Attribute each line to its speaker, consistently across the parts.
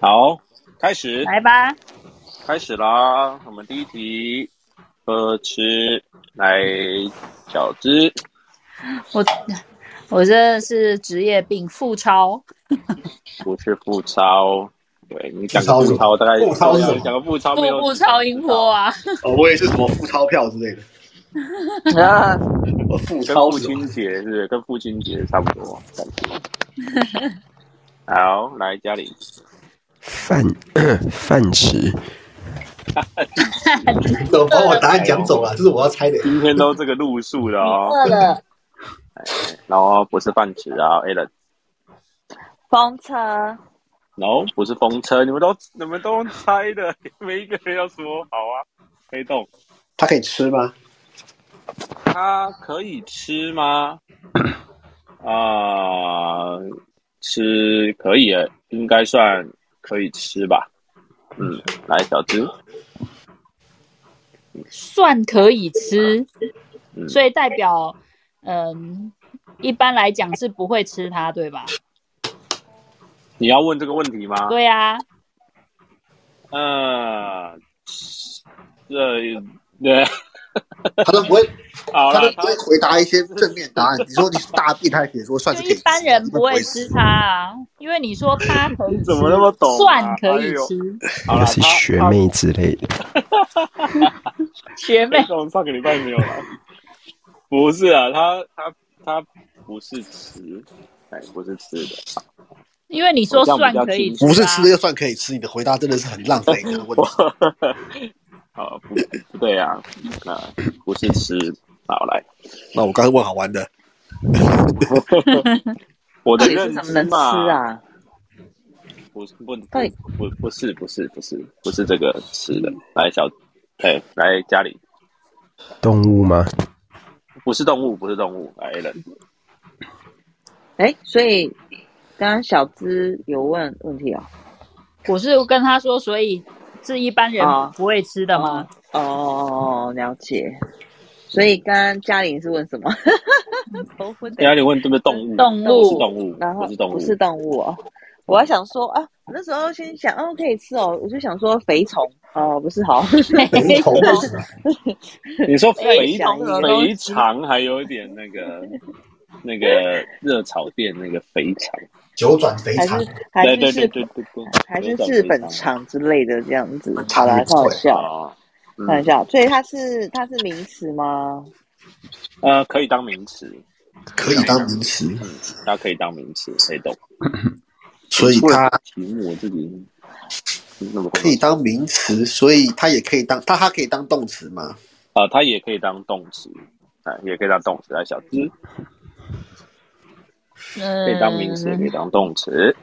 Speaker 1: 好，开始，
Speaker 2: 来吧，
Speaker 1: 开始啦。我们第一题，呃，吃来饺子，
Speaker 2: 我我这是职业病，复超。
Speaker 1: 不是复超。对你讲个
Speaker 3: 复
Speaker 1: 复
Speaker 3: 超
Speaker 1: 超，大概
Speaker 3: 复超是什么
Speaker 1: 讲个复超没有
Speaker 2: 腹部超音波啊，
Speaker 3: 哦，我也是什么付钞票之类的，
Speaker 1: 啊，
Speaker 3: 我付
Speaker 1: 跟
Speaker 3: 钞
Speaker 1: 父
Speaker 3: 什么
Speaker 1: 亲节是不是跟父亲节差不多感觉。好，来家里，
Speaker 4: 饭 饭吃，
Speaker 3: 怎么把我答案讲走了？这是我要猜的。
Speaker 1: 今天都这个路数了哦，哎
Speaker 5: 饿了，
Speaker 1: 然后不是饭吃啊 a l a n
Speaker 5: 风车，
Speaker 1: 然后不是风车，你们都你们都猜的，每一个人要说好啊，黑洞。
Speaker 3: 它可以吃吗？
Speaker 1: 它可以吃 吗？啊、吃可以耶，应该算可以吃吧。嗯，来，小芝，
Speaker 2: 算可以吃，
Speaker 1: 嗯
Speaker 2: 所以代表，嗯，一般来讲是不会吃它，对吧？
Speaker 1: 你要问这个问题吗？
Speaker 2: 对啊，
Speaker 1: 嗯，这对，
Speaker 6: 他都不会，
Speaker 1: 好
Speaker 6: 他
Speaker 1: 了
Speaker 6: 都，不会回答一些正面答案。你说你是大便，他也可以说算
Speaker 2: 就是
Speaker 6: 可
Speaker 2: 一
Speaker 6: 以吃。
Speaker 2: 般人不会
Speaker 6: 死
Speaker 2: 吃它啊，因为你说它可 以吃，
Speaker 1: 怎么那么懂啊
Speaker 2: 算可以
Speaker 1: 哎呦
Speaker 2: 吃，
Speaker 1: 好
Speaker 4: 那
Speaker 1: 了，
Speaker 4: 是
Speaker 1: 他
Speaker 4: 学
Speaker 1: 他
Speaker 4: 妹之类的。
Speaker 2: 学妹
Speaker 1: 这种上个礼拜没有来。不是啊，他他他不是吃，哎，不是吃的。
Speaker 2: 因为你说算可以吃啊，
Speaker 6: 不是吃的就算可以吃，你的回答真的是很浪费这个问题。
Speaker 1: 好，不不对啊，那不是吃。好，来，
Speaker 6: 那我刚才问好 玩的，
Speaker 1: 我
Speaker 5: 到
Speaker 1: 的
Speaker 5: 底是
Speaker 1: 认
Speaker 5: 什么
Speaker 1: 知
Speaker 5: 能吃
Speaker 1: 嘛，
Speaker 5: 啊？
Speaker 1: 不是不
Speaker 5: 到底
Speaker 1: 不不不是不是不是不是这个吃的。来，小，哎，来家里，
Speaker 4: 动物吗？
Speaker 1: 不是动物，不是动物，来人，
Speaker 5: 哎，所以刚刚小资有问问题哦。
Speaker 2: 我是跟他说，所以是一般人
Speaker 5: 啊
Speaker 2: 不会吃的吗？
Speaker 5: 哦，了解。所以刚刚嘉玲是问什么？ 我问的
Speaker 1: 哎家里问对不对动物？
Speaker 2: 动物
Speaker 1: 不是动物，
Speaker 5: 然后
Speaker 1: 不是动物，
Speaker 5: 不是动物哦。我还想说啊，我那时候先想哦，可以吃哦，我就想说肥虫哦，不是好，
Speaker 3: 肥虫是
Speaker 2: 啊
Speaker 3: 什么
Speaker 1: 你说肥
Speaker 5: 哎想一个
Speaker 2: 东西
Speaker 1: 肥肠还有点那 个那个热炒店那个肥肠，
Speaker 3: 九转肥
Speaker 5: 还
Speaker 3: 肠
Speaker 5: 是，还
Speaker 1: 对对
Speaker 5: 是
Speaker 1: 对
Speaker 5: 是
Speaker 1: 对对对，
Speaker 5: 还是
Speaker 1: 有点
Speaker 5: 日
Speaker 1: 肥
Speaker 5: 本
Speaker 1: 肠
Speaker 5: 肠之类的这样子。
Speaker 3: 肠
Speaker 5: 好啦，
Speaker 3: 没
Speaker 5: 开玩
Speaker 3: 错
Speaker 5: 笑，
Speaker 1: 啊，
Speaker 5: 开玩笑。所以它是它是名词吗？
Speaker 1: 呃，可以当名词，
Speaker 3: 可以当名词，
Speaker 1: 嗯，它可以当名词，谁懂？
Speaker 6: 所以它
Speaker 1: 题目我自己那么
Speaker 6: 可以当名词，所以它也可以当，它它可以当动词嘛？
Speaker 1: 啊，它也可以当动词，啊，也可以当动词来小只，
Speaker 2: 嗯，
Speaker 1: 可以当名词，也可以当动词，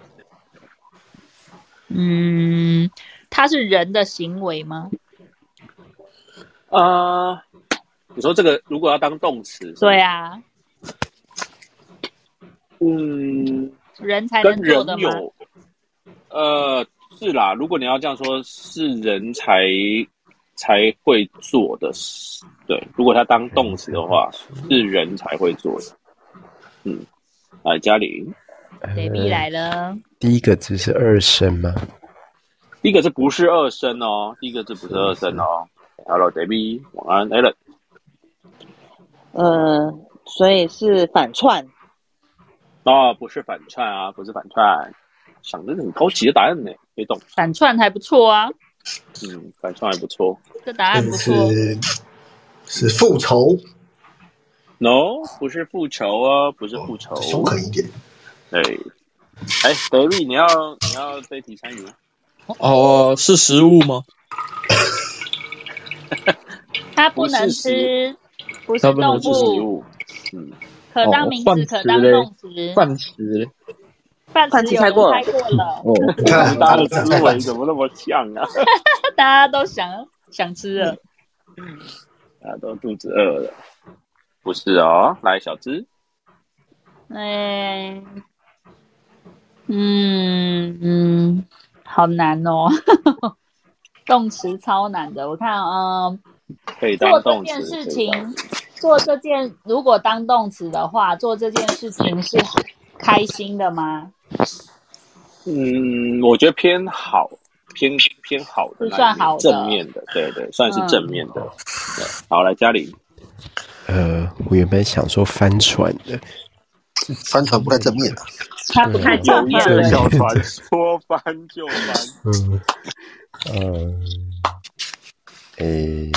Speaker 2: 嗯，它是人的行为吗？
Speaker 1: 啊。你说这个如果要当动词，
Speaker 2: 对，啊，
Speaker 1: 嗯，
Speaker 2: 人才
Speaker 1: 跟
Speaker 2: 能做
Speaker 1: 人
Speaker 2: 的吗？
Speaker 1: 有，呃，是啦。如果你要这样说，是人才才会做的事，对。如果它当动词的话，是人才会做的。嗯，来，嘉玲，
Speaker 2: baby 来了，
Speaker 4: 呃第一个字是二声吗？
Speaker 1: 第一个字不是二声哦，第一个字不是二声哦。Hello，Baby，晚安，Allen。
Speaker 5: 呃，所以是反串。
Speaker 1: 啊、不是反串啊，不是反串，想的很高级的答案呢，别动。
Speaker 2: 反串还不错啊，
Speaker 1: 嗯，反串还不错。
Speaker 2: 这答案不错。
Speaker 3: 是是复仇，
Speaker 1: No，不是复仇哦，不是复仇。
Speaker 3: 凶狠一点。
Speaker 1: 对，哎，David，你要你要这一题参与吗？
Speaker 7: 哦，是食物吗？
Speaker 2: 它不能
Speaker 1: 不是食
Speaker 2: 吃，不是
Speaker 7: 它不
Speaker 2: 动
Speaker 7: 能吃食
Speaker 2: 物，
Speaker 1: 物，嗯，
Speaker 2: 可当
Speaker 7: 哦
Speaker 2: 名
Speaker 7: 饭
Speaker 2: 词，可
Speaker 7: 食
Speaker 2: 当
Speaker 7: 嘞
Speaker 2: 动词。
Speaker 7: 饭食？
Speaker 2: 饭
Speaker 5: 饭
Speaker 2: 词
Speaker 5: 题
Speaker 2: 有
Speaker 5: 猜
Speaker 2: 人
Speaker 5: 过
Speaker 2: 猜过 了，
Speaker 7: 哦，
Speaker 3: 你看
Speaker 1: 大家的
Speaker 3: 讲
Speaker 1: 思
Speaker 3: 菜
Speaker 1: 维
Speaker 3: 饭
Speaker 1: 怎么那么像啊？
Speaker 2: 大家都想想吃了。
Speaker 1: 大家都肚子饿了。不是哦，来，小芝，
Speaker 2: 哎，嗯嗯，好难哦， 动词超难的。我看，嗯，
Speaker 1: 可以
Speaker 2: 做
Speaker 1: 当
Speaker 2: 这
Speaker 1: 动
Speaker 2: 件事
Speaker 1: 词。
Speaker 2: 情，做这件如果当动词的话，做这件事情是开心的吗？
Speaker 1: 嗯，我觉得偏好，偏偏好的那一面，
Speaker 2: 是算好的嗯
Speaker 1: 正面的，对对，算是正面的。对，好，来嘉玲，
Speaker 4: 呃，我原本想说帆船的，
Speaker 6: 帆船不太正面啊。
Speaker 2: 他
Speaker 4: 嗯
Speaker 2: 不太正面
Speaker 4: 有
Speaker 2: 了
Speaker 4: 一。小
Speaker 1: 船说翻就翻，
Speaker 4: 嗯，嗯，诶、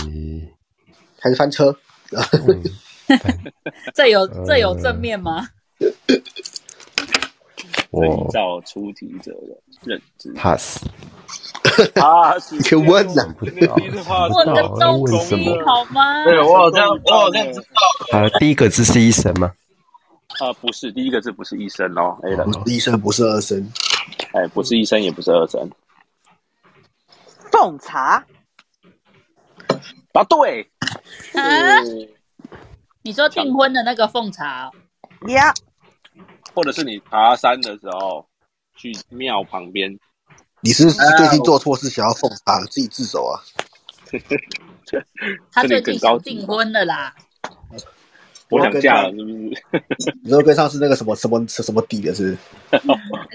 Speaker 6: 还是翻车？
Speaker 4: 嗯
Speaker 2: 这有这有正面吗？
Speaker 1: 依
Speaker 4: 我
Speaker 1: 照出题者的认知
Speaker 4: pass，
Speaker 1: 啊，是
Speaker 6: 请问呢、
Speaker 4: 不知 道
Speaker 1: 你的话
Speaker 4: 不
Speaker 2: 我
Speaker 4: 知
Speaker 2: 的
Speaker 4: 道要
Speaker 2: 东
Speaker 4: 问什
Speaker 2: 西
Speaker 4: 么。
Speaker 2: 好 吗？
Speaker 7: 对我好像我好像知道，
Speaker 4: 好，第一个字是医生吗？
Speaker 1: 呃，不是第一个字，不是医生哦，A 了，
Speaker 6: 不是医生不是二生，
Speaker 1: 哎，不是医生，也不是二生，
Speaker 5: 奉茶
Speaker 1: 答对，
Speaker 2: 啊？你说订婚的那个奉茶哦，
Speaker 5: 呀，
Speaker 1: 或者是你爬山的时候去庙旁边，
Speaker 6: 你是最近做错事想要奉茶，自己自首啊？
Speaker 2: 他
Speaker 1: 这
Speaker 2: 最
Speaker 1: 里更
Speaker 2: 近
Speaker 1: 高
Speaker 2: 想
Speaker 1: 级哦
Speaker 2: 订，婚了啦。
Speaker 1: 我想嫁了，是不是？
Speaker 6: 你说跟上次那个什么什么什么底的是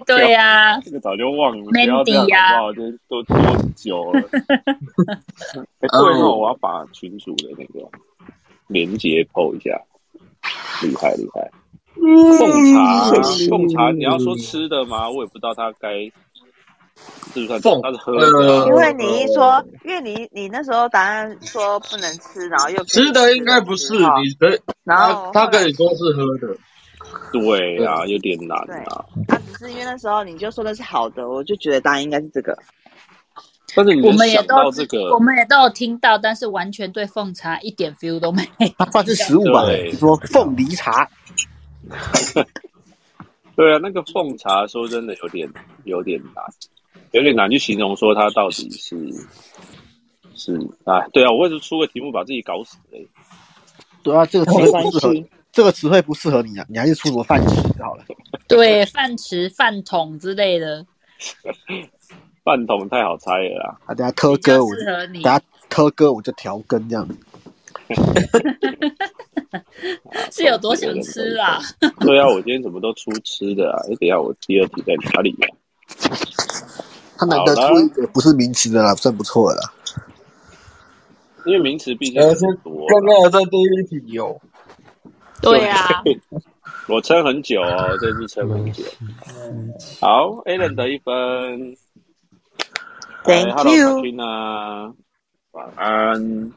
Speaker 2: 对啊呀、
Speaker 1: 这个早就忘了，不要这样
Speaker 2: Mandy 呀
Speaker 1: 好不好？这都多久了？哎，对哦，我要把群主的那个连接抛一下，厉害厉害。
Speaker 7: 嗯
Speaker 1: 奉茶，奉茶，你要说吃的吗？我也不知道它该是不是它
Speaker 7: 奉
Speaker 1: 它是喝的
Speaker 7: 呃
Speaker 1: 啊，
Speaker 5: 因为你一说，因为你你那时候答案说不能吃，然后又可以
Speaker 7: 吃的应该不是，
Speaker 5: 吃哈
Speaker 7: 你可以
Speaker 5: 然
Speaker 7: 他
Speaker 5: 后
Speaker 7: 他
Speaker 5: 后来
Speaker 7: 跟你说是喝的，
Speaker 1: 对啊，有点难啊。
Speaker 5: 他只是因为那时候你就说的是好的，我就觉得答案应该是这个。
Speaker 1: 但是你
Speaker 2: 我们也
Speaker 1: 想
Speaker 2: 都
Speaker 1: 到这个
Speaker 2: 我，们也都有听到，但是完全对奉茶一点 feel 都没有。
Speaker 6: 它算是食物吧？
Speaker 1: 对
Speaker 6: 你说凤梨茶，
Speaker 1: 对啊，那个奉茶说真的有点有点难，有点难去形容说它到底是是哎，对啊，我为什么出个题目把自己搞死欸了、
Speaker 6: 对啊，这个词
Speaker 5: 没
Speaker 6: 汇
Speaker 5: 关
Speaker 6: 不适合
Speaker 5: 系，
Speaker 6: 这个词汇不适合你啊，你还是出什么饭吃好了。
Speaker 2: 对，饭匙、饭桶之类的，
Speaker 1: 饭桶太好猜了啦，
Speaker 6: 啊，等下特
Speaker 2: 比较
Speaker 6: 哥我就
Speaker 2: 适合你
Speaker 6: 等。下特哥我就调羹这样。
Speaker 2: 是有多想吃啦？
Speaker 1: 对啊，我今天怎么都出吃的啊？哎，等一下我第二题在哪里啊？
Speaker 6: 他难得
Speaker 1: 好了
Speaker 6: 出一个不是名词的啦，算不错了啦。
Speaker 1: 因为名词毕竟
Speaker 7: 呃，是
Speaker 1: 很多啊
Speaker 7: 刚
Speaker 1: 啦，
Speaker 7: 刚有在第一题有，
Speaker 2: 对啊呀、
Speaker 1: 我撑很久哦，这次撑很久。好，Alan 得一分
Speaker 5: Thank
Speaker 1: h e l l o
Speaker 5: you
Speaker 1: 小军啊，晚安。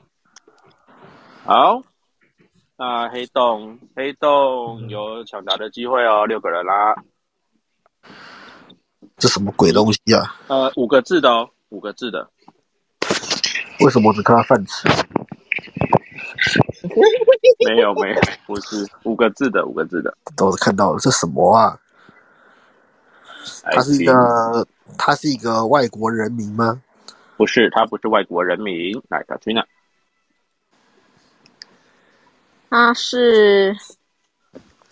Speaker 1: 好，那黑洞，黑洞有抢答的机会哦，六个人啦，
Speaker 6: 这什么鬼东西啊？
Speaker 1: 呃，五个字的哦，五个字的，
Speaker 6: 为什么我只看到饭吃？
Speaker 1: 没有没有，不是五个字的，五个字的，
Speaker 6: 都看到了，这什么啊？他是一
Speaker 1: 来
Speaker 6: 个，他是一个外国人民吗？
Speaker 1: 不是，他不是外国人民。来，小君呢？
Speaker 8: 它是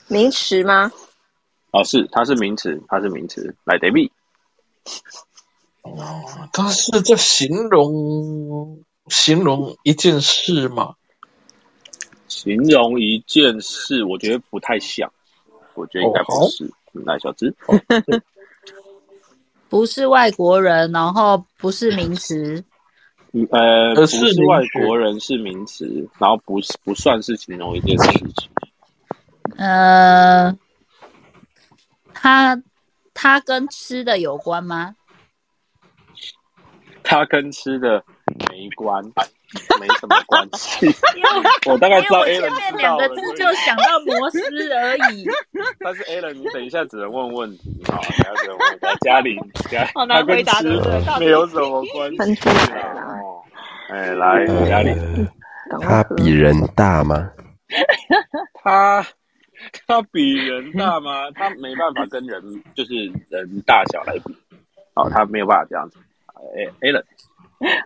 Speaker 8: 名词吗？
Speaker 1: 哦，是，他是名词，他是名词。来，David，
Speaker 7: 他是在形容形容一件事嘛？
Speaker 1: 形容一件事，我觉得不太像，我觉得应该不是。嗯来，小芝，
Speaker 2: 不是外国人，然后不是名词，
Speaker 1: 嗯呃，不
Speaker 7: 呃是
Speaker 1: 是
Speaker 7: 名
Speaker 1: 外
Speaker 7: 词
Speaker 1: 国人，是名词，然后不是不算是形容一件事情。
Speaker 2: 呃，它它跟吃的有关吗？
Speaker 1: 它跟吃的没关，没什么关系。我大概知
Speaker 2: 因为
Speaker 1: 道
Speaker 2: 我
Speaker 1: A
Speaker 2: 前
Speaker 1: 人
Speaker 2: 面
Speaker 1: 知道
Speaker 2: 两个
Speaker 1: 了，
Speaker 2: 字
Speaker 1: 所
Speaker 2: 就
Speaker 1: 以
Speaker 2: 想到摩斯而 已，
Speaker 1: 但是 A 人，你等一下只能问问题啊，你要只能问问题。嘉玲，嘉他
Speaker 5: 好难
Speaker 1: 跟
Speaker 5: 回答
Speaker 1: 吃
Speaker 5: 对不对？到底
Speaker 1: 没有什么关
Speaker 8: 分
Speaker 1: 系
Speaker 8: 出来
Speaker 1: 啊。
Speaker 8: 了，
Speaker 1: 哦，哎，来
Speaker 2: 嗯
Speaker 1: 嘉玲，
Speaker 4: 呃，
Speaker 8: 赶快
Speaker 4: 他
Speaker 8: 喝。
Speaker 4: 比人大吗？
Speaker 1: 他他比人大 吗？他没办法跟人就是人大小来比，哦，他没有办法这样子。哎 a l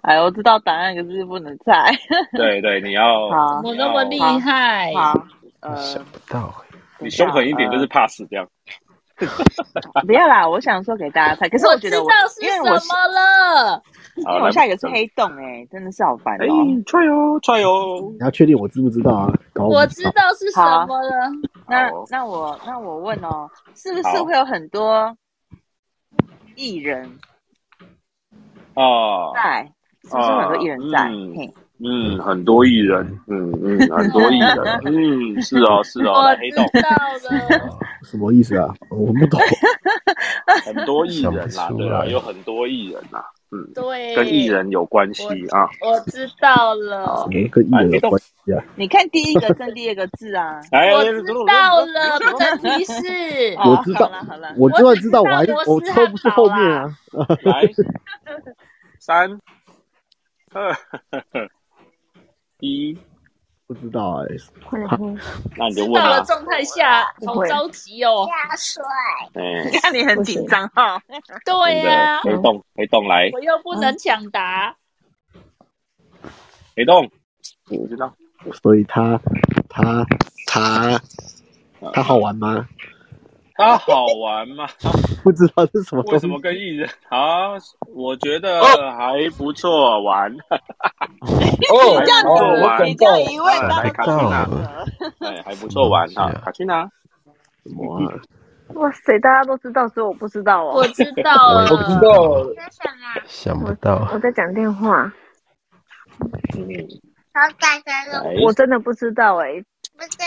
Speaker 5: 哎，我知道答案，可是不能猜。
Speaker 1: 对对，你要
Speaker 5: 好
Speaker 2: 怎么那么厉害？
Speaker 5: 好，
Speaker 4: 我
Speaker 5: 呃
Speaker 4: 想，不到、
Speaker 1: 你凶狠一点，就是 pass 这样。
Speaker 5: 不要啦，我想说给大家猜，可是
Speaker 2: 我
Speaker 5: 觉
Speaker 2: 知
Speaker 5: 得
Speaker 2: 道
Speaker 5: 我
Speaker 2: 是
Speaker 5: 因为我
Speaker 2: 什么了，
Speaker 5: 因
Speaker 1: 好，
Speaker 5: 为我
Speaker 1: 来
Speaker 5: 下一个是。黑洞，哎，真的是好烦
Speaker 1: 哎
Speaker 5: 哦。，
Speaker 1: 踹哦，踹哦！
Speaker 6: 你要确定我知不知道啊？搞
Speaker 2: 我知道是什么了。
Speaker 5: 那
Speaker 1: 好
Speaker 5: 那我那我问哦，是不
Speaker 1: 好
Speaker 5: 是会有很多艺人
Speaker 1: 哦，
Speaker 5: 在，是不是很多艺人在？
Speaker 1: 啊嗯
Speaker 5: 嘿
Speaker 1: 嗯，很多艺人，嗯 嗯，很多艺人，嗯，是哦是哦，来黑洞
Speaker 9: 什么意思啊？我 不懂。
Speaker 1: 很多艺人啦
Speaker 9: 想，不出来
Speaker 1: 对啦，有很多艺人啦，嗯，
Speaker 2: 对
Speaker 5: 哎
Speaker 1: 跟艺人有关系啊，。
Speaker 2: 我知道了，
Speaker 9: 怎么跟艺人有关系啊？
Speaker 5: 你看第一个跟第二个字 啊
Speaker 1: 哎，
Speaker 2: 我知道了，不能提 示。
Speaker 5: 哦
Speaker 9: 我知道
Speaker 5: 好了好了，
Speaker 9: 我就算知道，
Speaker 2: 我
Speaker 9: 我
Speaker 2: 知道
Speaker 9: 还
Speaker 2: 摩斯
Speaker 9: 我车不是后面啊。
Speaker 1: 来， 三二一，
Speaker 9: 不知道哎、
Speaker 1: 那你就
Speaker 2: 知
Speaker 1: 问啊
Speaker 2: 道了
Speaker 1: 啦，
Speaker 2: 状态下，好着急哦。
Speaker 1: 哎，
Speaker 5: 你 看你很紧张哈、 哦。
Speaker 2: 对
Speaker 1: 真的，，
Speaker 2: 呀
Speaker 1: 哎黑洞黑洞来，
Speaker 2: 我又不能抢答。
Speaker 1: 黑洞，我知道，
Speaker 9: 所以他他他他好玩吗？
Speaker 1: 它好玩 吗？
Speaker 9: 不知道这是什么
Speaker 1: 为
Speaker 9: 东西。
Speaker 1: 什么跟艺人啊？我觉得还不错玩，啊
Speaker 7: 哦，
Speaker 1: 还不错
Speaker 7: 我
Speaker 1: 玩
Speaker 7: 等
Speaker 5: 你就
Speaker 7: 到嗯
Speaker 5: 一问
Speaker 1: 哎
Speaker 5: 到
Speaker 1: 来
Speaker 5: 底
Speaker 1: 卡去娜，
Speaker 4: 了，
Speaker 1: 哎，还不错玩
Speaker 4: 是
Speaker 1: 啊
Speaker 4: 啊，
Speaker 1: 卡去娜，
Speaker 9: 什么啊？
Speaker 8: 哇塞，大家都知道，只有我不知道
Speaker 2: 我
Speaker 8: 哦。
Speaker 2: 知 道
Speaker 4: 我
Speaker 7: 我知
Speaker 2: 了，
Speaker 7: 道了
Speaker 4: 想不到
Speaker 8: 我在讲电话，
Speaker 1: 嗯，来
Speaker 8: 我真的不知道哎、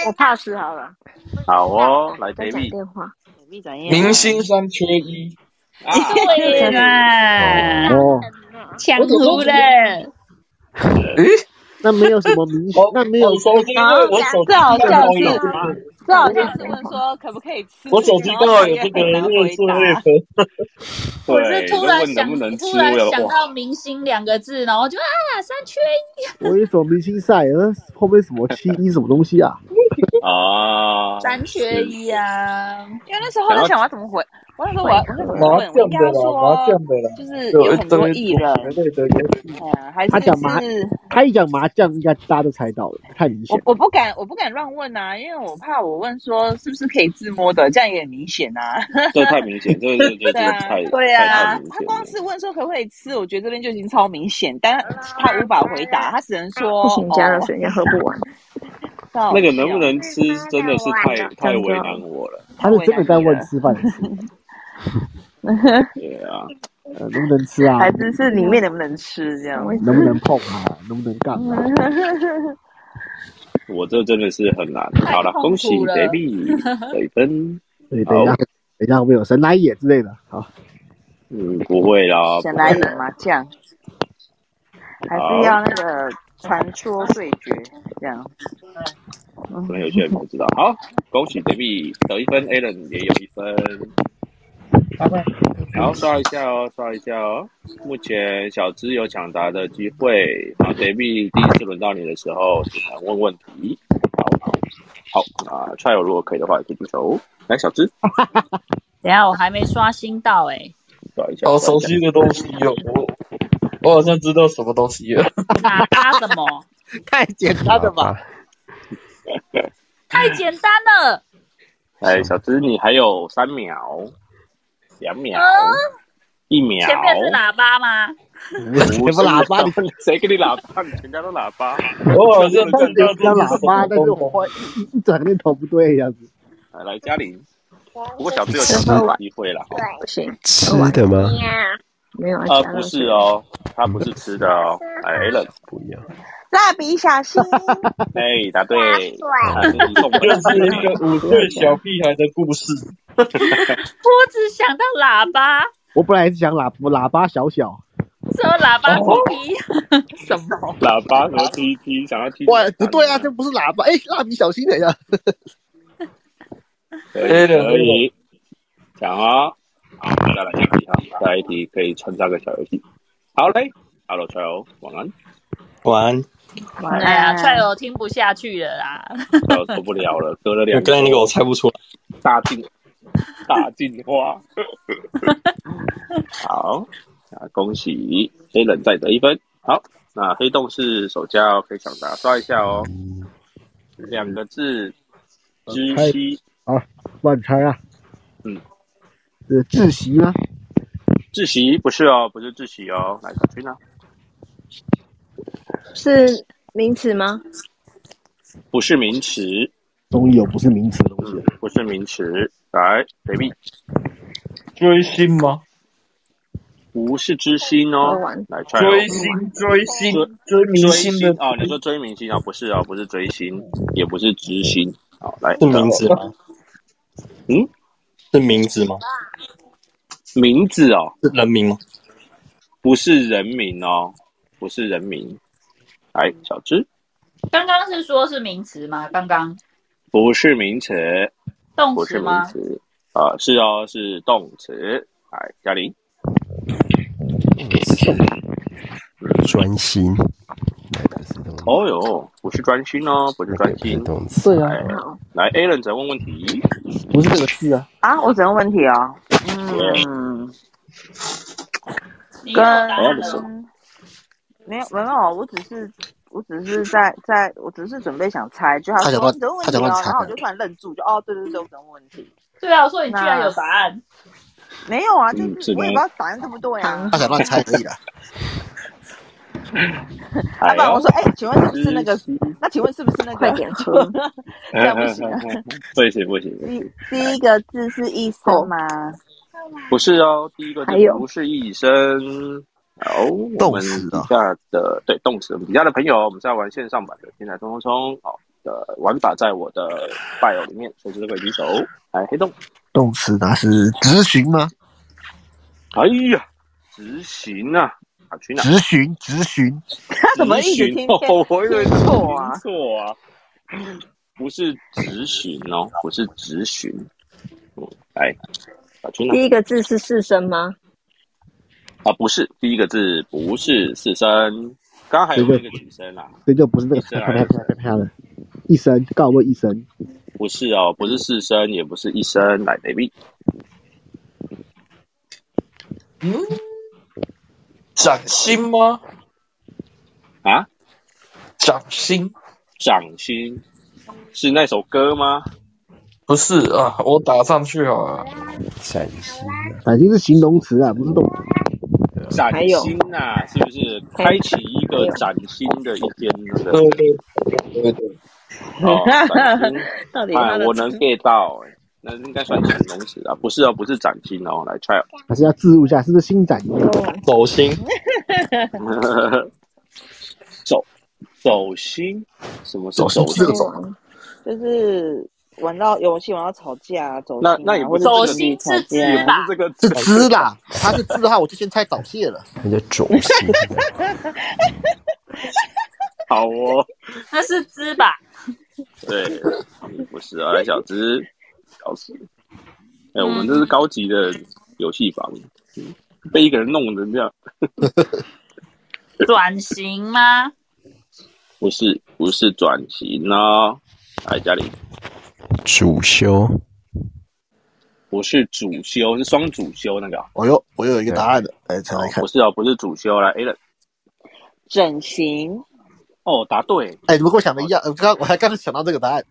Speaker 8: 我 pass 好了，
Speaker 1: 好哦，来
Speaker 8: 在讲
Speaker 1: baby
Speaker 8: 电话。
Speaker 5: 你转业
Speaker 7: 明星三缺一，
Speaker 1: 啊，
Speaker 2: 对 啦，
Speaker 9: 哦，
Speaker 2: 抢糊了。
Speaker 7: 诶，
Speaker 9: 那没有什么明星
Speaker 7: 我，
Speaker 9: 那没有
Speaker 7: 我手机因为我手机
Speaker 5: 这好
Speaker 7: 刚
Speaker 5: 像
Speaker 7: 好
Speaker 5: 是
Speaker 7: 有，
Speaker 5: 这好像是问说可不可以吃？
Speaker 7: 我手机刚好有这个
Speaker 5: 然后
Speaker 7: 热
Speaker 5: 回
Speaker 7: 色
Speaker 5: 答
Speaker 7: 月份，
Speaker 2: 我
Speaker 1: 对，
Speaker 2: 是
Speaker 1: 就
Speaker 2: 突然
Speaker 1: 问能
Speaker 2: 想
Speaker 1: 不能，吃，我
Speaker 2: 突然
Speaker 1: 有
Speaker 2: 想
Speaker 1: 哇，
Speaker 2: 到“明星”两个字，然后就啊，三缺一。
Speaker 9: 我有什么明星赛？那后面什么七一什么东西啊？
Speaker 1: 啊，
Speaker 2: 三缺一 啊！
Speaker 5: 因为那时候我在想我要怎么回，我那时候我要我要怎么
Speaker 7: 麻
Speaker 5: 问？我
Speaker 7: 将
Speaker 5: 应该要
Speaker 7: 的啦，
Speaker 5: 说
Speaker 7: 麻将的啦，
Speaker 5: 就是有很多艺人，
Speaker 7: 对对对，
Speaker 5: 哎呀，还是
Speaker 9: 他讲麻
Speaker 5: 是
Speaker 9: 他一讲麻将，应该大家都猜到了，太明显
Speaker 5: 我。我不敢我不敢乱问啊，因为我怕我问说是不是可以自摸的，这样也很明显啊。
Speaker 1: 这太明显，这这 这这个太
Speaker 2: 对
Speaker 1: 太
Speaker 2: 啊
Speaker 1: 太
Speaker 5: 啊
Speaker 1: 明，
Speaker 5: 他
Speaker 1: 显
Speaker 5: 光
Speaker 1: 了，
Speaker 5: 是问说可不可以吃，我觉得这边就已经超明显，但他无法回答，他只能说
Speaker 8: 不行，加了
Speaker 5: 哦
Speaker 8: 水，人家喝不完。
Speaker 5: 这 好
Speaker 1: 那个能不
Speaker 5: 笑
Speaker 1: 能吃真的是太太为难我了，
Speaker 9: 他是真的在问吃饭 的事，
Speaker 1: 对啊，
Speaker 9: 呃，能不能吃啊？
Speaker 5: 还是是里面能不能吃这样？
Speaker 9: 能不能碰啊？能不能杠啊？
Speaker 1: 我这真的是很难。好了，
Speaker 2: 太痛苦
Speaker 1: 恭喜
Speaker 2: 了
Speaker 1: baby 得分，
Speaker 5: 嗯
Speaker 9: 对，等一下，等一下会不会有神来也之类的？好，
Speaker 1: 嗯，不会啦，
Speaker 5: 想来点麻将，还是要那个传说对决这样？
Speaker 1: 可能有些人不知道。好，恭喜 Baby 得一分，Allen 也有一分。好，刷一下哦，刷一下哦。目前小资有抢答的机会。好，Baby 第一次轮到你的时候，只能问问题。好，好，好啊，Try 如果可以的话，也可以举手。来，小资
Speaker 2: 等一下我还没刷新到哎，
Speaker 1: 刷一下，
Speaker 7: 好
Speaker 1: 刷一
Speaker 7: 熟
Speaker 1: 下
Speaker 7: 悉的东西哟，我我好像知道什么东西了，
Speaker 2: 打他啊什么？
Speaker 9: 太简单了吧？？
Speaker 2: 太简单了，
Speaker 1: 哎，小资，你还有三秒、两秒、一秒。
Speaker 2: 嗯前面是喇叭吗？
Speaker 9: 什么喇叭？你
Speaker 1: 不是？谁给你喇叭？你全家都喇叭。
Speaker 7: 我好像
Speaker 9: 当
Speaker 7: 知
Speaker 9: 时
Speaker 7: 道这
Speaker 9: 讲
Speaker 7: 是什
Speaker 9: 喇叭，
Speaker 7: 么
Speaker 9: 但是
Speaker 7: 东
Speaker 9: 我后
Speaker 7: 西。
Speaker 9: 来一一转念头不对的样子。
Speaker 1: 来，来嘉玲。不过小资有抢答的机会啦。哦
Speaker 8: 不行，
Speaker 4: 吃的吗？
Speaker 8: 没有
Speaker 1: 呃
Speaker 8: 加，
Speaker 1: 不
Speaker 8: 了
Speaker 1: 是
Speaker 8: 水。
Speaker 1: 哦，他不是吃的哦。哎 a l
Speaker 4: 不一样，
Speaker 5: 蜡笔小 新，
Speaker 1: 哎，答对， 啊这是 送
Speaker 7: 就
Speaker 1: 分
Speaker 7: 是一个五岁小屁孩的故事，
Speaker 2: 我只想到喇叭，
Speaker 9: 我本来是想喇喇叭小小，
Speaker 2: 只有喇叭
Speaker 1: 哦
Speaker 2: P P，什 么？
Speaker 1: 喇叭什么 TT，想要 TT，
Speaker 9: 哇，不对啊，这不是喇叭，哎，蜡笔小新等一下，
Speaker 1: 可以可以，讲啊，好，再来一题哈，下一题可以穿插个小游戏。好嘞，Hello c h i l 晚安，
Speaker 6: 晚安。
Speaker 2: 哎呀，踹友听不下去了啦，
Speaker 1: c h 受不了了，隔了
Speaker 6: 因为
Speaker 1: 两
Speaker 6: 刚才那个我猜不出来。
Speaker 1: 大进大进化， 好啊，恭喜黑冷再得一分，好，那黑洞是手加哦，可以抢答，刷一下哦，两个字，知悉。
Speaker 9: 乱猜啊。
Speaker 1: 嗯，
Speaker 9: 呃，窒息吗？
Speaker 1: 窒息不是哦，不是窒息哦，来小军呢？
Speaker 8: 是名词吗？
Speaker 1: 不是名词，
Speaker 9: 终于有不是名词的东西
Speaker 1: 嗯
Speaker 9: 了。，
Speaker 1: 不是名词。来，baby，
Speaker 7: 追星吗？
Speaker 1: 湖是之星哦
Speaker 8: 我玩，
Speaker 1: 来 try 哦
Speaker 7: 追星追星追明星的嗯
Speaker 1: 哦，你说追明星啊、不是啊、不是追星，也不是知星。好，来
Speaker 10: 是名字吗？
Speaker 1: 嗯，
Speaker 10: 是名字吗？
Speaker 1: 名字哦，
Speaker 10: 是人名吗？
Speaker 1: 不是人名哦，不是人名。来，小芝，
Speaker 2: 刚刚是说是名词吗？刚刚
Speaker 1: 不是名词，
Speaker 2: 动
Speaker 1: 不
Speaker 2: 词
Speaker 1: 是名
Speaker 2: 吗？
Speaker 1: 词啊、是哦，是动词。来，嘉玲，
Speaker 4: 专心，那不是动词，
Speaker 1: 哦哟，不是专心哦，不是
Speaker 4: 那个
Speaker 1: 专
Speaker 4: 也不是
Speaker 1: 心。
Speaker 4: 动词。
Speaker 5: 啊
Speaker 1: 来，Alan 则问问题。
Speaker 9: 不是这个字啊，
Speaker 5: 啊，我只能问题哦。嗯，
Speaker 2: 你有
Speaker 5: 跟
Speaker 2: 答案了吗？
Speaker 5: 没有没有，我只是我只是在在，我只是准备想猜，就他
Speaker 6: 他想
Speaker 5: 说
Speaker 6: 乱
Speaker 5: 你只能问
Speaker 6: 他想乱，
Speaker 5: 题哦
Speaker 6: 猜
Speaker 5: 然后我就突然愣住，就哦对对对，我只能问问题。
Speaker 2: 对啊，所以你居然有答案，
Speaker 5: 没有啊，就
Speaker 1: 嗯
Speaker 5: 是
Speaker 1: 只能
Speaker 5: 我也不知道答案对不对啊。
Speaker 6: 他想乱猜而 已啦。
Speaker 5: 要
Speaker 1: 哎
Speaker 5: 不然我
Speaker 1: 呦
Speaker 5: 说，哎，请问是不是那个？
Speaker 1: 嗯
Speaker 5: 那请问是不是那个？
Speaker 8: 快点出，
Speaker 5: 这样不行啊。
Speaker 1: 哦 不行不行，不
Speaker 5: 第
Speaker 1: 行
Speaker 5: 第一个字是医生吗？
Speaker 1: 不是哦，第一个
Speaker 8: 还有
Speaker 1: 字不是医生。好，我
Speaker 6: 动
Speaker 1: 们
Speaker 6: 词
Speaker 1: 底
Speaker 6: 啊
Speaker 1: 下的对动词，我们底下的朋友，我们在玩线上版的《天才冲冲冲》，好哦的玩法在我的 bio 里面，随时都可以举手。来，黑洞，
Speaker 6: 动词那是执行吗？
Speaker 1: 哎呀，执行啊，啊去哪？
Speaker 6: 执行执行
Speaker 5: 他怎么一直
Speaker 1: 执
Speaker 5: 听
Speaker 1: 行
Speaker 5: 见
Speaker 1: 哦，我以为是
Speaker 5: 听错啊
Speaker 1: 听错啊，不是执行哦，不是执行。嗯，来，啊去哪？
Speaker 8: 第一个字是四声吗？
Speaker 1: 啊，不是，第一个字不是四声，刚刚还有一个女生啦，
Speaker 9: 所以就不是这个
Speaker 1: 是
Speaker 9: 啪
Speaker 1: 啊
Speaker 9: 啪啪啪啪啪的。一声，告问一声，
Speaker 1: 不是哦，不是四声，也不是一声，来，baby，
Speaker 7: 嗯，掌心吗？
Speaker 1: 啊，
Speaker 7: 掌心
Speaker 1: 掌心是那首歌吗？
Speaker 7: 不是啊，我打上去啊好了。
Speaker 4: 崭新啊，
Speaker 9: 已经是形容词啊，不是动词。
Speaker 1: 崭
Speaker 8: 还有
Speaker 1: 新呐、啊是不是开启一个崭新的一天那个
Speaker 7: 对？对对对，
Speaker 1: 哦，崭新，
Speaker 5: 到底
Speaker 1: 哎
Speaker 5: 他，的
Speaker 1: 我能 get 到、哎那应该算形容词啊，不是哦，不是崭新哦，来 try，
Speaker 9: 还是要自入一下，是不是新展？
Speaker 10: 走心，
Speaker 1: 哦 走走心，什么是
Speaker 6: 走
Speaker 1: 走
Speaker 6: 心不是
Speaker 1: 心
Speaker 6: 这？个
Speaker 8: 没
Speaker 6: 走，
Speaker 5: 哦
Speaker 8: 玩，
Speaker 5: 就是玩到游戏玩到吵架啊，走心
Speaker 1: 那
Speaker 5: 啊
Speaker 1: 那也不
Speaker 5: 或
Speaker 1: 是
Speaker 5: 者
Speaker 1: 这
Speaker 2: 走
Speaker 1: 个字，
Speaker 2: 心
Speaker 5: 吵
Speaker 2: 是
Speaker 5: 架
Speaker 2: 知
Speaker 5: 啊。
Speaker 2: 吧？
Speaker 1: 这个
Speaker 6: 是
Speaker 1: 字，
Speaker 6: 知啦，他是知的话，我就先猜早泄了。
Speaker 4: 那叫走心的。
Speaker 1: 好哦。
Speaker 2: 那是知吧？
Speaker 1: 对，嗯不是啊，来小只，小死。哎、我们这是高级的游戏房，被一个人弄成这样，
Speaker 2: 转型吗？
Speaker 1: 不是不是转型啊，来家里
Speaker 4: 主修，
Speaker 1: 不是主修，是双主修那个啊、
Speaker 6: 哎我又我又有一个答案了，来再来
Speaker 1: 哦，
Speaker 6: 看
Speaker 1: 不。是哦，不是主修来 a l
Speaker 5: 整形，
Speaker 1: 哦，答对，
Speaker 6: 哎，你们跟我想的一样，呃我刚我还刚才想到这个答案，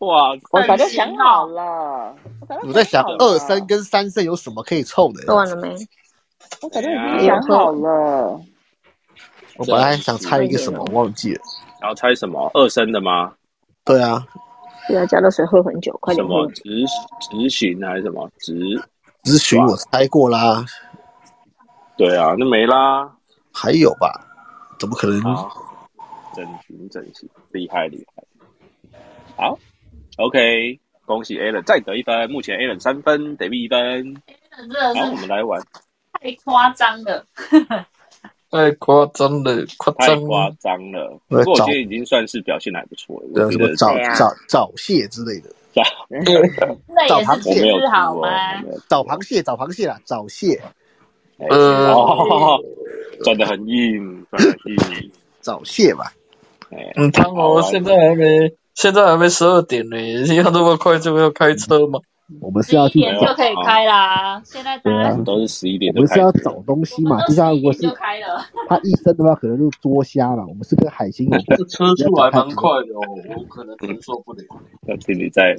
Speaker 1: 哇
Speaker 5: 我
Speaker 1: 塞，
Speaker 5: 早就想好了，我早就
Speaker 6: 我在想
Speaker 5: 好了
Speaker 6: 二声，跟三声有什么可以凑的
Speaker 8: 说？完了没？
Speaker 5: 我早就已经想好了。
Speaker 6: 我本来还想猜一个什么，我忘记了。
Speaker 1: 然后猜什么二声的吗？
Speaker 6: 对啊，
Speaker 8: 对啊，加热水喝很久，快
Speaker 1: 什
Speaker 8: 点
Speaker 1: 么
Speaker 8: 喝。
Speaker 1: 执执行还是什么执？
Speaker 6: 咨询我猜过啦，
Speaker 1: 对啊，那没啦，
Speaker 6: 还有吧？怎么可能？
Speaker 1: 好，整形整形，厉害厉害。好，OK，恭喜 Alan 再得一分，目前 Alan 三分，David 一分。
Speaker 2: 真的
Speaker 1: 好，我们
Speaker 2: 是
Speaker 1: 来玩，
Speaker 2: 太夸张了。
Speaker 7: 太夸张了，夸
Speaker 1: 太
Speaker 7: 张
Speaker 1: 夸张了。不
Speaker 6: 我在
Speaker 1: 过我
Speaker 6: 找
Speaker 1: 今天已经算是表现得还不错了，
Speaker 6: 对
Speaker 1: 我
Speaker 6: 啊，
Speaker 1: 觉
Speaker 6: 什么
Speaker 1: 得
Speaker 6: 早
Speaker 5: 对啊
Speaker 6: 早早泄之类的，
Speaker 1: 我没
Speaker 2: 那也是
Speaker 1: 有
Speaker 2: 知
Speaker 1: 输
Speaker 2: 好
Speaker 1: 哦，我
Speaker 2: 吗
Speaker 1: 没？有输
Speaker 6: 早螃蟹，早螃蟹啦，早泄，
Speaker 1: 哎
Speaker 6: 嗯
Speaker 7: 呃
Speaker 1: 哦， 转的很硬，转的很硬。
Speaker 6: 早泄吧。
Speaker 1: 哎，
Speaker 7: 嗯，汤
Speaker 1: 好
Speaker 7: 姆
Speaker 1: 玩
Speaker 7: 现在还没，现在还没十二点呢， 要那么快就要开车吗？
Speaker 9: 我们是
Speaker 2: 十
Speaker 9: 要
Speaker 2: 一
Speaker 9: 去，
Speaker 2: 点就可以开啦。现在大
Speaker 9: 对啊
Speaker 2: 家，
Speaker 1: 都是十一点
Speaker 9: 我
Speaker 1: 就
Speaker 9: 们是
Speaker 1: 开始
Speaker 9: 要
Speaker 1: 了，
Speaker 9: 找东
Speaker 2: 我
Speaker 9: 西
Speaker 2: 们
Speaker 9: 嘛。
Speaker 2: 都
Speaker 9: 就像如
Speaker 2: 十一
Speaker 9: 果
Speaker 2: 点
Speaker 9: 是
Speaker 2: 就开了。
Speaker 9: 他一生的话，可能就是捉虾嘛。我们是跟海星有关，
Speaker 7: 这车
Speaker 9: 要
Speaker 7: 速
Speaker 9: 找
Speaker 7: 还
Speaker 9: 太
Speaker 7: 蛮
Speaker 9: 平
Speaker 7: 快
Speaker 9: 洋。
Speaker 7: 的哦，我可能承受不了。
Speaker 1: 那请你再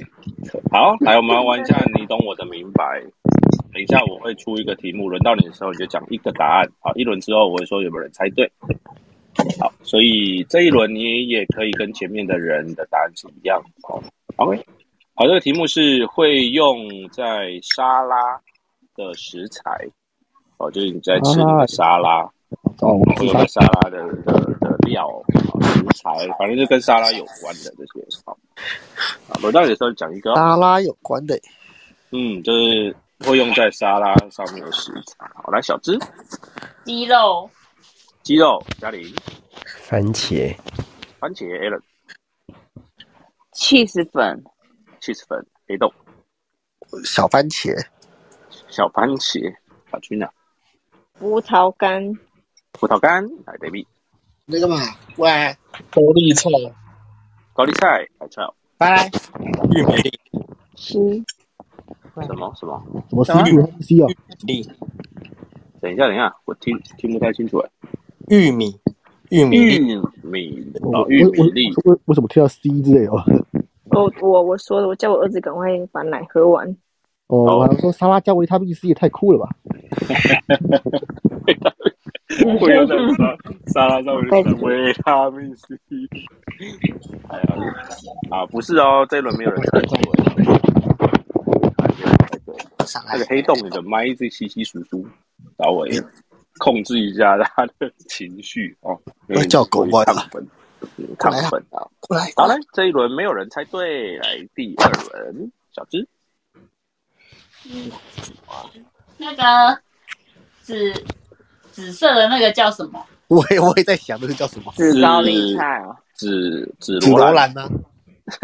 Speaker 1: 好，来我们来玩一下，你懂我的明白。等一下我会出一个题目，轮到你的时候你就讲一个答案。好，一轮之后我会说有没有人猜对。好，所以这一轮你也可以跟前面的人的答案是一样的。好，OK。好，这个题目是会用在沙拉的食材。哦，就是你在吃那个沙拉，
Speaker 9: 哦，我知
Speaker 1: 会有
Speaker 9: 道
Speaker 1: 个，沙拉的的的料、哦食材，反正就跟沙拉有关的这些。哦好，啊，轮到你的时候讲一个、哦，
Speaker 9: 沙拉有关的，
Speaker 1: 嗯，就是会用在沙拉上面的食材。好，来小芝，
Speaker 2: 鸡肉、
Speaker 1: 鸡肉，嘉玲，
Speaker 4: 番茄、
Speaker 1: 番茄，Allen，
Speaker 5: cheese 粉、
Speaker 1: cheese 粉，黑豆，
Speaker 9: 小番茄，
Speaker 1: 小番茄，小君啊，
Speaker 8: 葡萄干、
Speaker 1: 葡萄干，来 baby，
Speaker 6: 那个嘛，喂，
Speaker 7: 高丽菜、
Speaker 1: 高丽菜，来 c h i l
Speaker 6: 拜拜。
Speaker 10: 玉米粒，
Speaker 8: 西
Speaker 1: 什么什么？
Speaker 9: 什么 C 什么 C 哦？
Speaker 10: 粒，
Speaker 1: 等一下，等一下，我听听不太清楚哎。
Speaker 10: 玉米，玉米
Speaker 1: 玉
Speaker 10: 粒，
Speaker 1: 米
Speaker 9: 我
Speaker 1: 哦
Speaker 9: 我，
Speaker 1: 玉
Speaker 9: 我
Speaker 1: 米粒，
Speaker 9: 我我怎么听到 C 之类哦？
Speaker 8: 哦，我我说的，我叫我儿子赶快把奶喝完。
Speaker 9: 哦，
Speaker 1: 哦
Speaker 9: 我还说沙拉加维他命 C 也太酷了吧？
Speaker 1: 会用在沙沙拉上面的维他命 C。哎呀，啊，不是哦，这一轮没有人猜对，啊没有人猜对。
Speaker 6: 上来
Speaker 1: 那个黑洞，你的麦一直稀稀疏疏，稍微控制一下他的情绪哦，有点
Speaker 6: 叫狗
Speaker 1: 过于
Speaker 6: 过来
Speaker 1: 亢奋，有点亢奋啊。
Speaker 6: 过来，
Speaker 1: 好
Speaker 6: 过
Speaker 1: 了
Speaker 6: 来，，
Speaker 1: 这一轮没有人猜对，来第二轮，小芝
Speaker 2: 那个紫紫色的那个叫什么？
Speaker 6: 我也我也在想那个叫什么，
Speaker 5: 紫高丽菜哦，
Speaker 1: 紫紫
Speaker 6: 紫
Speaker 1: 罗
Speaker 6: 罗
Speaker 1: 兰，
Speaker 6: 兰呢？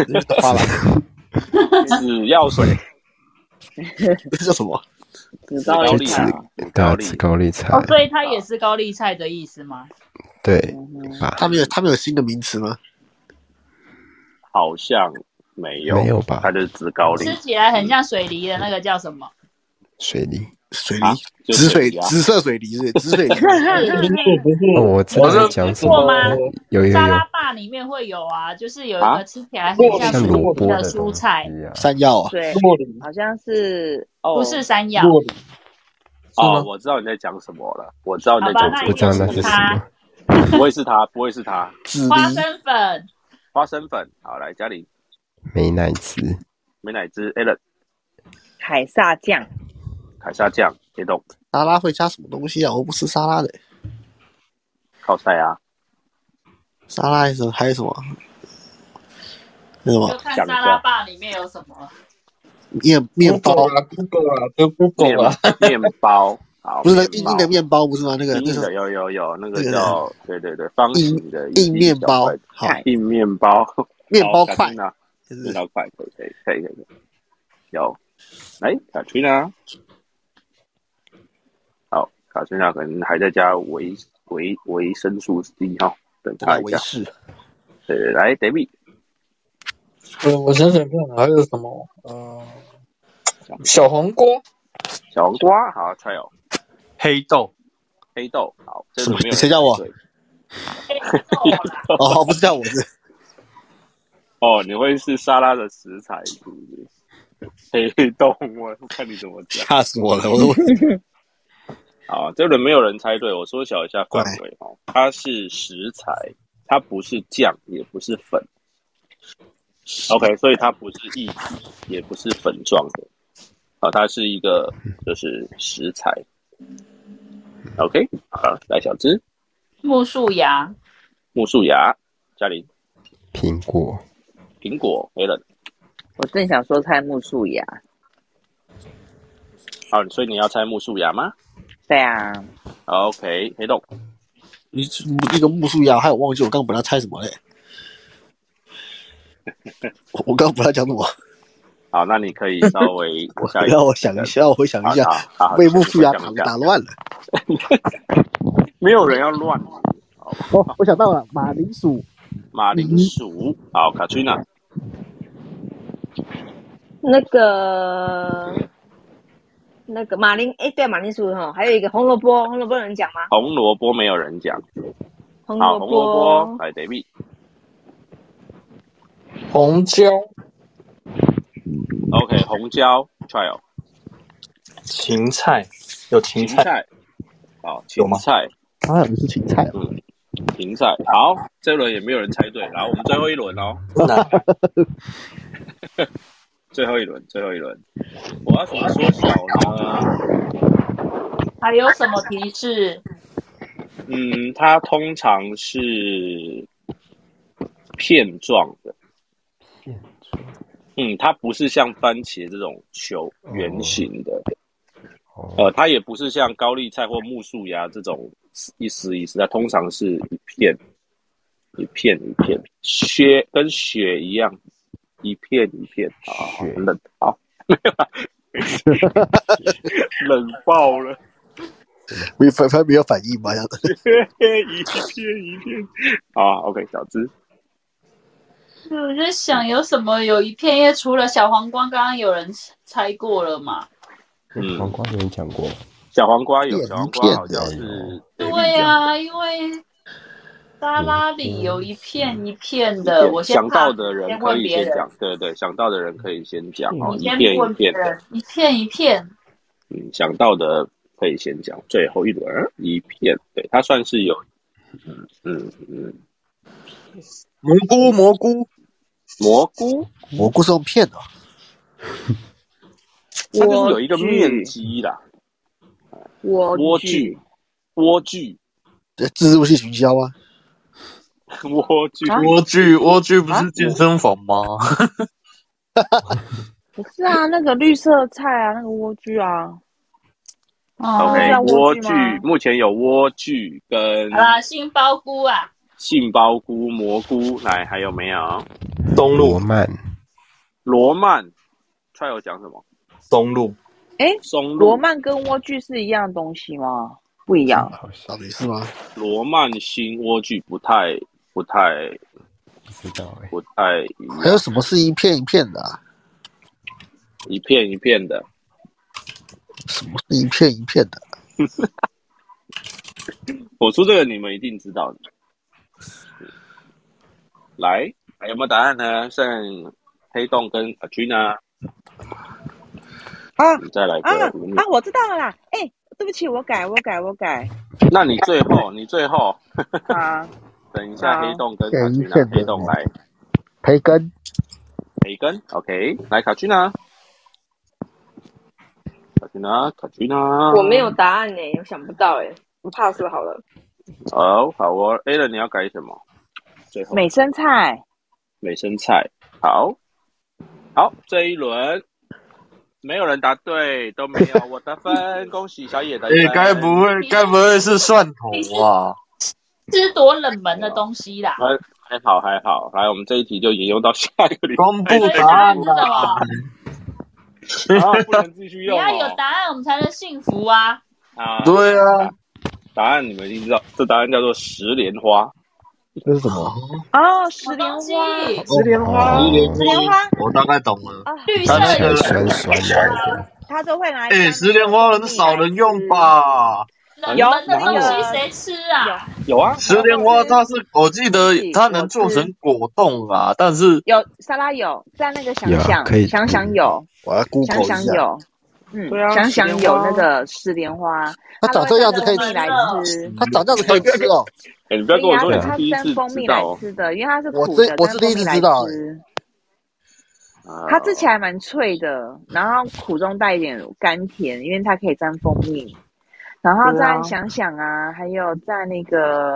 Speaker 6: 那个花篮，
Speaker 1: 紫药水，
Speaker 6: 那叫什么？
Speaker 5: 紫高
Speaker 1: 高
Speaker 5: 丽
Speaker 1: 丽
Speaker 5: 菜
Speaker 1: 菜
Speaker 5: 哦，
Speaker 1: 紫
Speaker 4: 对
Speaker 1: 高
Speaker 4: 啊，
Speaker 1: 丽
Speaker 4: 紫。高丽菜
Speaker 2: 哦，，所以它也是高丽菜的意思吗？
Speaker 4: 对
Speaker 5: 嗯
Speaker 4: 吧？
Speaker 6: 他们有他们有新的名词吗？
Speaker 1: 好像没有，
Speaker 4: 没有吧
Speaker 1: 它就是紫高丽
Speaker 2: 吃起来很像水梨的那个叫什么？
Speaker 4: 水梨。
Speaker 6: 水
Speaker 1: 啊
Speaker 6: 梨，，
Speaker 1: 就
Speaker 6: 紫水
Speaker 1: 梨啊，
Speaker 6: 紫色水梨是不是紫 水梨，
Speaker 7: 不是不
Speaker 4: 哦，
Speaker 7: 是，
Speaker 4: 我知道在讲什
Speaker 2: 过
Speaker 4: 么
Speaker 2: 吗，
Speaker 4: 有有
Speaker 2: 沙拉
Speaker 4: 有，
Speaker 2: 爸里面会有啊，就是有一
Speaker 1: 啊
Speaker 2: 个吃起来很像
Speaker 4: 像
Speaker 2: 水
Speaker 4: 萝
Speaker 2: 梨
Speaker 4: 卜
Speaker 2: 的
Speaker 4: 的
Speaker 2: 蔬
Speaker 4: 东西
Speaker 2: 菜，
Speaker 4: 啊。
Speaker 6: 山药啊，
Speaker 5: 对，
Speaker 7: 洛梨
Speaker 5: 好像嗯是哦，
Speaker 2: 不是山药。
Speaker 7: 洛梨啊是
Speaker 1: 哦，
Speaker 7: 吗？
Speaker 1: 我知道你在讲什么了，我知道你在
Speaker 2: 好
Speaker 1: 讲
Speaker 2: 吧那
Speaker 1: 什
Speaker 4: 不
Speaker 1: 么
Speaker 2: 你
Speaker 4: 知
Speaker 1: 了，
Speaker 2: 就
Speaker 4: 道那
Speaker 2: 是
Speaker 4: 是什
Speaker 2: 它
Speaker 4: 么。
Speaker 1: 不会是它，不会是它，
Speaker 6: 紫
Speaker 2: 花
Speaker 6: 梨，
Speaker 2: 生粉、
Speaker 1: 花生粉，好，来家里
Speaker 4: 美乃滋、
Speaker 1: 美乃滋 a l a n
Speaker 5: 凯撒酱，
Speaker 1: 凯撒酱，黑洞
Speaker 6: 沙拉会加什么东西啊？我不吃沙拉的，
Speaker 1: 泡菜啊，
Speaker 6: 沙拉还有什么还有什么？那
Speaker 2: 就
Speaker 6: 什么
Speaker 2: 看
Speaker 1: 讲一
Speaker 2: 沙拉
Speaker 1: 下
Speaker 2: 爸里面有什么。
Speaker 6: 面面包
Speaker 7: Google 啊，Google 啊，都
Speaker 1: 面
Speaker 7: Google 啊，
Speaker 1: 面包，好，
Speaker 6: 不是那
Speaker 1: 面
Speaker 6: 个
Speaker 1: 包
Speaker 6: 硬硬的，面包不是吗？那个
Speaker 1: 硬
Speaker 6: 那
Speaker 1: 硬
Speaker 6: 叫
Speaker 1: 的，有有有，那个
Speaker 6: 那个
Speaker 1: 叫对对对，方
Speaker 6: 硬
Speaker 1: 形的一
Speaker 6: 硬
Speaker 1: 一
Speaker 6: 面
Speaker 1: 小
Speaker 6: 包
Speaker 1: 块，
Speaker 6: 好，
Speaker 5: 菜
Speaker 1: 硬面包，
Speaker 6: 面
Speaker 1: 好
Speaker 6: 包
Speaker 1: 小
Speaker 6: 块
Speaker 1: 心啊，
Speaker 6: 就是
Speaker 1: 面包块，可以可以可以可以，有，哎，卡君呢？好，卡君娜可能还在家维维维生素 C 哈，等
Speaker 6: 对吧？
Speaker 1: 他一
Speaker 6: 维
Speaker 1: 下。
Speaker 6: 士
Speaker 1: 对，来，David
Speaker 7: 对，我想想看还有什么，
Speaker 10: 哦
Speaker 7: 呃，小黄瓜，
Speaker 1: 小黄瓜，好，Trial
Speaker 10: 黑豆，
Speaker 1: 黑豆，好，这
Speaker 6: 什么
Speaker 1: 轮没有人
Speaker 6: 谁叫我
Speaker 1: 猜对
Speaker 2: 黑豆啦，
Speaker 6: 哦，不是叫我是
Speaker 1: 哦，你会是沙拉的食材是不是？黑豆，我看你怎么讲。
Speaker 6: 吓死我了，我都
Speaker 1: 好，这轮没有人猜对，我缩小一下范
Speaker 6: 乖
Speaker 1: 围哦，它是食材，它不是酱，也不是粉，OK，所以它不是液体，也不是粉状的，好，它是一个就是食材，OK，好，来小芝
Speaker 2: 木树芽、
Speaker 1: 木树芽，嘉玲
Speaker 4: 苹果、
Speaker 1: 苹果 a l n
Speaker 5: 我正想说菜木树芽，
Speaker 1: 好，所以你要猜木树芽吗
Speaker 5: 对啊，
Speaker 1: 好？OK，黑洞
Speaker 6: 一一个木树芽，还有忘记我刚刚本来猜什么嘞？我我刚刚本来讲什么？
Speaker 1: 好，那你可 以稍微下一
Speaker 6: 让我想一下，让我想一
Speaker 1: 好
Speaker 6: 下，
Speaker 1: 好好，
Speaker 6: 被木树芽
Speaker 1: 讲
Speaker 6: 打
Speaker 1: 一下，
Speaker 6: 打乱了。
Speaker 1: 没有人要乱，好吧？
Speaker 9: 哦，我想到了，马铃薯、
Speaker 1: 马铃薯，好，Katrina，
Speaker 6: 嗯
Speaker 8: 那个那个马铃，哎，对，马铃薯哈，还有一个红萝卜，红萝卜有人讲吗？
Speaker 1: 红萝卜没有人讲，
Speaker 8: 红
Speaker 1: 好，
Speaker 8: 萝
Speaker 1: 红萝卜，来，David，
Speaker 7: 红椒、
Speaker 1: OK，红椒，Trial，
Speaker 10: 芹菜，有芹
Speaker 1: 芹
Speaker 10: 菜，
Speaker 1: 菜，好，芹
Speaker 10: 有吗
Speaker 1: 菜，
Speaker 9: 啊，你是芹菜哦，
Speaker 1: 嗯，芹菜，好，这轮也没有人猜对，然后我们最后一轮哦，
Speaker 10: 不难，
Speaker 1: 最后一轮，最后一轮，我要怎么缩小呢？
Speaker 2: 还有什么提示？
Speaker 1: 嗯，它通常是片状的。嗯，它不是像番茄这种球圆形的，
Speaker 4: 哦
Speaker 1: 呃，它也不是像高丽菜或木树芽这种一丝一丝，它通常是一片一片一片，雪跟雪一样，一片一片啊，好冷好，没有啊， 冷爆了，
Speaker 6: 没反反没有反应嘛，这样子。
Speaker 1: 一片一片啊，OK，小资，
Speaker 2: 我在想有什么有一片，因为除了小黄瓜，刚刚有人猜过了嘛？
Speaker 1: 嗯，
Speaker 4: 黄瓜有人讲过，
Speaker 1: 小黄瓜有
Speaker 4: 片
Speaker 1: 小黄瓜
Speaker 4: 片
Speaker 1: 好像
Speaker 4: 的
Speaker 1: 是
Speaker 2: 对呀、因为沙拉里有一片一片的，我先
Speaker 1: 想
Speaker 2: 怕
Speaker 1: 到的人
Speaker 2: 先
Speaker 1: 可
Speaker 2: 问
Speaker 1: 以
Speaker 2: 别
Speaker 1: 先
Speaker 2: 人，嗯
Speaker 1: 讲，对对，想到的人可以先讲哦，
Speaker 2: 你
Speaker 1: 一
Speaker 2: 先
Speaker 1: 片一
Speaker 2: 问别
Speaker 1: 片的，
Speaker 2: 人，一片一片，
Speaker 1: 嗯，想到的可以先讲，最后一轮一片，对，它算是有，嗯嗯，
Speaker 7: 蘑菇，蘑菇，
Speaker 1: 蘑菇，
Speaker 9: 嗯
Speaker 6: 蘑菇是用片的，
Speaker 1: 它就是有一个面积啦，
Speaker 8: 莴
Speaker 1: 莴苣，莴苣，
Speaker 6: 这自助性行销啊。
Speaker 1: 莴苣，
Speaker 7: 莴苣，莴苣不是健身房 吗？
Speaker 5: 不是啊，那个绿色菜啊，那个莴苣啊，
Speaker 2: 哦
Speaker 1: OK，
Speaker 5: 那
Speaker 1: 莴
Speaker 5: 莴苣吗
Speaker 1: 苣目前有莴苣跟
Speaker 2: 好啦，杏鲍菇啊，
Speaker 1: 杏鲍菇、蘑菇，来还有没有？
Speaker 10: 松露，
Speaker 4: 罗曼
Speaker 1: 罗曼，蔡有讲什么？
Speaker 10: 松露，
Speaker 5: 哎，
Speaker 1: 松
Speaker 5: 罗
Speaker 1: 露、
Speaker 5: 曼跟莴苣是一样的东西吗？不一样，
Speaker 4: 好像
Speaker 6: 到底是吗？
Speaker 1: 罗曼新莴苣不太、不太、
Speaker 4: 不知道哎、
Speaker 1: 不太一
Speaker 6: 还有
Speaker 1: 样，
Speaker 6: 什么是一片一片的、啊？
Speaker 1: 一片一片的。
Speaker 6: 什么是一片一片的？
Speaker 1: 我说这个你们一定知道的。来，还有没有答案呢？剩黑洞跟阿君呢？
Speaker 5: 啊
Speaker 1: 你再来
Speaker 5: 啊
Speaker 1: 个五秒
Speaker 5: 啊。！我知道了啦，哎，对不起，我改，我改，我改
Speaker 1: 那你最后，你最后，
Speaker 5: 啊，
Speaker 1: 等一下
Speaker 5: 好
Speaker 1: 黑洞跟
Speaker 6: 片
Speaker 1: 卡
Speaker 6: 一
Speaker 1: 君呢？
Speaker 6: 片的
Speaker 1: 黑洞来
Speaker 6: 培根、
Speaker 1: 培根，OK，来卡君呢？卡君呢？卡君呢？
Speaker 8: 我没有 答案呢、我想不到哎、我 pass 好了。
Speaker 1: 好好哦 a l n 你要改什么？最后
Speaker 5: 美生菜，
Speaker 1: 美生菜，好，好，这一轮没有人答对，都没 有我得分，恭喜小野得
Speaker 7: 哎、
Speaker 1: 分。
Speaker 7: 该不会该不会是蒜头啊？
Speaker 2: 吃多冷门的东西啦。
Speaker 1: 还还好还好，来，我们这一题就沿用到下一个礼
Speaker 7: 公
Speaker 1: 拜。
Speaker 7: 布
Speaker 2: 所以
Speaker 7: 答
Speaker 2: 答案
Speaker 7: 案
Speaker 2: 是
Speaker 7: 啦、
Speaker 2: 什么？
Speaker 1: 哎 啊，不能继续
Speaker 2: 你
Speaker 1: 用
Speaker 2: 要有
Speaker 1: 哦。
Speaker 2: 答案，我们才能幸福啊！
Speaker 1: 啊，
Speaker 7: 对啊，
Speaker 1: 答案你们一定知道，这答案叫做石莲花。
Speaker 6: 这是什么？
Speaker 5: 哦，
Speaker 2: 什么
Speaker 5: 石莲
Speaker 2: 东西？
Speaker 5: 花，
Speaker 7: 石莲
Speaker 4: 花
Speaker 10: 哦
Speaker 7: 石莲
Speaker 5: 石莲
Speaker 7: 花，
Speaker 1: 嗯
Speaker 5: 花
Speaker 7: 我大概懂了。
Speaker 5: 啊，
Speaker 2: 绿色
Speaker 4: 闻
Speaker 7: 那
Speaker 4: 起来
Speaker 7: 个
Speaker 2: 的
Speaker 4: 酸酸的那个，
Speaker 5: 他都会拿来
Speaker 7: 哎、
Speaker 5: 当
Speaker 7: 石
Speaker 5: 那
Speaker 7: 莲
Speaker 5: 个
Speaker 7: 花
Speaker 5: 蜂蜜
Speaker 7: 很
Speaker 5: 啊
Speaker 7: 少
Speaker 5: 来
Speaker 7: 人
Speaker 5: 吃，
Speaker 7: 用吧？
Speaker 2: 冷门的
Speaker 1: 有
Speaker 2: 东西
Speaker 5: 哪有
Speaker 2: 谁吃
Speaker 5: 有
Speaker 2: 啊？
Speaker 1: 有啊，
Speaker 7: 石莲花它是，我
Speaker 5: 对
Speaker 7: 记
Speaker 5: 不
Speaker 7: 得
Speaker 5: 起
Speaker 7: 它
Speaker 5: 我
Speaker 7: 能
Speaker 5: 吃
Speaker 7: 做成果冻啊，但是
Speaker 5: 有沙拉有，在那个想
Speaker 4: 有啊
Speaker 5: 想
Speaker 4: 可以
Speaker 5: 想想
Speaker 4: 嗯
Speaker 5: 有，
Speaker 6: 我要
Speaker 5: 想
Speaker 6: Google 一
Speaker 5: 想
Speaker 6: 下。
Speaker 5: 有，嗯，
Speaker 1: 对啊
Speaker 5: 想
Speaker 1: 石
Speaker 5: 想
Speaker 1: 莲花
Speaker 5: 有那个石莲花，
Speaker 6: 它
Speaker 5: 它都
Speaker 6: 长
Speaker 5: 会
Speaker 6: 这样
Speaker 5: 沾
Speaker 6: 子
Speaker 2: 冷
Speaker 6: 可以，
Speaker 5: 蜂蜜
Speaker 2: 门
Speaker 5: 来
Speaker 2: 了，
Speaker 5: 吃，
Speaker 6: 它长这样子可以吃哦。
Speaker 1: 哎、你不要
Speaker 5: 可
Speaker 1: 跟我
Speaker 5: 以啊，
Speaker 1: 说
Speaker 5: 可
Speaker 1: 你
Speaker 5: 是
Speaker 1: 是
Speaker 5: 它
Speaker 1: 第
Speaker 5: 是
Speaker 1: 一
Speaker 5: 沾
Speaker 1: 次
Speaker 5: 蜂
Speaker 1: 知
Speaker 5: 蜜来
Speaker 1: 道哦。
Speaker 5: 吃的，因为它是
Speaker 6: 我
Speaker 5: 苦
Speaker 6: 这
Speaker 5: 的，
Speaker 6: 我
Speaker 5: 沾
Speaker 6: 是第
Speaker 5: 蜂
Speaker 6: 一
Speaker 5: 蜜
Speaker 6: 次
Speaker 5: 来
Speaker 6: 知道、欸，
Speaker 5: 吃，
Speaker 1: 啊
Speaker 5: 它吃起来蛮脆的，然后苦中带一点甘甜，因为它可以沾蜂蜜。然后
Speaker 8: 对
Speaker 5: 再
Speaker 8: 啊，
Speaker 5: 想想啊，还有在那个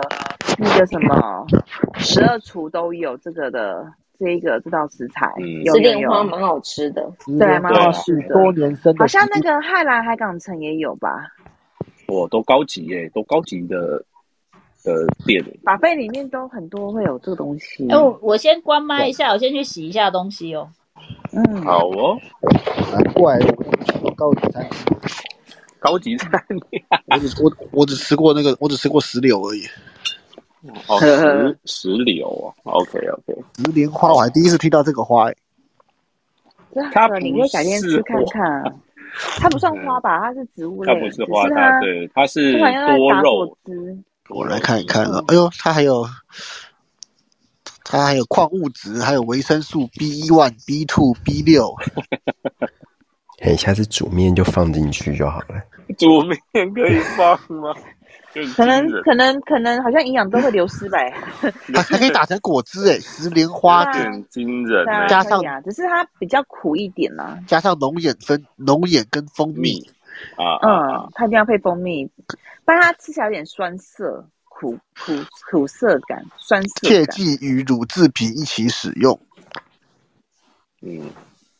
Speaker 5: 那个什么十二厨都有这个的这一个这道食材，
Speaker 1: 嗯
Speaker 5: 有
Speaker 8: 吃
Speaker 5: 有
Speaker 8: 莲花
Speaker 5: 有，
Speaker 8: 蛮好吃的，
Speaker 9: 十
Speaker 5: 对，
Speaker 9: 莲
Speaker 5: 蛮
Speaker 9: 花
Speaker 5: 好
Speaker 1: 对啊
Speaker 5: 吃
Speaker 9: 是
Speaker 5: 的。
Speaker 9: 多年生
Speaker 5: 好
Speaker 9: 的植
Speaker 5: 像那
Speaker 9: 物，
Speaker 5: 个汉兰海港城也有吧？
Speaker 1: 我都高级耶、都高级的的店、
Speaker 5: 把费里面都很多会有这个东西。
Speaker 2: 哎、我我先关麦一下，我先去洗一下东西哦。
Speaker 5: 嗯，
Speaker 1: 好哦，
Speaker 9: 难怪
Speaker 6: 哦
Speaker 9: 我吃过高级餐厅，
Speaker 1: 高级餐厅
Speaker 6: 我只我我只吃过那个，我只吃过石榴而已。
Speaker 1: 哦，石石榴哦，OK OK，
Speaker 6: 石莲花，我还第一次听到这个花、欸，
Speaker 5: 真
Speaker 1: 它
Speaker 5: 的，你
Speaker 1: 不
Speaker 5: 可以改天
Speaker 1: 是
Speaker 5: 吃
Speaker 1: 花
Speaker 5: 看，看。啊它不算
Speaker 1: 嗯
Speaker 5: 花吧？它是植物
Speaker 1: 它不
Speaker 5: 类，
Speaker 1: 是
Speaker 5: 只
Speaker 1: 花
Speaker 5: 是
Speaker 1: 它，
Speaker 5: 它
Speaker 1: 对，它
Speaker 5: 通常
Speaker 1: 是
Speaker 5: 用来
Speaker 1: 多
Speaker 5: 打果
Speaker 1: 肉
Speaker 5: 汁。
Speaker 1: 多
Speaker 6: 我
Speaker 1: 肉
Speaker 6: 来看一
Speaker 1: 植
Speaker 6: 看啊。
Speaker 5: 嗯，
Speaker 6: 哎呦，它还有它还有矿物质，还有维生素 B 一 one、B two、B 六。
Speaker 4: 哎，下次煮面就放进去就好了。
Speaker 1: 煮面可以放 吗？有点
Speaker 5: 可
Speaker 1: 惊
Speaker 5: 能
Speaker 1: 人，
Speaker 5: 可能可能，好像营养都会流失呗。
Speaker 6: 还还可以打成果汁诶，石莲
Speaker 1: 有
Speaker 6: 花
Speaker 5: 那
Speaker 1: 点惊人
Speaker 5: 啊对
Speaker 1: 呢、
Speaker 5: 啊，
Speaker 6: 加
Speaker 5: 可
Speaker 6: 上
Speaker 5: 以啊，只是它比较苦一点啦、
Speaker 6: 加上龙眼分龙眼跟蜂蜜
Speaker 1: 蜜，啊
Speaker 5: 嗯，它一定要配蜂蜜，但它吃起来有点酸涩、苦苦苦涩感、酸涩
Speaker 6: 切
Speaker 5: 感。
Speaker 6: 记与乳制品一起使用，
Speaker 1: 嗯，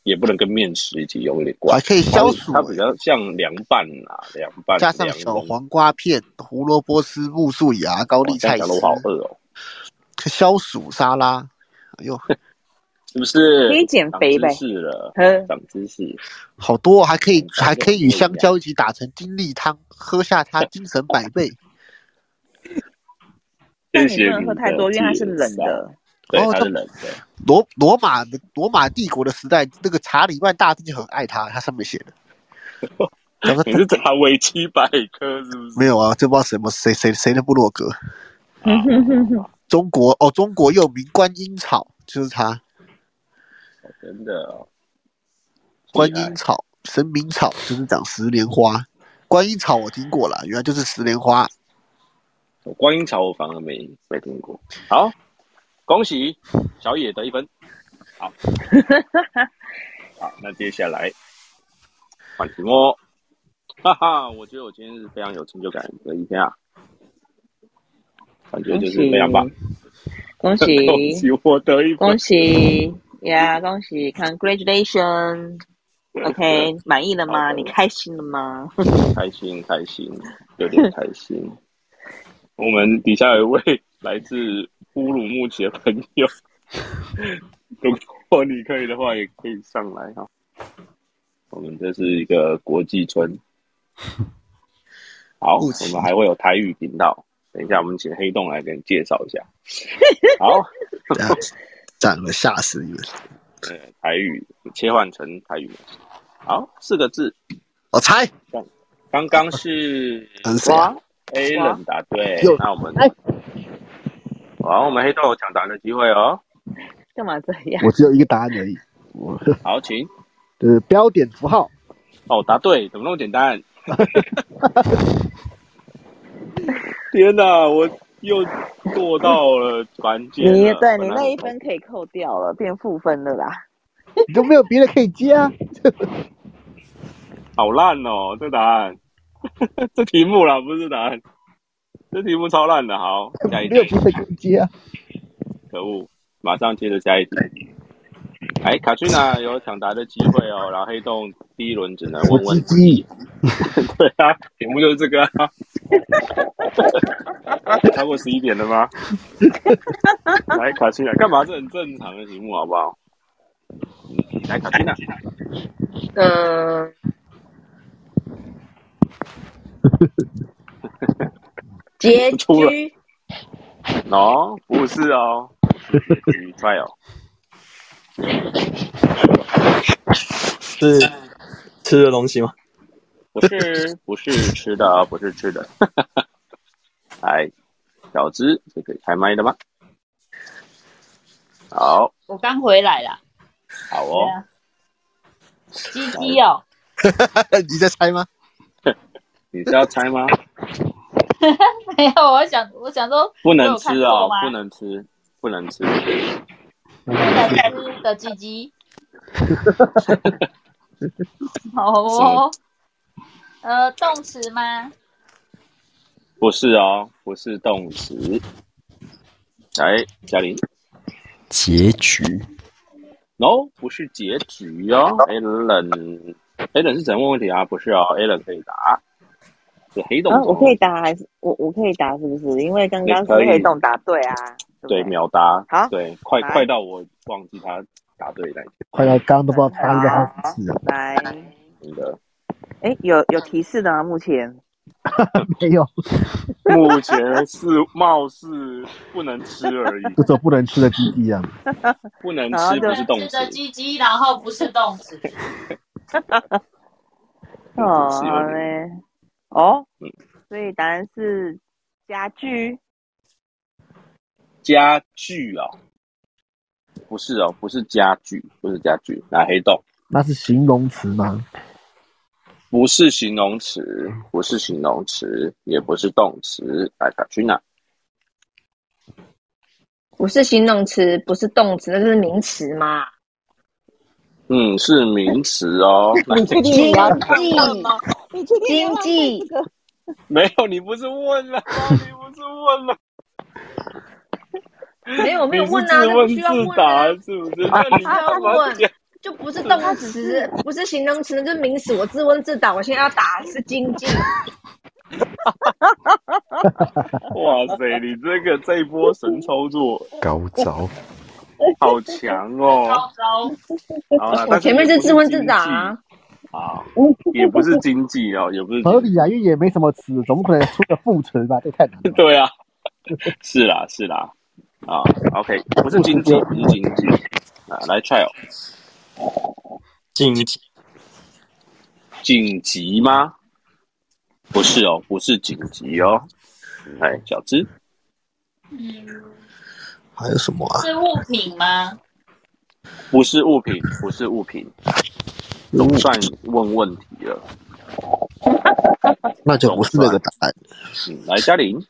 Speaker 1: 也不能跟面食一起用，有点怪。
Speaker 6: 还啊可以消暑
Speaker 1: 它比较像凉拌啊，凉拌
Speaker 6: 加上
Speaker 1: 凉
Speaker 6: 小
Speaker 1: 的
Speaker 6: 黄瓜片、胡萝卜丝、木薯芽、高丽
Speaker 1: 哇
Speaker 6: 菜
Speaker 1: 这样讲
Speaker 6: 丝
Speaker 1: 得我好饿哦，
Speaker 6: 消暑沙拉。哎呦，
Speaker 1: 是不是？
Speaker 6: 可以减肥呗
Speaker 1: 长知识了
Speaker 6: 嗯，
Speaker 1: 长知识。
Speaker 6: 好多哦还可以
Speaker 1: 感觉
Speaker 6: 还可以与香蕉一起打成精力汤，喝 下它精神百倍。
Speaker 5: 但你不能喝太多，因为它是冷的。
Speaker 1: 对
Speaker 6: 哦
Speaker 1: 它
Speaker 6: 这
Speaker 1: 是冷的。
Speaker 6: 罗罗马罗马帝国的时代，那个查理曼大帝就很爱它，它上面写的。
Speaker 1: 你是查维基百科是不是？
Speaker 6: 没有啊，这不知道什么谁谁谁的部落格。中国哦，中国又名观音草，就是它。
Speaker 1: 真的哦，
Speaker 6: 观音草、神明草就是长石莲花。观音草我听过了，原来就是石莲花。
Speaker 1: 观音草我反而没没听过。好，恭喜小野得一分。好，好，那接下来换题目。哈哈，我觉得我今天是非常有成就感的一天啊，感觉就是非常棒。
Speaker 5: 恭喜
Speaker 1: 恭喜我得一分，
Speaker 5: 恭喜呀恭喜，congratulation！OK，满意了吗？你开心了吗？
Speaker 1: 开心 开心，有点开心。我们底下有一位来自乌鲁木齐的朋友， 如果你可以的话，也可以上来哈。我们这是一个国际村。好，
Speaker 6: 不
Speaker 1: 我
Speaker 6: 急
Speaker 1: 们还会有台语频道。等一下，我们请黑洞来给你介绍一下。好，
Speaker 6: 长了吓死你们！
Speaker 1: 呃，台语切换成台语。好，四个字。
Speaker 6: 我哦猜。
Speaker 1: 刚刚是
Speaker 6: 嗯谁啊
Speaker 1: A
Speaker 6: 哇
Speaker 1: 冷答对
Speaker 6: 又，
Speaker 1: 那我们
Speaker 5: 哎
Speaker 1: 好，我们黑豆有抢答的机会哦。
Speaker 5: 干嘛这样？
Speaker 9: 我只有一个答案而已。我
Speaker 1: 好，请
Speaker 9: 就是标点符号，
Speaker 1: 哦，答对，怎么那么简 单？天哪，我又做到了关键了。
Speaker 5: 你对你
Speaker 1: 本来
Speaker 5: 那一分可以扣掉了，变负分了啦。
Speaker 9: 你都没有别的可以接啊。
Speaker 1: 好烂哦，这答案， 这题目啦，不是答案，这题目超烂的。好，下一题
Speaker 9: 没有别的可以接啊。
Speaker 1: 可恶，马上接着下一题。哎，卡君娜有抢答的机会哦，然后黑洞第一轮只能问问
Speaker 9: 鸡鸡，
Speaker 1: 对啊，题目就是这个啊。 超过十一点 了吗？来，卡西娜，干嘛？这很正常的题目，好不好？来，卡西娜，
Speaker 8: 嗯，结
Speaker 1: 出了
Speaker 8: 局
Speaker 1: 哦，不是哦，你快哦，
Speaker 10: 是吃的东西吗？
Speaker 1: 不 是，不是吃的啊，不是吃的。 来，小资，这可以开麦的吗？好，
Speaker 2: 我刚回来啦。
Speaker 1: 好哦
Speaker 2: 对。啊鸡鸡哦，
Speaker 6: 你在猜吗？
Speaker 1: 你是要猜吗？
Speaker 2: 没有，哎我想我想说
Speaker 1: 不能吃
Speaker 2: 哦
Speaker 1: 哦，，不能吃，不能吃。
Speaker 2: 不能吃的鸡鸡。 好哦，呃，动词吗？
Speaker 1: 不是哦，不是动词。来，嘉玲
Speaker 4: 结局
Speaker 1: ，no，不是结局哦。Allen，Allen 是怎问问题啊？不是哦，Allen 可以答。是黑洞、
Speaker 5: 啊，我可以，答还是我我可以答是不是？因为刚刚
Speaker 1: 你
Speaker 5: 是
Speaker 1: 可以
Speaker 5: 黑洞答对啊，
Speaker 1: 对，秒答。
Speaker 5: 好
Speaker 1: 对，快
Speaker 5: 来
Speaker 1: 快到我忘记他答对那一题
Speaker 9: 快要刚都不知道
Speaker 6: 啊
Speaker 9: 答应了好几次了，
Speaker 5: 来，
Speaker 1: 真的。
Speaker 5: 哎，有有提示的吗？目前
Speaker 9: 没有，
Speaker 1: 目前是貌似不能吃而已，
Speaker 9: 这种不能吃的鸡鸡啊。
Speaker 1: 不能
Speaker 2: 然后
Speaker 1: 吃
Speaker 2: 就
Speaker 1: 不是动
Speaker 2: 吃
Speaker 1: 词
Speaker 2: 的，鸡鸡，然后不是动词。
Speaker 5: 哦，
Speaker 1: 是有
Speaker 5: 好
Speaker 1: 点
Speaker 5: 嘞，哦
Speaker 1: 嗯，
Speaker 5: 所以答案是家具，
Speaker 1: 家具哦，不是哦，不是家具，不是家具。来，黑洞。
Speaker 9: 那是形容词吗？
Speaker 1: 不是形容词，不是形容词，也不是动词。来，卡君娜，
Speaker 8: 不是形容词，不是动词，那就是名词嘛。
Speaker 1: 嗯，是名词哦。 来
Speaker 8: 你确定你要看吗？
Speaker 11: 你确定
Speaker 8: 经济
Speaker 1: 没有，你不是问了吗？你不是问了？
Speaker 8: 没有没有
Speaker 1: 你是
Speaker 8: 问啊，
Speaker 1: 自
Speaker 8: 那不
Speaker 1: 问
Speaker 8: 需要
Speaker 1: 自
Speaker 8: 问
Speaker 1: 答
Speaker 8: 啊，
Speaker 1: 是不是？那你
Speaker 8: 他
Speaker 1: 干 嘛
Speaker 8: 问
Speaker 1: 讲？
Speaker 8: 就不是动词，不是形容词，就是名词。我自问自答，我现在要打的是经济。
Speaker 1: 哇塞，你这个这一波神操作
Speaker 4: 高招，
Speaker 1: 好强 哦！好啦
Speaker 8: 我
Speaker 1: 但是
Speaker 8: 前面
Speaker 1: 也
Speaker 8: 是
Speaker 1: 不是
Speaker 8: 自问自
Speaker 1: 经
Speaker 8: 答
Speaker 1: 济
Speaker 8: 啊，
Speaker 1: 啊，也不是经济哦，也不是经
Speaker 9: 合 理啊，因为也没什么词，总不可能出个副词吧？这太难了。
Speaker 1: 对啊， 是啦是啦，啊，OK，不是经济， 不是经济啊，来 trial
Speaker 10: 紧急
Speaker 1: 紧急吗？不是哦，不是紧急哦，来小资
Speaker 6: 还有什么啊？
Speaker 2: 嗯是物品吗？
Speaker 1: 不是物品，不是物品，总算问问题了，
Speaker 6: 那就不是那个答案。
Speaker 1: 嗯，来嘉 玲，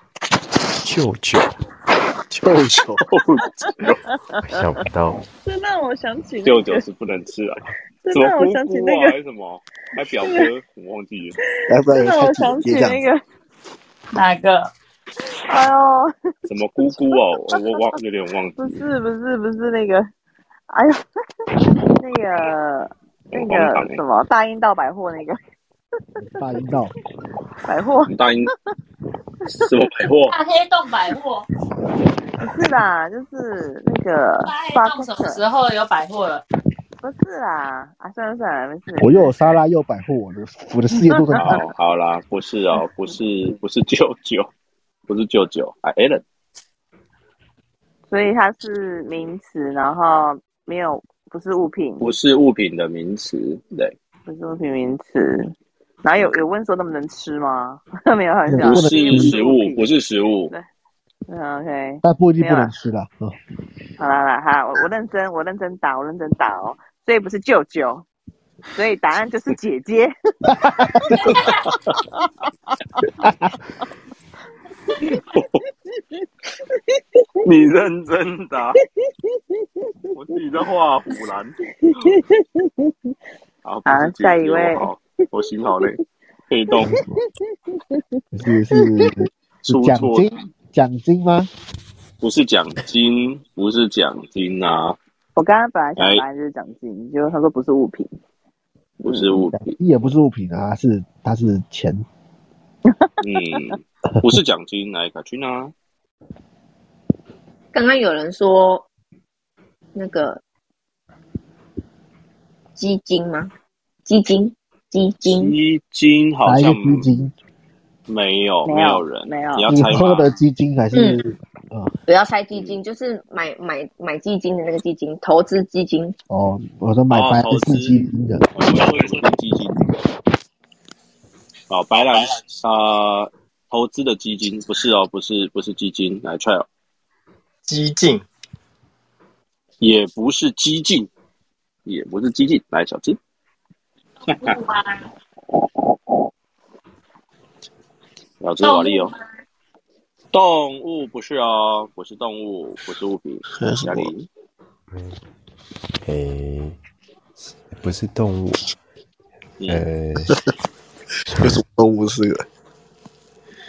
Speaker 4: 舅舅，
Speaker 6: 舅舅，
Speaker 4: 想不到
Speaker 5: 这让我想起那
Speaker 1: 舅
Speaker 5: 个
Speaker 1: 舅是不能吃啊，
Speaker 5: 这
Speaker 1: 什么
Speaker 5: 让我
Speaker 1: 姑
Speaker 5: 想起
Speaker 1: 姑
Speaker 5: 那
Speaker 1: 啊，
Speaker 5: 个
Speaker 1: 还是什么，还表哥
Speaker 5: 那个，
Speaker 1: 我忘记了。
Speaker 6: 要不
Speaker 5: 这
Speaker 6: 然
Speaker 5: 让
Speaker 6: 开
Speaker 5: 我
Speaker 6: 始
Speaker 5: 想
Speaker 6: 接
Speaker 5: 起
Speaker 6: 这样子。
Speaker 5: 那个，
Speaker 2: 哪个？
Speaker 5: 哎呦，
Speaker 1: 什么姑姑 哦，我我忘有点忘记
Speaker 5: 不是不是不是那个，哎呦，那个那
Speaker 1: 荒唐
Speaker 5: 个
Speaker 1: 欸
Speaker 5: 什么大英道百货那个
Speaker 9: 大阴道，
Speaker 5: 百货，
Speaker 1: 大英什么百货，
Speaker 2: 大黑洞百货，
Speaker 5: 不是啦，就是那个
Speaker 2: 大黑
Speaker 5: 巴
Speaker 2: 洞
Speaker 5: 克
Speaker 2: 什么时候有百货 了？
Speaker 5: 不是啦，啊，算了算了，没事没
Speaker 9: 我
Speaker 5: 事。
Speaker 9: 又有沙拉又有百货，我的我的世界 都正啊常。
Speaker 1: 好好啦，不是哦，不是不是舅舅，不是舅舅啊，Allen
Speaker 5: 所以它是名词，然后没有不是物品，
Speaker 1: 不是物品的名词，对，
Speaker 5: 不是物品名词。然后有有问说能不能吃吗？ 没有开玩笑，
Speaker 1: 不是
Speaker 5: 因为不
Speaker 1: 食
Speaker 5: 是啊物
Speaker 1: 物，
Speaker 5: 品。
Speaker 1: 不是食物，
Speaker 5: 嗯，OK，
Speaker 9: 但不一定
Speaker 5: 没
Speaker 9: 不
Speaker 5: 有
Speaker 9: 能
Speaker 5: 啦，
Speaker 9: 吃啦。嗯，
Speaker 5: 好啦好啦，好，我我认真，我认真打，我认真打哦。所以不是舅舅，所以答案就是姐姐。
Speaker 1: 你认真答， 我自己在画虎兰， 啊，不是
Speaker 5: 好
Speaker 1: 姐
Speaker 5: 下一
Speaker 1: 姐，
Speaker 5: 位
Speaker 1: 我好，我心好 累，被动
Speaker 9: 是是
Speaker 6: 嗯
Speaker 9: 是
Speaker 1: 出
Speaker 9: 奖
Speaker 1: 错，
Speaker 9: 金奖金吗？
Speaker 1: 不是奖金，不是奖金啊，
Speaker 5: 我刚刚本来想
Speaker 1: 哎
Speaker 5: 答案就是奖金，结果他说不是物品，
Speaker 1: 不是物品，
Speaker 9: 也不是物品啊，它是它是钱。
Speaker 1: 嗯，不是奖金，来卡君啊，
Speaker 8: 刚刚有人说那个基金吗？基金，基金，
Speaker 1: 基金好
Speaker 9: 哪一个
Speaker 1: 像
Speaker 9: 基金？
Speaker 1: 没有，
Speaker 5: 没
Speaker 1: 没有
Speaker 5: 有
Speaker 1: 人，
Speaker 5: 没有
Speaker 1: 你要
Speaker 9: 你
Speaker 1: 猜
Speaker 9: 喝
Speaker 1: 吗？
Speaker 9: 的基金还是？嗯，
Speaker 8: 不要猜基金，就是买买买基金的那个基金，投资基金。
Speaker 9: 哦，我说买
Speaker 1: 哦
Speaker 9: 白
Speaker 1: 投
Speaker 9: 是
Speaker 1: 资
Speaker 9: 基金的。
Speaker 1: 我以为是基金。哦，白兰呃，投资的基金不是哦，不是不是基金，来 trial
Speaker 10: 激进
Speaker 1: 也不是激进，也不是激进，来小资，
Speaker 2: 物吗？
Speaker 1: 小资瓦
Speaker 2: 动
Speaker 1: 力
Speaker 2: 物
Speaker 1: 哦
Speaker 2: 吗。？
Speaker 1: 动物不是哦，不是动物，不是物品。
Speaker 6: 还有什
Speaker 1: 嘉
Speaker 6: 么？
Speaker 1: 玲，
Speaker 4: 诶、哎不是动物，
Speaker 1: 嗯，
Speaker 4: 呃，
Speaker 6: 有什么动物是个？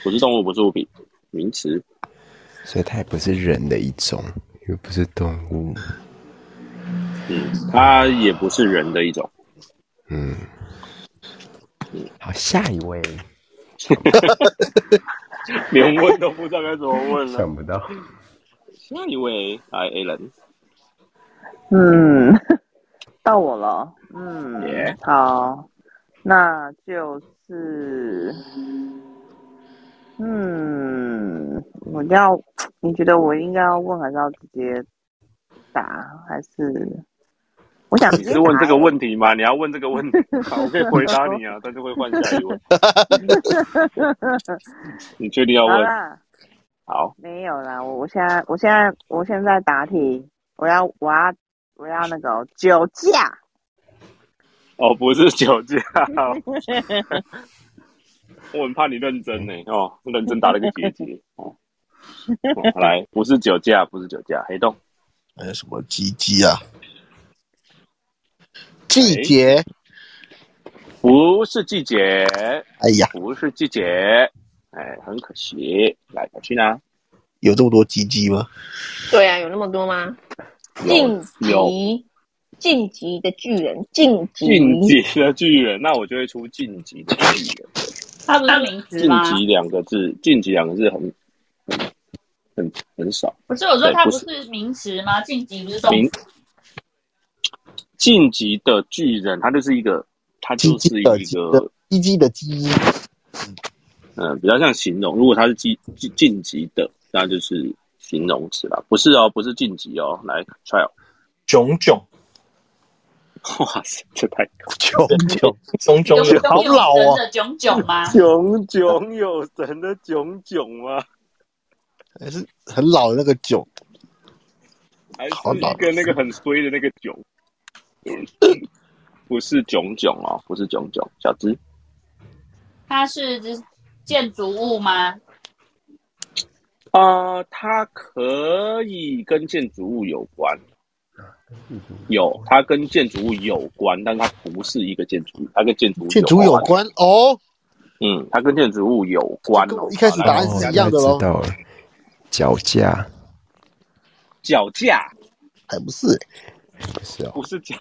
Speaker 1: 不是动物，不是物品，名词。
Speaker 4: 所以它也不是人的一种，又不是动物，
Speaker 1: 嗯，它也不是人的一种。
Speaker 4: 嗯。好，下一位，
Speaker 1: 连问都不知道该怎么问了。
Speaker 4: 想不到，
Speaker 1: 下一位，来 A 人，
Speaker 5: 嗯， 到我了。嗯
Speaker 1: Yeah
Speaker 5: 好，那就是，嗯，我要，你觉得我应该要问还是要直接答？还是我想直
Speaker 1: 你
Speaker 5: 接
Speaker 1: 是
Speaker 5: 答、
Speaker 1: 问这个
Speaker 5: 欸
Speaker 1: 问题吗？你要问这个问题， 好，我可以回答你啊，但是会换下一位。你确定要
Speaker 5: 好
Speaker 1: 问？
Speaker 5: 啦，
Speaker 1: 好，
Speaker 5: 没有啦，我我现在我现在我现在答题，我要我要我要那个酒驾。
Speaker 1: 哦，不是酒 驾，我很怕你认真呢、哦，认真打了个结节哦。哦来，不是酒驾，不是酒驾，黑洞
Speaker 6: 还有什么鸡鸡啊？
Speaker 4: 哎
Speaker 6: 季节，
Speaker 1: 不是季节，
Speaker 6: 哎呀，
Speaker 1: 不是季节，哎，很可惜。来，小去呢？
Speaker 6: 有这么多鸡鸡吗？
Speaker 8: 对啊，有那么多吗？晋
Speaker 1: 有
Speaker 8: 级，晋级的巨人，晋级，
Speaker 1: 晋级的巨人，那我就会出晋级的巨人。
Speaker 2: 他不是名词
Speaker 1: 晋
Speaker 2: 吗？
Speaker 1: 级两个字，晋级两个字很很很很少。
Speaker 2: 不是我说
Speaker 1: 对
Speaker 2: 他
Speaker 1: 不
Speaker 2: 不
Speaker 1: 是
Speaker 2: 是名词吗？晋级不是动
Speaker 1: 名
Speaker 2: 词？
Speaker 1: 晋级的巨人，他就是一个，他
Speaker 6: 鸡
Speaker 1: 就
Speaker 6: 鸡
Speaker 1: 是
Speaker 6: 的
Speaker 1: 一
Speaker 6: 鸡
Speaker 1: 个
Speaker 6: 的，鸡鸡的鸡，
Speaker 1: 嗯，比较像形容。如果他是晋晋晋级的，那就是形容词啦，不是哦，不是晋级哦。来，trial，
Speaker 10: 炯炯
Speaker 1: 哇塞，这太
Speaker 6: 炯炯
Speaker 10: 炯炯
Speaker 2: 炯
Speaker 10: 有，
Speaker 2: 炯
Speaker 10: 好
Speaker 2: 有
Speaker 10: 老
Speaker 2: 神
Speaker 10: 哦，
Speaker 2: 的炯炯吗？
Speaker 1: 炯炯有神的炯炯吗？
Speaker 6: 还是很老的那个囧，
Speaker 1: 还
Speaker 6: 好
Speaker 1: 是
Speaker 6: 老
Speaker 1: 一个那个很衰的那个囧？ 不是炯炯哦，不是炯炯，小资
Speaker 2: 它是建筑物吗？
Speaker 1: 啊、呃它可以跟建筑物有关，有它跟建筑物有关，但它不是一个建筑物，它跟建筑物
Speaker 6: 建筑有关哦，
Speaker 1: 嗯，它跟建筑物有关
Speaker 6: 跟
Speaker 1: 哦。
Speaker 6: 我一开始
Speaker 1: 好
Speaker 6: 答
Speaker 1: 来
Speaker 6: 案是一样的
Speaker 4: 哦
Speaker 6: 喽
Speaker 4: 那知，道了，脚架
Speaker 1: 脚架
Speaker 6: 还不是欸
Speaker 4: 不是哦，
Speaker 1: 不是脚，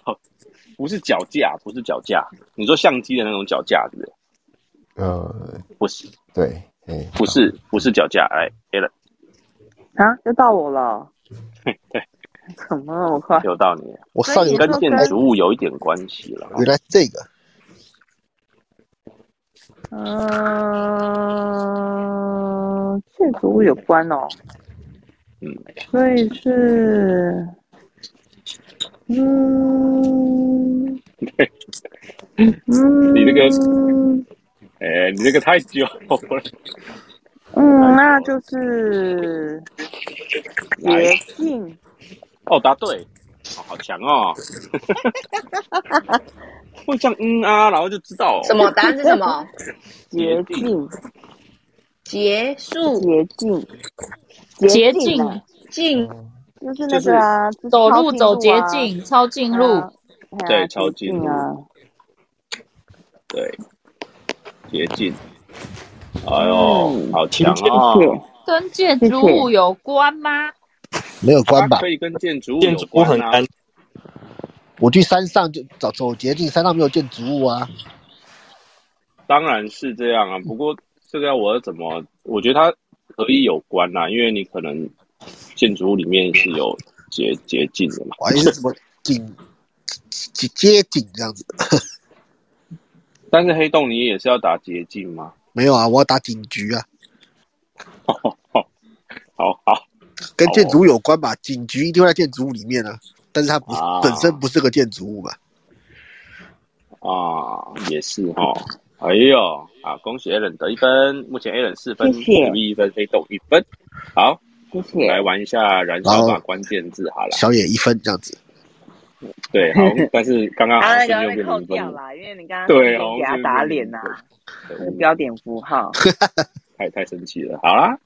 Speaker 1: 不是脚架，不是脚架。你说相机的那种脚架，对不对？
Speaker 4: 呃，
Speaker 1: 不是，
Speaker 4: 对，哎，
Speaker 1: 不是，不是脚架。哎 a l
Speaker 5: 啊，又到我了，
Speaker 1: 对，
Speaker 5: 怎么那么快？
Speaker 1: 有道理，
Speaker 6: 我上一
Speaker 5: 那
Speaker 1: 跟
Speaker 6: 个
Speaker 5: 你说
Speaker 1: 建筑物有一点关系了。
Speaker 6: 原来是这个
Speaker 5: 嗯，建筑物有关哦，
Speaker 1: 嗯，
Speaker 5: 所以是，嗯，嗯，
Speaker 1: 你那个
Speaker 5: 嗯，
Speaker 1: 哎、你这个太久了，
Speaker 5: 嗯
Speaker 1: 哎
Speaker 5: 那就是
Speaker 1: 来
Speaker 5: 捷径，
Speaker 1: 哦，答对，哦、好强哦！会这样嗯啊，然后就知道、哦、
Speaker 8: 什么？答案是什么？
Speaker 1: 捷
Speaker 5: 捷
Speaker 1: 径
Speaker 5: 径，
Speaker 8: 结束，
Speaker 5: 捷径，
Speaker 2: 捷
Speaker 5: 径
Speaker 2: 径
Speaker 5: 啊，
Speaker 8: 进
Speaker 5: 就是
Speaker 1: 就
Speaker 5: 那
Speaker 1: 是
Speaker 5: 个啊，就是
Speaker 2: 走
Speaker 5: 抄
Speaker 2: 路
Speaker 5: 近
Speaker 2: 走捷
Speaker 5: 啊，
Speaker 2: 径，抄近
Speaker 5: 哎
Speaker 2: 路
Speaker 5: 呀，哎
Speaker 1: 对
Speaker 5: 呀，
Speaker 1: 抄
Speaker 5: 捷
Speaker 1: 近
Speaker 5: 径啊，
Speaker 1: 对，捷径。哎呦，
Speaker 5: 嗯，
Speaker 1: 好
Speaker 5: 谢
Speaker 1: 强
Speaker 5: 谢。
Speaker 1: 哦！
Speaker 2: 跟建筑物有关吗？
Speaker 6: 没有
Speaker 1: 它
Speaker 6: 关吧
Speaker 1: 可？以跟建筑物
Speaker 10: 建
Speaker 1: 有
Speaker 10: 筑物
Speaker 1: 关
Speaker 10: 很
Speaker 1: 啊。
Speaker 10: 干，
Speaker 6: 我去山上就走走捷径，山上没有建筑物啊，
Speaker 1: 当然是这样
Speaker 10: 嗯
Speaker 1: 啊，不过这个要我怎么？我觉得它可以有关呐、因为你可能建筑物里面是有捷捷径的嘛。
Speaker 6: 我还是什么景街街景这样子，
Speaker 1: 但是黑洞你也是要打捷径吗？
Speaker 6: 没有啊，我要打警局啊，
Speaker 1: 好好
Speaker 6: 跟建
Speaker 1: 哦
Speaker 6: 筑物有关吧？警局一定会在建筑物里面啊，但是它不是
Speaker 1: 啊
Speaker 6: 本身不是个建筑物嘛。
Speaker 1: 啊，也是哈。哎呦啊，恭喜 Allen 得一分，目前 Allen 四分，
Speaker 5: 谢谢
Speaker 1: V 一分，黑洞一分。好，
Speaker 5: 谢
Speaker 1: 来
Speaker 5: 谢。
Speaker 1: 玩一下燃烧吧关键字好了。
Speaker 6: 小野一分这样子，
Speaker 1: 对，好，但是刚 刚好
Speaker 5: 他
Speaker 1: 像是又
Speaker 5: 那个哎被
Speaker 1: 变
Speaker 5: 扣
Speaker 1: 零分
Speaker 5: 掉
Speaker 1: 了，
Speaker 5: 啦，因为你刚刚
Speaker 1: 对，
Speaker 5: 瞬
Speaker 1: 好
Speaker 5: 间给
Speaker 1: 像
Speaker 5: 他
Speaker 1: 是
Speaker 5: 打
Speaker 1: 变
Speaker 5: 脸啊
Speaker 1: 零
Speaker 5: 呐、
Speaker 1: 分对
Speaker 5: 那个标点符 号。
Speaker 1: 太太生气了。好啦，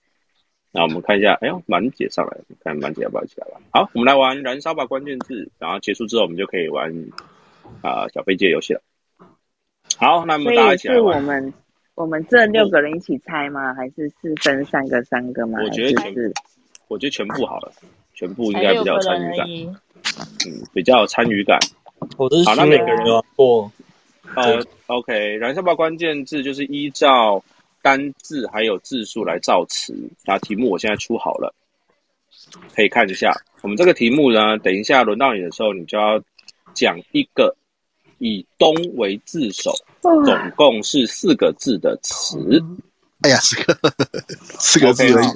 Speaker 1: 那我们看一下，哎呦，满姐上来了，看满姐要不要一起来玩？好，我们来玩燃烧吧关键字，然后结束之后我们就可以玩啊、小飞机的游戏了。好，那么
Speaker 5: 所
Speaker 1: 大家一
Speaker 5: 以
Speaker 1: 起来
Speaker 5: 是我
Speaker 1: 玩。
Speaker 5: 们我们这六个人一起猜吗？还是是分三个三个吗？
Speaker 1: 我
Speaker 5: 还
Speaker 1: 觉得
Speaker 5: 是
Speaker 1: 全
Speaker 5: 是
Speaker 1: 我觉得全部好了，全部应
Speaker 2: 才
Speaker 1: 该比
Speaker 2: 六
Speaker 1: 较
Speaker 2: 个
Speaker 1: 有参
Speaker 2: 人
Speaker 1: 与
Speaker 2: 而
Speaker 1: 感，
Speaker 2: 已，
Speaker 1: 嗯，比较有参与感。
Speaker 10: 我是
Speaker 1: 好那
Speaker 10: 新
Speaker 1: 每
Speaker 10: 人
Speaker 1: 个人
Speaker 10: 没玩过，
Speaker 1: 呃，OK，燃烧吧关键字就是依照单字还有字数来造词。那题目我现在出好了，可以看一下。我们这个题目呢，等一下轮到你的时候，你就要讲一个以“东”为字首，总共是四个字的词。
Speaker 6: 哎呀，四个四个字
Speaker 1: OK，
Speaker 6: 而已
Speaker 1: 好。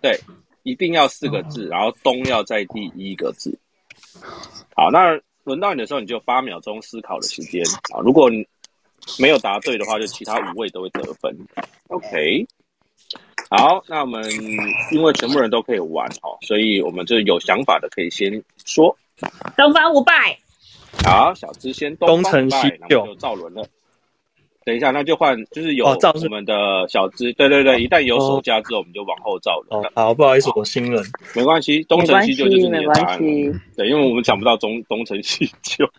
Speaker 1: 对，一定要四
Speaker 10: 嗯
Speaker 1: 个字，然后“东”要在第一个字。好，那轮到你的时候，你就有八秒钟思考的时间啊。如果你没有答对的话，就其他五位都会得分。OK，好，那我们因为全部人都可以玩哦，所以我们就有想法的可以先说。
Speaker 2: 东方不败，
Speaker 1: 好，小资先东
Speaker 10: 东
Speaker 1: 方
Speaker 10: 成
Speaker 1: 不败
Speaker 10: 西
Speaker 1: 那我
Speaker 10: 就
Speaker 1: 们就造轮了。等一下，那就换，就是有
Speaker 10: 哦赵是
Speaker 1: 我们的小资，对对对，一旦有手加之后，我们就往后照了。
Speaker 10: 哦，好，不好意思，我新人。
Speaker 1: 没关系，东成西就就是你
Speaker 10: 没
Speaker 1: 的
Speaker 10: 关系
Speaker 1: 答案
Speaker 10: 没关
Speaker 1: 了。对，因为我们讲不到东东成西就，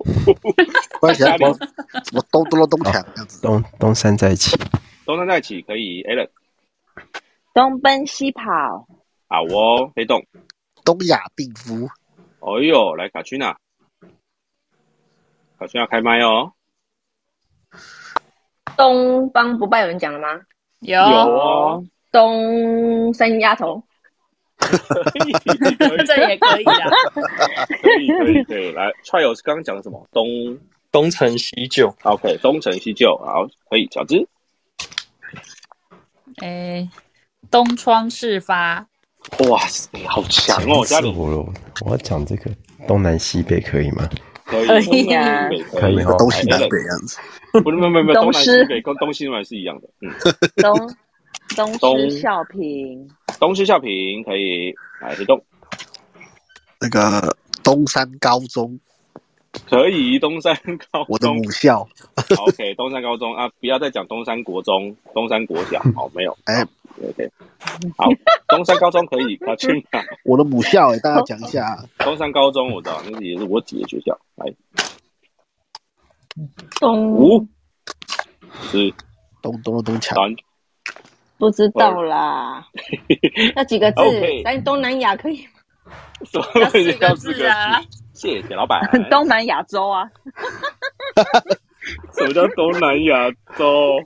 Speaker 6: 关系
Speaker 1: 家里
Speaker 6: 什么东东东抢这样子。
Speaker 4: 东东山再起，
Speaker 1: 东山再起可以 a l a n
Speaker 5: 东奔西跑，
Speaker 1: 好哦，黑洞，
Speaker 6: 东亚病夫，
Speaker 1: 哦呦，来卡区娜，卡区娜开麦哦，
Speaker 8: 东方不败有人讲了吗？
Speaker 2: 有
Speaker 1: 哦
Speaker 5: 哦
Speaker 1: 有
Speaker 8: 东山丫头，
Speaker 2: 这也可以啊。
Speaker 1: 可以可以可以，来 trials 刚刚讲的什么？东
Speaker 10: 东成西就
Speaker 1: ，OK，东成西就，好，可以，小资，
Speaker 2: 哎，东窗 事发，
Speaker 1: 哇塞，好强哦，家
Speaker 4: 吓死
Speaker 1: 里
Speaker 4: 我了！我要讲这个东南西北可以吗？
Speaker 1: 可以
Speaker 2: 可以啊
Speaker 1: 可以哎
Speaker 4: 可以哦
Speaker 6: 东西南北这样子。
Speaker 1: 不是没有没有没有，
Speaker 5: 东
Speaker 1: 东南西
Speaker 5: 施
Speaker 1: 北跟东西南是一样的，嗯，
Speaker 5: 东东
Speaker 1: 东
Speaker 5: 施效颦，
Speaker 1: 东施效颦可以，来黑洞，
Speaker 6: 那个东山高中，
Speaker 1: 可以，东山高
Speaker 6: 我的
Speaker 1: 中
Speaker 6: 母校，
Speaker 1: ，OK，东山高中啊，不要再讲东山国中、东山国小，好，没有，
Speaker 6: 哎，
Speaker 1: OK，好，东山高中可以，卡去娜。
Speaker 6: 我的母校哎，大家讲一下啊。
Speaker 1: 东山高中我知道，那也是我姐的学校。来，
Speaker 8: 东
Speaker 1: 五、四、
Speaker 6: 东东东抢，
Speaker 1: 三，
Speaker 8: 不知
Speaker 1: 哎
Speaker 8: 道啦，那几个字
Speaker 1: OK，
Speaker 8: 咱东南亚可以吗？
Speaker 1: 什么
Speaker 2: 四
Speaker 1: 叫
Speaker 2: 个
Speaker 1: 四
Speaker 2: 字
Speaker 1: 个
Speaker 2: 啊
Speaker 1: 字？谢谢老板。
Speaker 5: 东南亚洲啊，
Speaker 1: 什么叫东南亚洲？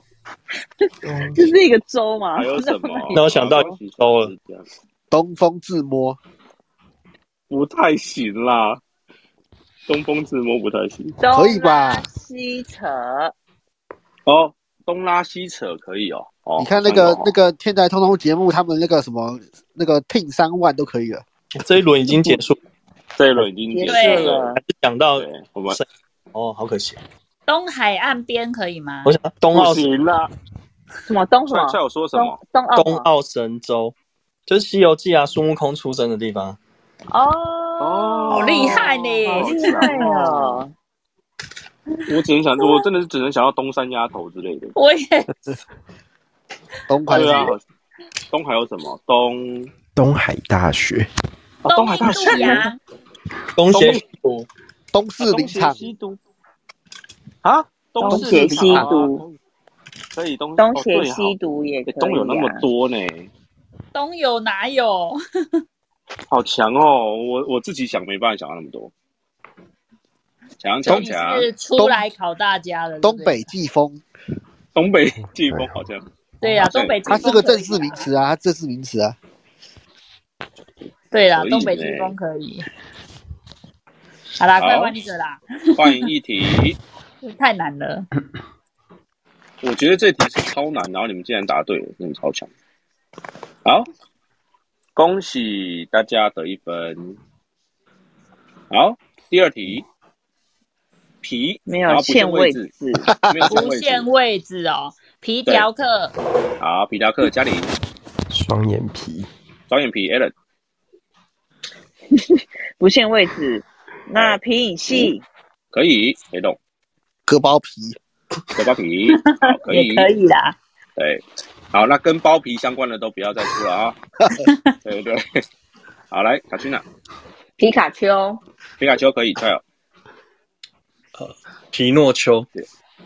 Speaker 5: 就是一个洲嘛
Speaker 1: 还。有什么？
Speaker 10: 那我想到
Speaker 1: 高了，
Speaker 6: 哦东风自摸，
Speaker 1: 不太行啦。东风自摸不太行
Speaker 5: 东
Speaker 6: 可以吧
Speaker 5: 拉西扯，
Speaker 1: 哦，东拉西扯可以哦。哦，
Speaker 6: 你看那个
Speaker 1: 哦
Speaker 6: 那个天台通通节目，他们那个什么那个 Team 三万都可以了。
Speaker 10: 这一轮已经结束，
Speaker 1: 这一轮已经结
Speaker 2: 对
Speaker 1: 束了，
Speaker 10: 还是讲到
Speaker 1: 对，我们
Speaker 10: 是哦，好可惜。
Speaker 2: 东海岸边可以吗
Speaker 10: 我？想到东
Speaker 1: 不
Speaker 10: 澳
Speaker 1: 行啦。
Speaker 5: 什么东什
Speaker 1: 帅
Speaker 5: 么
Speaker 1: 帅，我说什么
Speaker 5: 东？东澳
Speaker 10: 东澳神州，就是《西游记》啊，孙悟空出生的地方。
Speaker 5: 哦，
Speaker 2: 好厉害呢！
Speaker 5: 好厉害哦！
Speaker 1: 我只能想，我真的是只能想到东山丫头之类的。
Speaker 2: 我也
Speaker 6: 东莞
Speaker 1: 对啊，好东海有什么？东
Speaker 4: 东海大学，
Speaker 1: 啊，东海
Speaker 2: 印
Speaker 1: 大学
Speaker 2: 度洋，
Speaker 10: 东
Speaker 1: 东
Speaker 10: 邪西毒，
Speaker 6: 东四林
Speaker 1: 东邪
Speaker 6: 场，
Speaker 1: 西毒啊，东
Speaker 5: 东
Speaker 1: 市
Speaker 5: 邪
Speaker 1: 林场
Speaker 5: 西
Speaker 1: 啊
Speaker 5: 毒，
Speaker 1: 可以东
Speaker 5: 东
Speaker 1: 哦
Speaker 5: 邪
Speaker 1: 对
Speaker 5: 西
Speaker 1: 哈
Speaker 5: 毒也可以
Speaker 1: 欸
Speaker 5: 啊。
Speaker 1: 东有那么多呢，
Speaker 2: 东有哪有？
Speaker 1: 好强哦！我我自己想没办法想到那么多，强强
Speaker 2: 你
Speaker 1: 强！
Speaker 2: 是出来考大家的。对
Speaker 6: 东
Speaker 2: 不对
Speaker 6: 北季风，
Speaker 1: 东北季风好像
Speaker 2: 对
Speaker 1: 哦
Speaker 2: 呀，东北季
Speaker 6: 它
Speaker 2: 风
Speaker 6: 是个
Speaker 2: 可以
Speaker 6: 正式名
Speaker 2: 啊。
Speaker 6: 词啊，它正式名词啊。
Speaker 2: 对啦
Speaker 1: 可，以
Speaker 2: 东北
Speaker 1: 呢
Speaker 2: 季风可以。好啦，
Speaker 1: 好
Speaker 2: 快换一个啦，
Speaker 1: 欢迎一题，
Speaker 2: 太难了。
Speaker 1: 我觉得这题是超难，然后你们竟然答对了，真的超强！好，恭喜大家得一分。好，第二题，皮
Speaker 5: 没
Speaker 1: 然
Speaker 5: 有
Speaker 1: 后不限
Speaker 5: 限
Speaker 1: 位
Speaker 5: 位
Speaker 1: 置
Speaker 5: 置，
Speaker 1: 没有限
Speaker 2: 无
Speaker 1: 位置。
Speaker 2: 限位置哦，皮条客
Speaker 1: 好，皮条客家里
Speaker 4: 双眼皮，
Speaker 1: 双眼皮 Allen
Speaker 5: 不限位置。那皮影戏
Speaker 1: 可以，别 动，
Speaker 6: 割包皮，
Speaker 1: 割包皮，好，可以
Speaker 2: 也，可以啦。
Speaker 1: 对，哎好，那跟包皮相关的都不要再出了 啊，对对对，好，来，卡君娜，
Speaker 8: 皮卡丘，
Speaker 1: 皮卡丘可以 t r i
Speaker 10: 皮诺丘，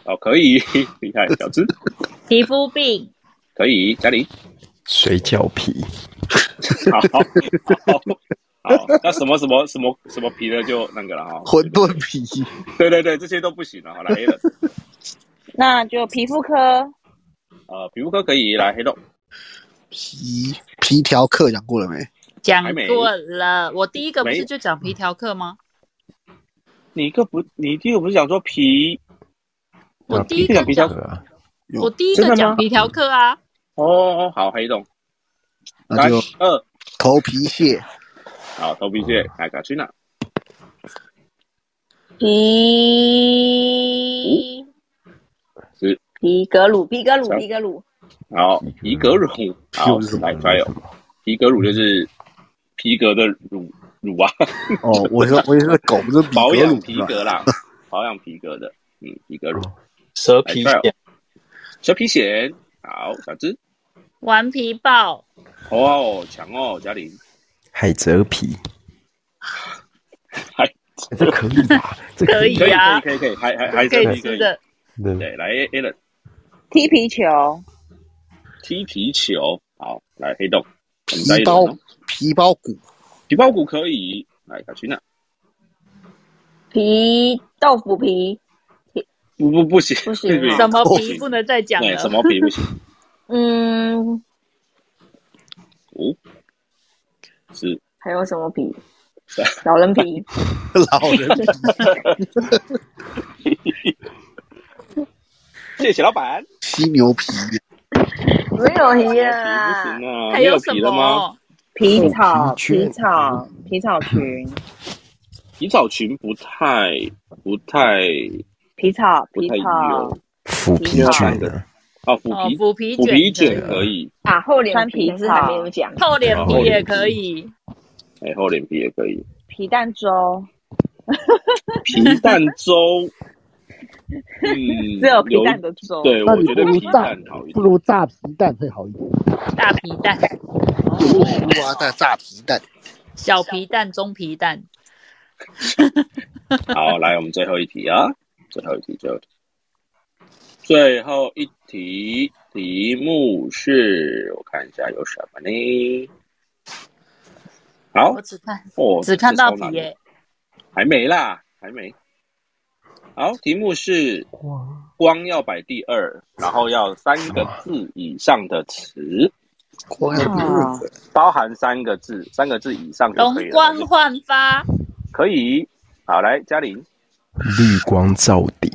Speaker 1: 哦，可以，厉害，小智
Speaker 2: 皮肤病，
Speaker 1: 可以，家里，
Speaker 4: 水饺皮，
Speaker 1: 好，好，好，那什么什么什么什么皮的就那个了哈，
Speaker 6: 馄饨皮，
Speaker 1: 对对对，这些都不行了，好，来 Allen，
Speaker 5: 那就皮肤科
Speaker 1: 呃，皮肤科可以，来黑洞，
Speaker 6: 皮皮条客讲过了没？
Speaker 2: 讲过了。我第一个不是就讲皮条客吗？
Speaker 1: 你一个不，你第一个不是讲说皮，
Speaker 2: 我第一
Speaker 1: 个
Speaker 2: 个
Speaker 1: 皮条
Speaker 2: 讲，
Speaker 4: 对啊，
Speaker 6: 有
Speaker 2: 我第一
Speaker 1: 真的
Speaker 2: 个
Speaker 1: 吗
Speaker 2: 讲皮条客啊。
Speaker 1: 哦哦，好，黑洞，
Speaker 6: 那就
Speaker 1: 二。
Speaker 6: 头皮屑，
Speaker 1: 好，头皮屑，来卡去娜，
Speaker 8: 皮
Speaker 1: 是
Speaker 8: 皮格鲁，皮格鲁
Speaker 1: 小，
Speaker 8: 皮格鲁，
Speaker 1: 好，皮革乳，好
Speaker 4: 就是，
Speaker 1: 来加油
Speaker 4: 什，么
Speaker 1: 皮革乳就是皮革的乳乳啊，
Speaker 6: 哦，我说我也是狗，不是比
Speaker 1: 保
Speaker 6: 格
Speaker 1: 养
Speaker 6: 鲁
Speaker 1: 皮
Speaker 6: 是吧？
Speaker 1: 革啦，保养皮革的，嗯，皮革乳，
Speaker 4: 哦
Speaker 10: 蛇皮
Speaker 1: 哎
Speaker 10: 蟹，
Speaker 1: 蛇皮藓，好，小只，
Speaker 2: 顽皮豹，
Speaker 1: 哦，强哦，嘉玲，
Speaker 4: 海蜇皮，哎
Speaker 1: 海，
Speaker 4: 这可以吧？这
Speaker 2: 可以啊
Speaker 1: 可以可以可以，海海海
Speaker 2: 可以
Speaker 1: 蜇皮可
Speaker 2: 吃
Speaker 1: 以，
Speaker 2: 的
Speaker 1: 对，来 A A 了，
Speaker 5: 踢皮球，
Speaker 1: 踢皮球，好，来黑洞，我们再
Speaker 6: 皮
Speaker 1: 一轮
Speaker 6: 包
Speaker 1: 哦
Speaker 6: 皮包骨，
Speaker 1: 皮包骨可以，来啊卡奇娜，
Speaker 8: 皮豆腐皮，
Speaker 1: 不不不行，
Speaker 8: 不行哦
Speaker 2: 什么皮
Speaker 1: 行
Speaker 2: 不能再讲啊
Speaker 1: 对，
Speaker 2: 了？
Speaker 1: 什么皮不行？
Speaker 8: 嗯，
Speaker 1: 五哦是
Speaker 8: 还有什么皮？老人皮，
Speaker 6: 老人
Speaker 1: 皮，谢谢老板。
Speaker 6: 犀牛皮，
Speaker 8: 没有皮了
Speaker 2: 啊
Speaker 1: 那
Speaker 8: 啦。还
Speaker 1: 没
Speaker 8: 有
Speaker 1: 哎皮了吗？
Speaker 5: 皮草，
Speaker 1: 皮
Speaker 5: 皮嗯
Speaker 1: 圈
Speaker 5: 草，皮草 裙，
Speaker 1: 皮草裙不太不太
Speaker 5: 皮草，
Speaker 1: 不
Speaker 5: 皮
Speaker 1: 太
Speaker 5: 草
Speaker 1: 有，
Speaker 4: 腐皮卷的，
Speaker 1: 啊，腐
Speaker 2: 哦
Speaker 1: 皮
Speaker 2: 腐皮
Speaker 1: 腐皮
Speaker 2: 卷
Speaker 1: 卷可以，
Speaker 8: 啊，厚脸
Speaker 5: 穿
Speaker 8: 皮
Speaker 5: 皮
Speaker 8: 可是还没
Speaker 5: 草
Speaker 8: 有讲。
Speaker 2: 厚脸
Speaker 1: 哦
Speaker 2: 皮
Speaker 1: 厚
Speaker 2: 也
Speaker 1: 脸皮
Speaker 2: 可以，
Speaker 1: 哎，厚脸皮也可以，
Speaker 5: 皮蛋粥，
Speaker 1: 皮蛋粥，嗯，
Speaker 5: 只有皮蛋
Speaker 1: 有
Speaker 5: 的粥，
Speaker 1: 对，
Speaker 9: 哦那
Speaker 1: 我
Speaker 9: 你
Speaker 1: 觉
Speaker 9: 不
Speaker 1: 得
Speaker 9: 如
Speaker 1: 皮
Speaker 9: 炸
Speaker 1: 蛋好一，
Speaker 9: 不
Speaker 1: 点，
Speaker 9: 如炸皮蛋会好一点。
Speaker 2: 大皮蛋、
Speaker 6: 木瓜蛋炸皮蛋，
Speaker 2: 小皮蛋、中皮蛋，
Speaker 1: 好，来我们最后一题啊，最后一题，最后一题，最后一题，题目是我看一下有什么呢？好
Speaker 2: 我，只看
Speaker 1: 哦，
Speaker 2: 只看到
Speaker 1: 这超
Speaker 2: 皮
Speaker 1: 难的
Speaker 2: 耶，
Speaker 1: 还没啦，还没。好，题目是光要摆第二，然后要三个字以上的词，
Speaker 6: 光要比日
Speaker 5: 哦
Speaker 6: 本
Speaker 1: 包含三个字，三个字以上就
Speaker 2: 容
Speaker 1: 可以了
Speaker 2: 光。焕发，
Speaker 1: 可以，好来，嘉玲，
Speaker 4: 绿光照顶，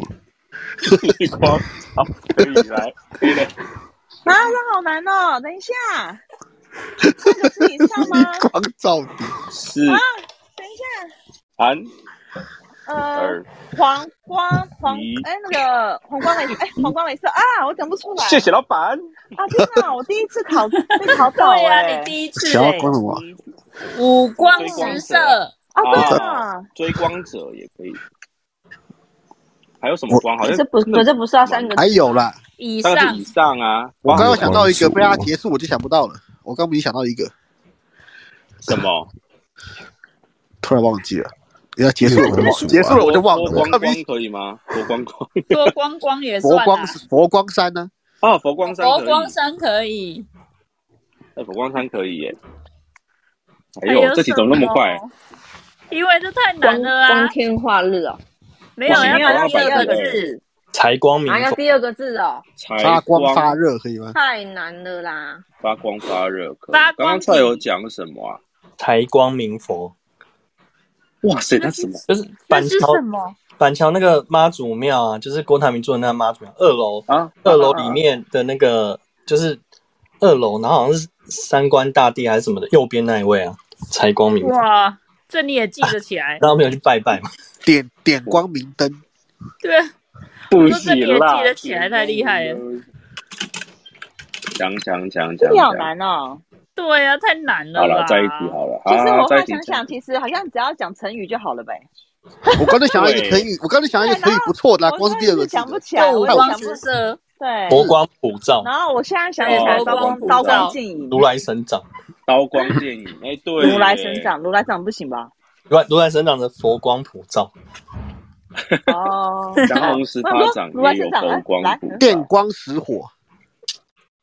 Speaker 1: 绿光，好，可以来，可以来，
Speaker 5: 啊，这好难哦！等一下，这个是以上吗？
Speaker 6: 光照底，
Speaker 1: 四
Speaker 5: 啊，等一下，
Speaker 1: 三
Speaker 5: 呃
Speaker 1: 二，
Speaker 5: 黄光黄
Speaker 1: 一，
Speaker 5: 哎，那个黄光镭射，哎，黄光镭射啊，我讲不出来。
Speaker 1: 谢谢老板。
Speaker 5: 啊！天哪，我第一次考被考 倒
Speaker 2: 对呀，
Speaker 5: 哎
Speaker 2: 你！第一次
Speaker 6: 想要
Speaker 2: 哎，
Speaker 6: 光什么？
Speaker 2: 五光
Speaker 1: 追光
Speaker 2: 十
Speaker 1: 者
Speaker 2: 色，
Speaker 5: 啊，对
Speaker 1: 啊
Speaker 5: 啊，，
Speaker 1: 追光者也可以。还有什么光？好
Speaker 8: 可
Speaker 1: 像
Speaker 8: 是不，可是不是要三个
Speaker 6: 还有啦，
Speaker 2: 以
Speaker 1: 三
Speaker 2: 上
Speaker 1: 个字以上啊。
Speaker 6: 我刚刚
Speaker 1: 光
Speaker 6: 想到一个，
Speaker 4: 光族
Speaker 6: 被他结束我就想不到了。我刚没想到一个，
Speaker 1: 什么？
Speaker 6: 突然忘记了。要结束了我就
Speaker 4: 绿
Speaker 6: 忘
Speaker 4: 光族
Speaker 6: 了，
Speaker 4: 啊
Speaker 6: 结束了我就忘
Speaker 1: 佛
Speaker 6: 了。
Speaker 1: 光
Speaker 6: 我刚
Speaker 1: 光
Speaker 6: 没
Speaker 1: 可以吗？佛光光
Speaker 2: 多光光 也
Speaker 6: 佛
Speaker 2: 算
Speaker 6: 光
Speaker 2: 啊，
Speaker 6: 佛光山呢？
Speaker 1: 哦，佛光山
Speaker 2: 佛
Speaker 1: 可以，
Speaker 2: 光山可以，
Speaker 1: 哎，佛光山可以耶。哎
Speaker 2: 还
Speaker 1: 呦，
Speaker 2: 有
Speaker 1: 这题怎么那么快
Speaker 2: 什？因为这太难
Speaker 8: 光
Speaker 2: 了啊
Speaker 8: 光，天化日哦，
Speaker 2: 没有
Speaker 1: 光
Speaker 2: 要
Speaker 1: 没有
Speaker 2: 到
Speaker 1: 要
Speaker 2: 第
Speaker 1: 摆
Speaker 2: 二
Speaker 1: 第
Speaker 2: 个
Speaker 1: 二
Speaker 2: 字，
Speaker 10: 财光明
Speaker 2: 哎
Speaker 8: 啊，要
Speaker 10: 风，
Speaker 8: 第二个字哦，
Speaker 1: 才
Speaker 6: 发光发热可以吗？
Speaker 8: 太难了啦。
Speaker 1: 发光发热可以
Speaker 2: 发。
Speaker 1: 刚
Speaker 2: 光
Speaker 1: 刚蔡有讲什么啊？
Speaker 10: 财光明佛，
Speaker 1: 哇塞，
Speaker 2: 那
Speaker 1: 那
Speaker 2: 是
Speaker 1: 什么？
Speaker 10: 就是
Speaker 2: 那
Speaker 10: 板
Speaker 2: 是
Speaker 10: 桥
Speaker 2: 什么？
Speaker 10: 板桥那个妈祖庙啊，就是郭台铭做的那个妈祖庙，二楼
Speaker 1: 啊，
Speaker 10: 二楼里面的那个就是二楼，然后好像是三官大帝还是什么的，右边那一位啊，财光明佛，
Speaker 2: 哇，这你也记得起 来？
Speaker 10: 然后没有去拜拜嘛，
Speaker 6: 点点光明灯，
Speaker 2: 对啊，
Speaker 1: 不
Speaker 2: 我说这
Speaker 1: 行
Speaker 2: 你也
Speaker 1: 啦
Speaker 2: 记，得起来，太厉害了。
Speaker 1: 强强强
Speaker 5: 这
Speaker 1: 强
Speaker 5: 题好
Speaker 1: 强！
Speaker 5: 难哦。
Speaker 2: 对呀、太难了
Speaker 1: 好
Speaker 2: 啦。
Speaker 1: 了，再一题好了。
Speaker 5: 其实
Speaker 1: 啊
Speaker 5: 我后
Speaker 1: 再一
Speaker 5: 来
Speaker 1: 题
Speaker 5: 想想，其实好像只要讲成语就好了呗。
Speaker 6: 我刚才想到一个成语，我刚才想到一个成语不错的啊，
Speaker 5: 我
Speaker 6: 光
Speaker 5: 真
Speaker 6: 是
Speaker 5: 的
Speaker 6: 第二个字
Speaker 5: 想不
Speaker 6: 的。
Speaker 5: 起来，
Speaker 2: 就五
Speaker 5: 我也
Speaker 2: 光
Speaker 5: 想不
Speaker 2: 十色，
Speaker 5: 对。
Speaker 10: 佛光普照，
Speaker 5: 然后我现在想起
Speaker 1: 哦
Speaker 5: 来，刀光
Speaker 2: 佛光
Speaker 5: 刀
Speaker 2: 普照
Speaker 5: 光剑影，
Speaker 10: 如来神掌，
Speaker 1: 刀光剑影，哎，对耶，
Speaker 5: 如来神掌，如来掌不行吧？
Speaker 10: 如来如来神掌的佛光普照，
Speaker 5: 哦，
Speaker 1: 降龙十八掌
Speaker 5: 如来
Speaker 1: 也有
Speaker 5: 神掌
Speaker 1: 佛光
Speaker 5: 来
Speaker 1: 普照
Speaker 6: 电光石火，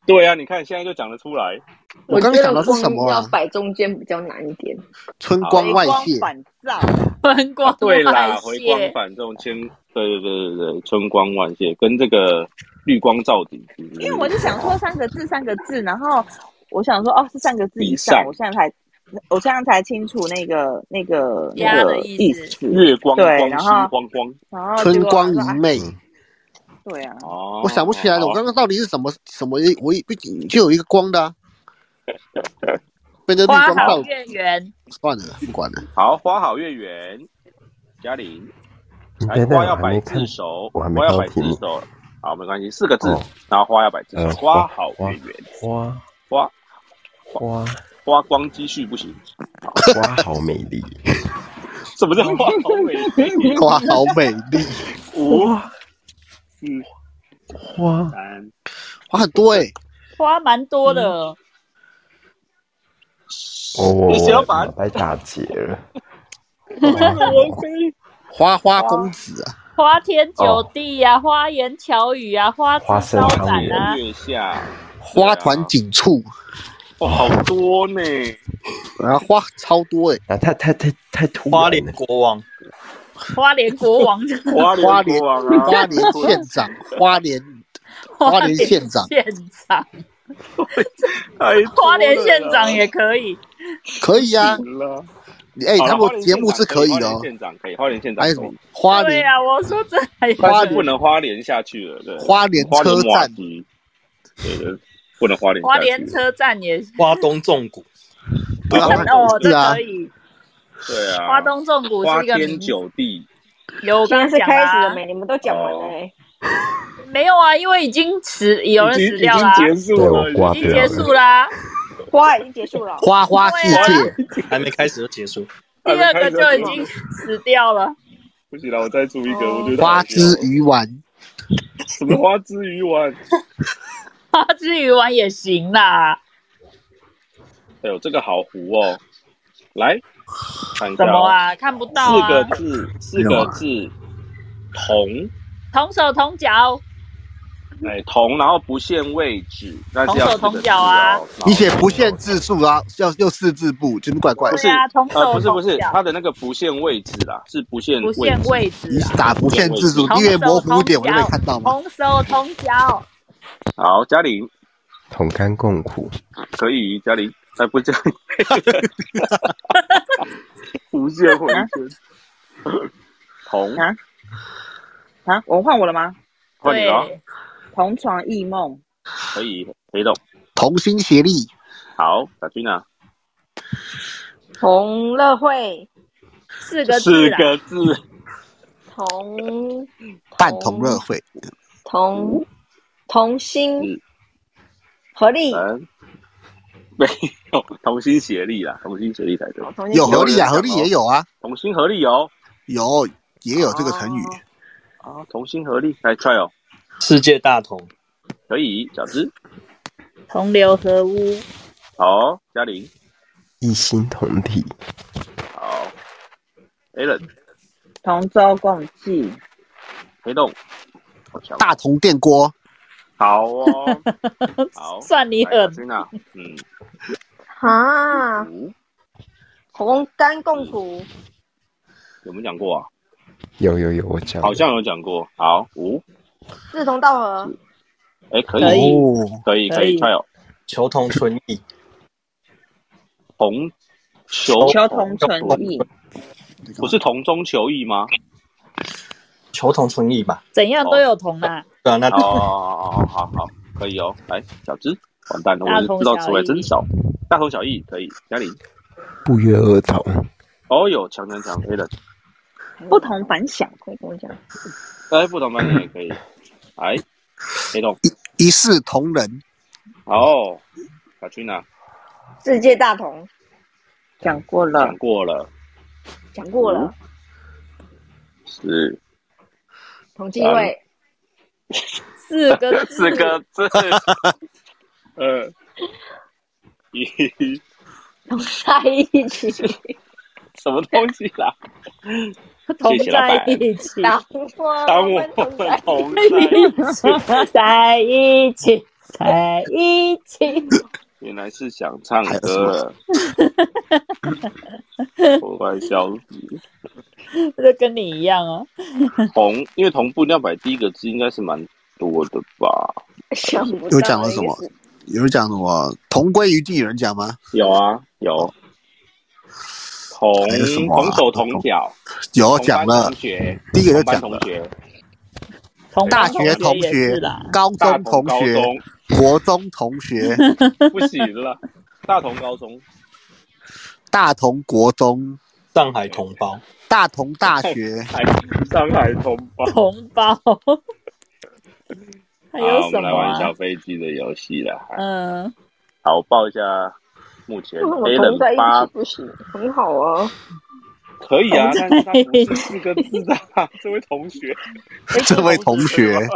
Speaker 1: 对啊，你看现在就讲得出 来。
Speaker 6: 我刚
Speaker 8: 觉
Speaker 6: 想
Speaker 8: 得
Speaker 6: 到是什么
Speaker 8: 光
Speaker 6: 啊
Speaker 8: 要摆中间比较难一点。
Speaker 6: 春光
Speaker 5: 回
Speaker 6: 外
Speaker 5: 光
Speaker 6: 泄，
Speaker 5: 返照，
Speaker 2: 分光
Speaker 1: 啊、对啦，
Speaker 2: 外
Speaker 1: 回光
Speaker 2: 泄，
Speaker 1: 返照，千对对对对对，春光万谢，跟这个绿光照顶，因
Speaker 5: 因为我就想说三个字，三个字，然后我想说哦是三个字以
Speaker 1: 以
Speaker 5: 上，
Speaker 1: 上
Speaker 5: 我现在才我现在才清楚那个那个那
Speaker 2: 家的
Speaker 5: 个
Speaker 2: 意
Speaker 5: 意
Speaker 2: 思
Speaker 5: 思，
Speaker 1: 月光
Speaker 5: 对
Speaker 1: 光
Speaker 5: 然
Speaker 1: 心
Speaker 5: 后
Speaker 1: 光光
Speaker 5: 然后
Speaker 6: 春
Speaker 5: 结果
Speaker 6: 光
Speaker 5: 我说
Speaker 6: 明
Speaker 5: 啊
Speaker 6: 媚。
Speaker 5: 对啊，
Speaker 1: 哦，
Speaker 6: 我想不起来了，
Speaker 1: 好
Speaker 6: 我刚刚到底是什么什么？我一就有一个光的啊，被那绿
Speaker 2: 花
Speaker 6: 光
Speaker 2: 好
Speaker 6: 照
Speaker 2: 月圆，
Speaker 6: 算了，不管了。
Speaker 1: 好花好月圆，嘉玲，
Speaker 4: 你
Speaker 1: 来
Speaker 4: 等等，
Speaker 1: 哎花要
Speaker 4: 我还
Speaker 1: 摆
Speaker 4: 没看
Speaker 1: 字，首，
Speaker 4: 我还没
Speaker 1: 花
Speaker 4: 看
Speaker 1: 要
Speaker 4: 到
Speaker 1: 摆
Speaker 4: 题
Speaker 1: 字
Speaker 4: 目。
Speaker 1: 首，好没关系，四个字，
Speaker 4: 哦
Speaker 1: 然后花要摆字首，
Speaker 4: 呃，
Speaker 1: 花
Speaker 4: 花
Speaker 1: 好
Speaker 4: 花
Speaker 1: 月圆，
Speaker 4: 花
Speaker 1: 花
Speaker 4: 花
Speaker 1: 花光积蓄不行，
Speaker 4: 花好美丽，
Speaker 1: 什么叫花好美丽？
Speaker 6: 花好美丽，
Speaker 1: 五四
Speaker 4: 花
Speaker 1: 三
Speaker 6: 花很多哎、
Speaker 2: 花蛮多的。
Speaker 4: 我哦我
Speaker 6: 你想要把
Speaker 4: 我脑袋打结了。
Speaker 6: 花花公子啊，
Speaker 2: 花天酒地呀、花言巧语啊，花枝
Speaker 4: 花生
Speaker 2: 招
Speaker 4: 汤
Speaker 2: 展啊
Speaker 4: 圆，
Speaker 1: 月下，
Speaker 6: 花团锦簇，
Speaker 1: 哇，好多呢，
Speaker 6: 然后花超多哎、
Speaker 4: 啊，太太太太突
Speaker 10: 花莲国王，
Speaker 2: 花莲国王，
Speaker 1: 花莲国
Speaker 6: 花莲
Speaker 1: 王啊
Speaker 6: 花莲县长，花莲花莲县长
Speaker 2: 县长，
Speaker 1: 太多了啦
Speaker 2: 花莲县长也可以。
Speaker 6: 可以啊，
Speaker 1: 行了
Speaker 6: 你哎、
Speaker 1: 好了
Speaker 6: 他
Speaker 1: 花
Speaker 6: 们
Speaker 1: 莲
Speaker 6: 节目是可以的
Speaker 1: 花
Speaker 6: 哦
Speaker 1: 莲。县长可以，花莲县长
Speaker 6: 还
Speaker 1: 可以
Speaker 6: 有什么花
Speaker 2: 对
Speaker 6: 莲
Speaker 2: 呀、我说这还
Speaker 1: 但是
Speaker 6: 莲
Speaker 1: 不能花莲下去了，对，
Speaker 6: 花莲
Speaker 1: 花莲
Speaker 6: 车
Speaker 1: 马
Speaker 6: 站
Speaker 1: 吉，对对，不能花莲
Speaker 2: 花
Speaker 1: 下去
Speaker 2: 莲车站也
Speaker 10: 花东纵谷，
Speaker 6: 对啊，
Speaker 2: 哦，这
Speaker 6: 是啊
Speaker 2: 可，以。
Speaker 1: 对啊，
Speaker 2: 花东纵谷
Speaker 1: 花
Speaker 2: 是一个
Speaker 1: 天
Speaker 2: 名字，
Speaker 1: 酒地，
Speaker 2: 有我
Speaker 8: 现
Speaker 2: 刚刚
Speaker 8: 在是
Speaker 2: 讲
Speaker 8: 开始
Speaker 2: 啦、
Speaker 8: 了没？你们都讲完了
Speaker 6: 哦
Speaker 8: 哎。
Speaker 2: 没有啊，因为已经死，有人
Speaker 1: 已
Speaker 2: 死
Speaker 1: 经已
Speaker 2: 掉
Speaker 1: 经
Speaker 2: 啦、
Speaker 1: 结束了，
Speaker 4: 对我挂
Speaker 2: 已
Speaker 1: 已
Speaker 2: 经
Speaker 1: 经
Speaker 4: 掉
Speaker 2: 结
Speaker 4: 了
Speaker 2: 束啊啦、
Speaker 8: 花已经结束了，
Speaker 6: 花花世
Speaker 1: 哦
Speaker 2: 对
Speaker 6: 界，
Speaker 10: 还没开始就结束。
Speaker 2: 第
Speaker 1: 还没
Speaker 2: 二
Speaker 1: 开
Speaker 2: 个
Speaker 1: 始
Speaker 2: 就已经死掉了。
Speaker 1: 不行了，我再出一个，我觉得
Speaker 6: 花
Speaker 1: 好
Speaker 6: 枝
Speaker 1: 笑
Speaker 6: 鱼丸，
Speaker 1: 什么花枝鱼丸，
Speaker 2: 花枝鱼丸也行啦，
Speaker 1: 哎呦，这个好糊哦，来看一
Speaker 2: 什
Speaker 1: 下
Speaker 2: 么
Speaker 1: 哦，
Speaker 2: 啊？看不到
Speaker 1: 四个
Speaker 2: 啊！
Speaker 1: 字，四个字，
Speaker 4: 啊
Speaker 1: 同，
Speaker 2: 同手同脚，
Speaker 1: 哎，同，然后不限位置，但是要
Speaker 2: 同手
Speaker 1: 四个
Speaker 2: 同
Speaker 1: 字
Speaker 2: 脚啊
Speaker 1: 哦
Speaker 6: 你写不限字数啊，要要四字部，就是怪怪
Speaker 1: 不
Speaker 6: 的。
Speaker 1: 是
Speaker 2: 对啊，同
Speaker 1: 呃，
Speaker 2: 手
Speaker 1: 不是不
Speaker 2: 同
Speaker 1: 是，
Speaker 2: 脚，
Speaker 1: 它的那个不限位置啦，是不限
Speaker 2: 不限
Speaker 1: 位置。
Speaker 2: 位
Speaker 6: 你
Speaker 2: 置啊。
Speaker 6: 打不限字数，因为模糊一点我就没看到嘛。
Speaker 2: 同手同脚，
Speaker 1: 好，嘉玲
Speaker 4: 同甘共苦，
Speaker 1: 可以，嘉玲，哎，不是嘉玲， 无限回圈，同
Speaker 5: 啊啊，我换我了吗？
Speaker 1: 换你了啊，
Speaker 2: 对，
Speaker 5: 同床异梦，
Speaker 1: 可以，可以动。
Speaker 6: 同心协力，
Speaker 1: 好，小君啊，
Speaker 8: 同乐会，
Speaker 2: 四个字
Speaker 1: 四
Speaker 2: 啦。
Speaker 1: 个字，
Speaker 8: 同
Speaker 6: 办同乐会，
Speaker 8: 同同
Speaker 1: 嗯
Speaker 8: 心合力，
Speaker 1: 嗯，没有，同心协力啦，同心协力才对
Speaker 8: 好，同心
Speaker 6: 有合
Speaker 8: 协力
Speaker 1: 有人
Speaker 6: 力啊，合
Speaker 1: 讲哦
Speaker 6: 力也有啊，
Speaker 1: 同心合力哦，
Speaker 6: 有也有这个成
Speaker 2: 哦
Speaker 6: 语。
Speaker 1: 啊，同心合力，来 try 哦，
Speaker 10: 世界大同，
Speaker 1: 可以，小芝，
Speaker 2: 同流合污，
Speaker 1: 好，嘉玲，
Speaker 4: 一心同体，
Speaker 1: 好，Allen，
Speaker 5: 同舟共济，
Speaker 1: 黑洞，好强哦，
Speaker 6: 大同电锅，
Speaker 1: 好哦，好，
Speaker 2: 算你
Speaker 1: 来小
Speaker 2: 狠。
Speaker 1: 君啊，嗯，
Speaker 8: 啊，
Speaker 1: 五。
Speaker 8: 同甘共
Speaker 6: 嗯
Speaker 8: 苦，
Speaker 1: 有没有讲过啊？
Speaker 4: 有有有，我讲了
Speaker 1: 好像有讲过。好，五，
Speaker 8: 志同道
Speaker 6: 嗯
Speaker 8: 合，
Speaker 1: 哎，可
Speaker 2: 可
Speaker 1: 以，
Speaker 2: 以
Speaker 6: 哦，
Speaker 1: 可以，
Speaker 2: 可
Speaker 1: 可以
Speaker 2: 以
Speaker 1: ，try 哦。
Speaker 10: 求同存异，
Speaker 1: 同求
Speaker 5: 求同存异，
Speaker 1: 不是同中求异吗？
Speaker 10: 求同存异吧。
Speaker 2: 怎样都有同啊，
Speaker 10: 对啊，那
Speaker 1: 哦，好好好，可以哦。来，小芝，完蛋了，我
Speaker 2: 大
Speaker 1: 就
Speaker 2: 同
Speaker 1: 知道词汇
Speaker 2: 小异
Speaker 1: 真少。大同小异，可以。嘉玲，
Speaker 4: 不约而同，
Speaker 1: 哦哟，强强强，A 的，
Speaker 5: 不同凡响。
Speaker 8: 可以跟我讲，
Speaker 1: 哎，不同班的也可以。来，黑洞，
Speaker 6: 一视同仁，
Speaker 1: 好，小君啊，
Speaker 8: 世界大同，
Speaker 5: 讲过了
Speaker 1: 讲，过了，
Speaker 8: 讲过了，
Speaker 1: 是
Speaker 8: 同济
Speaker 6: 嗯
Speaker 8: 会，
Speaker 2: 四个字
Speaker 1: 四个字， 呃，一
Speaker 8: 同在一起，
Speaker 1: 什么东西啦？
Speaker 2: 同
Speaker 1: 谢谢老
Speaker 2: 在
Speaker 1: 板
Speaker 2: 一起，
Speaker 8: 当我
Speaker 1: 当我
Speaker 8: 我
Speaker 1: 们
Speaker 8: 们同 在
Speaker 1: 同在，
Speaker 2: 在一起，在一起。
Speaker 1: 原来是想唱
Speaker 6: 还有什
Speaker 1: 歌
Speaker 6: 么
Speaker 1: 了，我快笑死。
Speaker 2: 这跟你一样啊，
Speaker 1: 同，因为同步尿百第一个字应该是蛮多的吧？
Speaker 8: 想不到
Speaker 6: 有讲了什么
Speaker 8: 一个是
Speaker 6: 有人讲什么同归于尽，有人讲吗？
Speaker 1: 有啊，有。同
Speaker 6: 还有什么啊
Speaker 1: 同手同脚，
Speaker 6: 有
Speaker 1: 同
Speaker 6: 讲
Speaker 1: 班
Speaker 6: 了
Speaker 1: 同，学，
Speaker 6: 第一个就
Speaker 1: 同班
Speaker 6: 讲
Speaker 1: 同
Speaker 6: 了，
Speaker 1: 学，
Speaker 2: 同
Speaker 6: 大
Speaker 2: 班
Speaker 6: 学同
Speaker 2: 也是
Speaker 6: 学
Speaker 2: 啦，、
Speaker 6: 高
Speaker 1: 大
Speaker 6: 中
Speaker 1: 同
Speaker 6: 同
Speaker 1: 高
Speaker 6: 学、
Speaker 1: 中
Speaker 6: 国中 同学、
Speaker 1: 不行了，大同高中，
Speaker 6: 大同国中、
Speaker 10: 上海同胞，
Speaker 6: 大同大 学、
Speaker 1: 还上海同胞。
Speaker 2: 同胞。还有
Speaker 1: 好，我
Speaker 2: 什
Speaker 1: 们
Speaker 2: 么、
Speaker 1: 来玩小
Speaker 2: 啊？
Speaker 1: 飞机的游戏了。
Speaker 2: 嗯，
Speaker 1: 好，我报一下目前
Speaker 8: 为什么
Speaker 1: A
Speaker 8: 同
Speaker 1: 人
Speaker 8: 在一
Speaker 1: 八
Speaker 8: 起不行？很好啊，
Speaker 1: 可以啊，
Speaker 2: 同在
Speaker 1: 但是它不是
Speaker 2: 哎
Speaker 1: 四个字的啊，这位同学，
Speaker 6: 这位同学，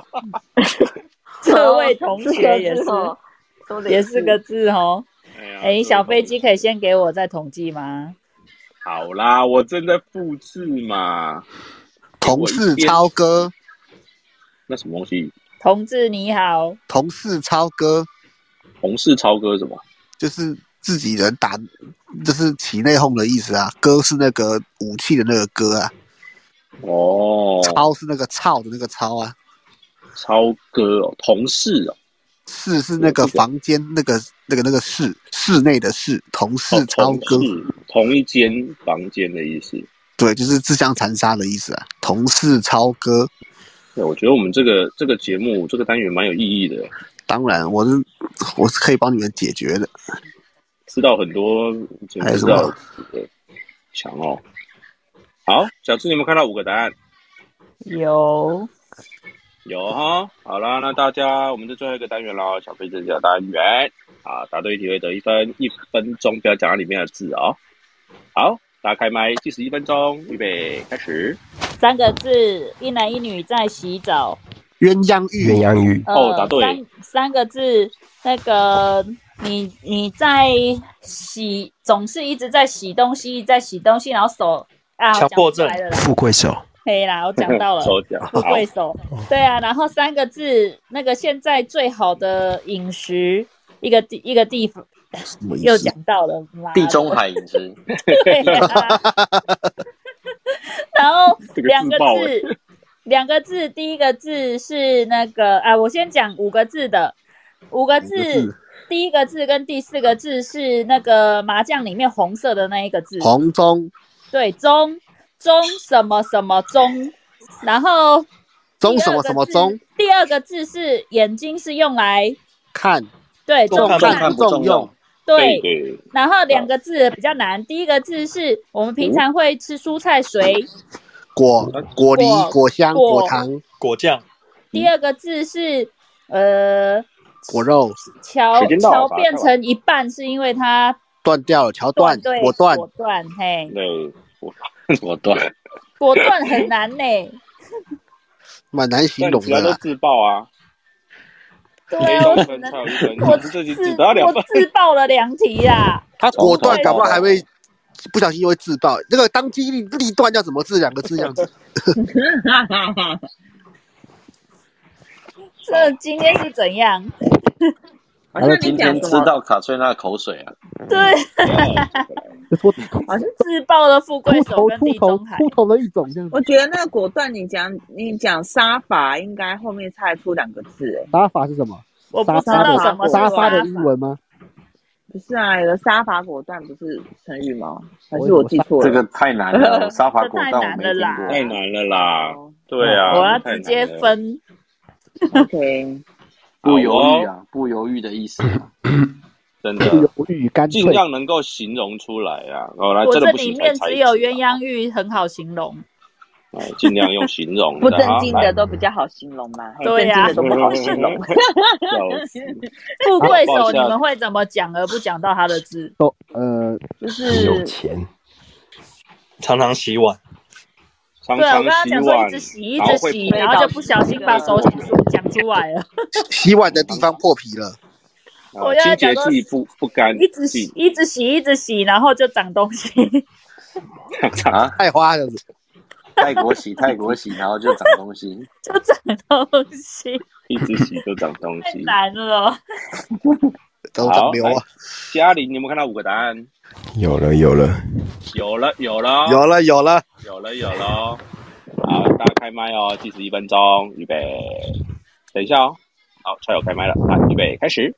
Speaker 2: 这位同学也是
Speaker 8: 哦说得
Speaker 2: 也是个字哦。
Speaker 1: 呀
Speaker 2: 哎，小飞机可以先给我再统计吗？
Speaker 1: 好啦，我正在复制嘛。
Speaker 6: 同事超哥，
Speaker 1: 那什么东西？
Speaker 2: 同志你好，
Speaker 6: 同事超哥，
Speaker 1: 同事超哥什么？
Speaker 6: 就是自己人打，就是起内讧的意思啊。哥是那个武器的那个哥啊，
Speaker 1: 哦，
Speaker 6: 超是那个操的那个操啊，
Speaker 1: 超哥哦，同事哦，
Speaker 6: 室是那个房间那个那个那个室室内的室，哦同事超哥
Speaker 1: 同，事同一间房间的意思。
Speaker 6: 对，就是自相残杀的意思啊。同事超哥，
Speaker 1: 对，我觉得我们这个这个节目这个单元蛮有意义的，
Speaker 6: 当然我是我是可以帮你们解决的。
Speaker 1: 知道很多，简
Speaker 6: 还有
Speaker 1: 直知
Speaker 6: 什么
Speaker 1: 道对，强哦。好，小智，你有没有看到五个答案？
Speaker 2: 有
Speaker 1: 有哈，好啦，那大家我们就最后一个单元喽，小飞这个单元啊，答对一题会得一分，一分钟不要讲到里面的字哦。好，大家开麦，计时一分钟，预备开始。
Speaker 2: 三个字，一男一女在洗澡。呃
Speaker 6: 鸳鸯浴，
Speaker 4: 鸳鸯浴，
Speaker 1: 哦，答对，
Speaker 2: 三三个字，那个你你在洗，总是一直在洗东西，在洗东西，然后手啊，
Speaker 4: 强迫症
Speaker 2: 我讲不出来了啦，
Speaker 4: 富贵手，
Speaker 2: 可以啦，我讲到 了，
Speaker 1: 手讲
Speaker 2: 富贵手，对啊，然后三个字，那个现在最好的饮食，一个地一个地方
Speaker 6: 么意思
Speaker 2: 又讲到了，妈的
Speaker 11: 地中海饮食，
Speaker 2: 对啊，然后
Speaker 11: 这个
Speaker 2: 两
Speaker 11: 自
Speaker 2: 个
Speaker 11: 爆
Speaker 2: 字，两个字，第一个字是那个啊，我先讲五个字的，五个
Speaker 6: 五个
Speaker 2: 字
Speaker 6: 字，
Speaker 2: 第一个字跟第四个字是那个麻将里面红色的那一个字，
Speaker 6: 红中
Speaker 2: 对，中中什么什么中，然后
Speaker 6: 中
Speaker 2: 第
Speaker 6: 什
Speaker 2: 二
Speaker 6: 么
Speaker 2: 个
Speaker 6: 什么
Speaker 2: 字
Speaker 6: 中，
Speaker 2: 第二个字是眼睛是用来
Speaker 6: 看
Speaker 2: 对
Speaker 6: 重
Speaker 2: 中
Speaker 6: 看不重用，
Speaker 2: 对
Speaker 1: 对，
Speaker 2: 然后两个字比较难，第一个字是我们
Speaker 6: 哦
Speaker 2: 平常会吃蔬菜水，
Speaker 6: 嗯果果梨
Speaker 2: 果
Speaker 6: 果香
Speaker 2: 果
Speaker 6: 果糖
Speaker 10: 果酱
Speaker 2: 第二个字是呃
Speaker 6: 果肉
Speaker 2: 桥
Speaker 6: 时间到了
Speaker 2: 桥
Speaker 6: 吧
Speaker 2: 变成一半是因为它
Speaker 6: 断掉了，桥断
Speaker 2: 对
Speaker 6: 果断
Speaker 2: 果断嘿，
Speaker 1: 对，我我断，
Speaker 2: 果断很难呢，
Speaker 6: 蛮难形容
Speaker 1: 其他
Speaker 6: 的
Speaker 1: 都
Speaker 6: 啦。
Speaker 1: 自爆啊，
Speaker 2: 对
Speaker 1: 没
Speaker 2: 啊，
Speaker 1: 有
Speaker 2: 我
Speaker 1: 一
Speaker 2: 只
Speaker 1: 分，
Speaker 2: 能
Speaker 1: 才有一分，
Speaker 2: 我
Speaker 1: 你这集只
Speaker 2: 自
Speaker 1: 得到两
Speaker 2: 我
Speaker 1: 分，
Speaker 2: 自爆了两题啊啦，
Speaker 6: 他果断，
Speaker 1: 从头
Speaker 6: 搞不好
Speaker 1: 到
Speaker 6: 还会不小心又会自爆。那个当机立立断要怎么字？两个字这 样子。
Speaker 2: 这今天是怎样？
Speaker 11: 还
Speaker 2: 那
Speaker 11: 是
Speaker 2: 你
Speaker 11: 今
Speaker 2: 讲
Speaker 11: 天
Speaker 2: 什
Speaker 11: 吃
Speaker 2: 么
Speaker 11: 到卡翠娜的口水啊？
Speaker 2: 对，
Speaker 5: 好像
Speaker 2: 自爆了富贵手跟地中海，
Speaker 5: 头的一种这样。 我觉得那个果断，你讲你讲杀法，应该后面猜出两个字哎。
Speaker 9: 打法是什么？
Speaker 2: 我不
Speaker 9: 沙发
Speaker 2: 知道
Speaker 9: 的
Speaker 2: 什么是
Speaker 9: 沙
Speaker 2: 啊
Speaker 9: 发
Speaker 2: 沙
Speaker 9: 的
Speaker 2: 发
Speaker 9: 英文吗？
Speaker 5: 不是啊，有个杀法果断不是成语吗？还
Speaker 9: 我
Speaker 5: 是我记错了？
Speaker 11: 这个太难了，沙发果断我没
Speaker 2: 这太
Speaker 11: 听
Speaker 2: 难
Speaker 11: 过。
Speaker 1: 太难了啦，
Speaker 5: 哦
Speaker 1: 对啊，
Speaker 2: 我要
Speaker 1: 这太
Speaker 2: 直
Speaker 1: 难
Speaker 2: 接
Speaker 1: 了。
Speaker 2: 分。
Speaker 5: OK，
Speaker 11: 不犹豫啊，不犹豫的意思啊。
Speaker 1: 真
Speaker 9: 不
Speaker 1: 的
Speaker 9: 犹豫，干脆
Speaker 1: 尽量能够形容出来啊，哦，来
Speaker 2: 我
Speaker 1: 真
Speaker 2: 这
Speaker 1: 的不行
Speaker 2: 里
Speaker 1: 才
Speaker 2: 面
Speaker 1: 猜
Speaker 2: 只
Speaker 1: 一
Speaker 2: 有
Speaker 1: 次，
Speaker 2: 鸳鸯浴很好形 容，
Speaker 1: 哎尽量用形容
Speaker 5: 不
Speaker 1: 的
Speaker 5: 正
Speaker 1: 啊，
Speaker 5: 经
Speaker 1: 来
Speaker 5: 的都比较好形容嘛，很
Speaker 2: 对
Speaker 5: 正
Speaker 2: 呀
Speaker 5: 经的都不好形 容。
Speaker 1: 笑死
Speaker 2: 富贵
Speaker 1: 好抱
Speaker 2: 手
Speaker 1: 歉
Speaker 2: 你
Speaker 1: 啊
Speaker 2: 们会怎么讲而不讲到他的字？
Speaker 9: 都呃，
Speaker 5: 就是
Speaker 4: 有钱，
Speaker 10: 常常洗碗，
Speaker 1: 常
Speaker 2: 对，我
Speaker 1: 常
Speaker 2: 刚刚
Speaker 1: 洗
Speaker 2: 讲说一
Speaker 1: 碗
Speaker 2: 直洗，一
Speaker 1: 然后
Speaker 2: 直
Speaker 1: 会
Speaker 2: 洗，
Speaker 1: 破
Speaker 2: 然后就不小心把手洗出讲出来了。
Speaker 6: 洗碗的地方破皮了，
Speaker 1: 啊
Speaker 2: 我要
Speaker 1: 清洁
Speaker 2: 讲到
Speaker 1: 剂不不干
Speaker 2: 一直洗
Speaker 1: 净，
Speaker 2: 一直洗，一直洗，然后就长东西。
Speaker 11: 啊，
Speaker 6: 菜花这样子。
Speaker 11: 泰国洗泰国洗，然后就长东西。
Speaker 2: 就长东西，
Speaker 1: 一直洗就长东
Speaker 2: 太
Speaker 1: 西。
Speaker 2: 难了。
Speaker 6: 都
Speaker 1: 好
Speaker 6: 长，瘤
Speaker 1: 来
Speaker 6: 啊！
Speaker 1: 嘉玲，你有没有看到五个答案？
Speaker 4: 有了有了，
Speaker 1: 有了，有了，
Speaker 6: 有了有了，
Speaker 1: 有了，有了哦。好，大家开麦哦，计时一分钟，预备，等一下哦。好，校友开麦了，来，预备，开始。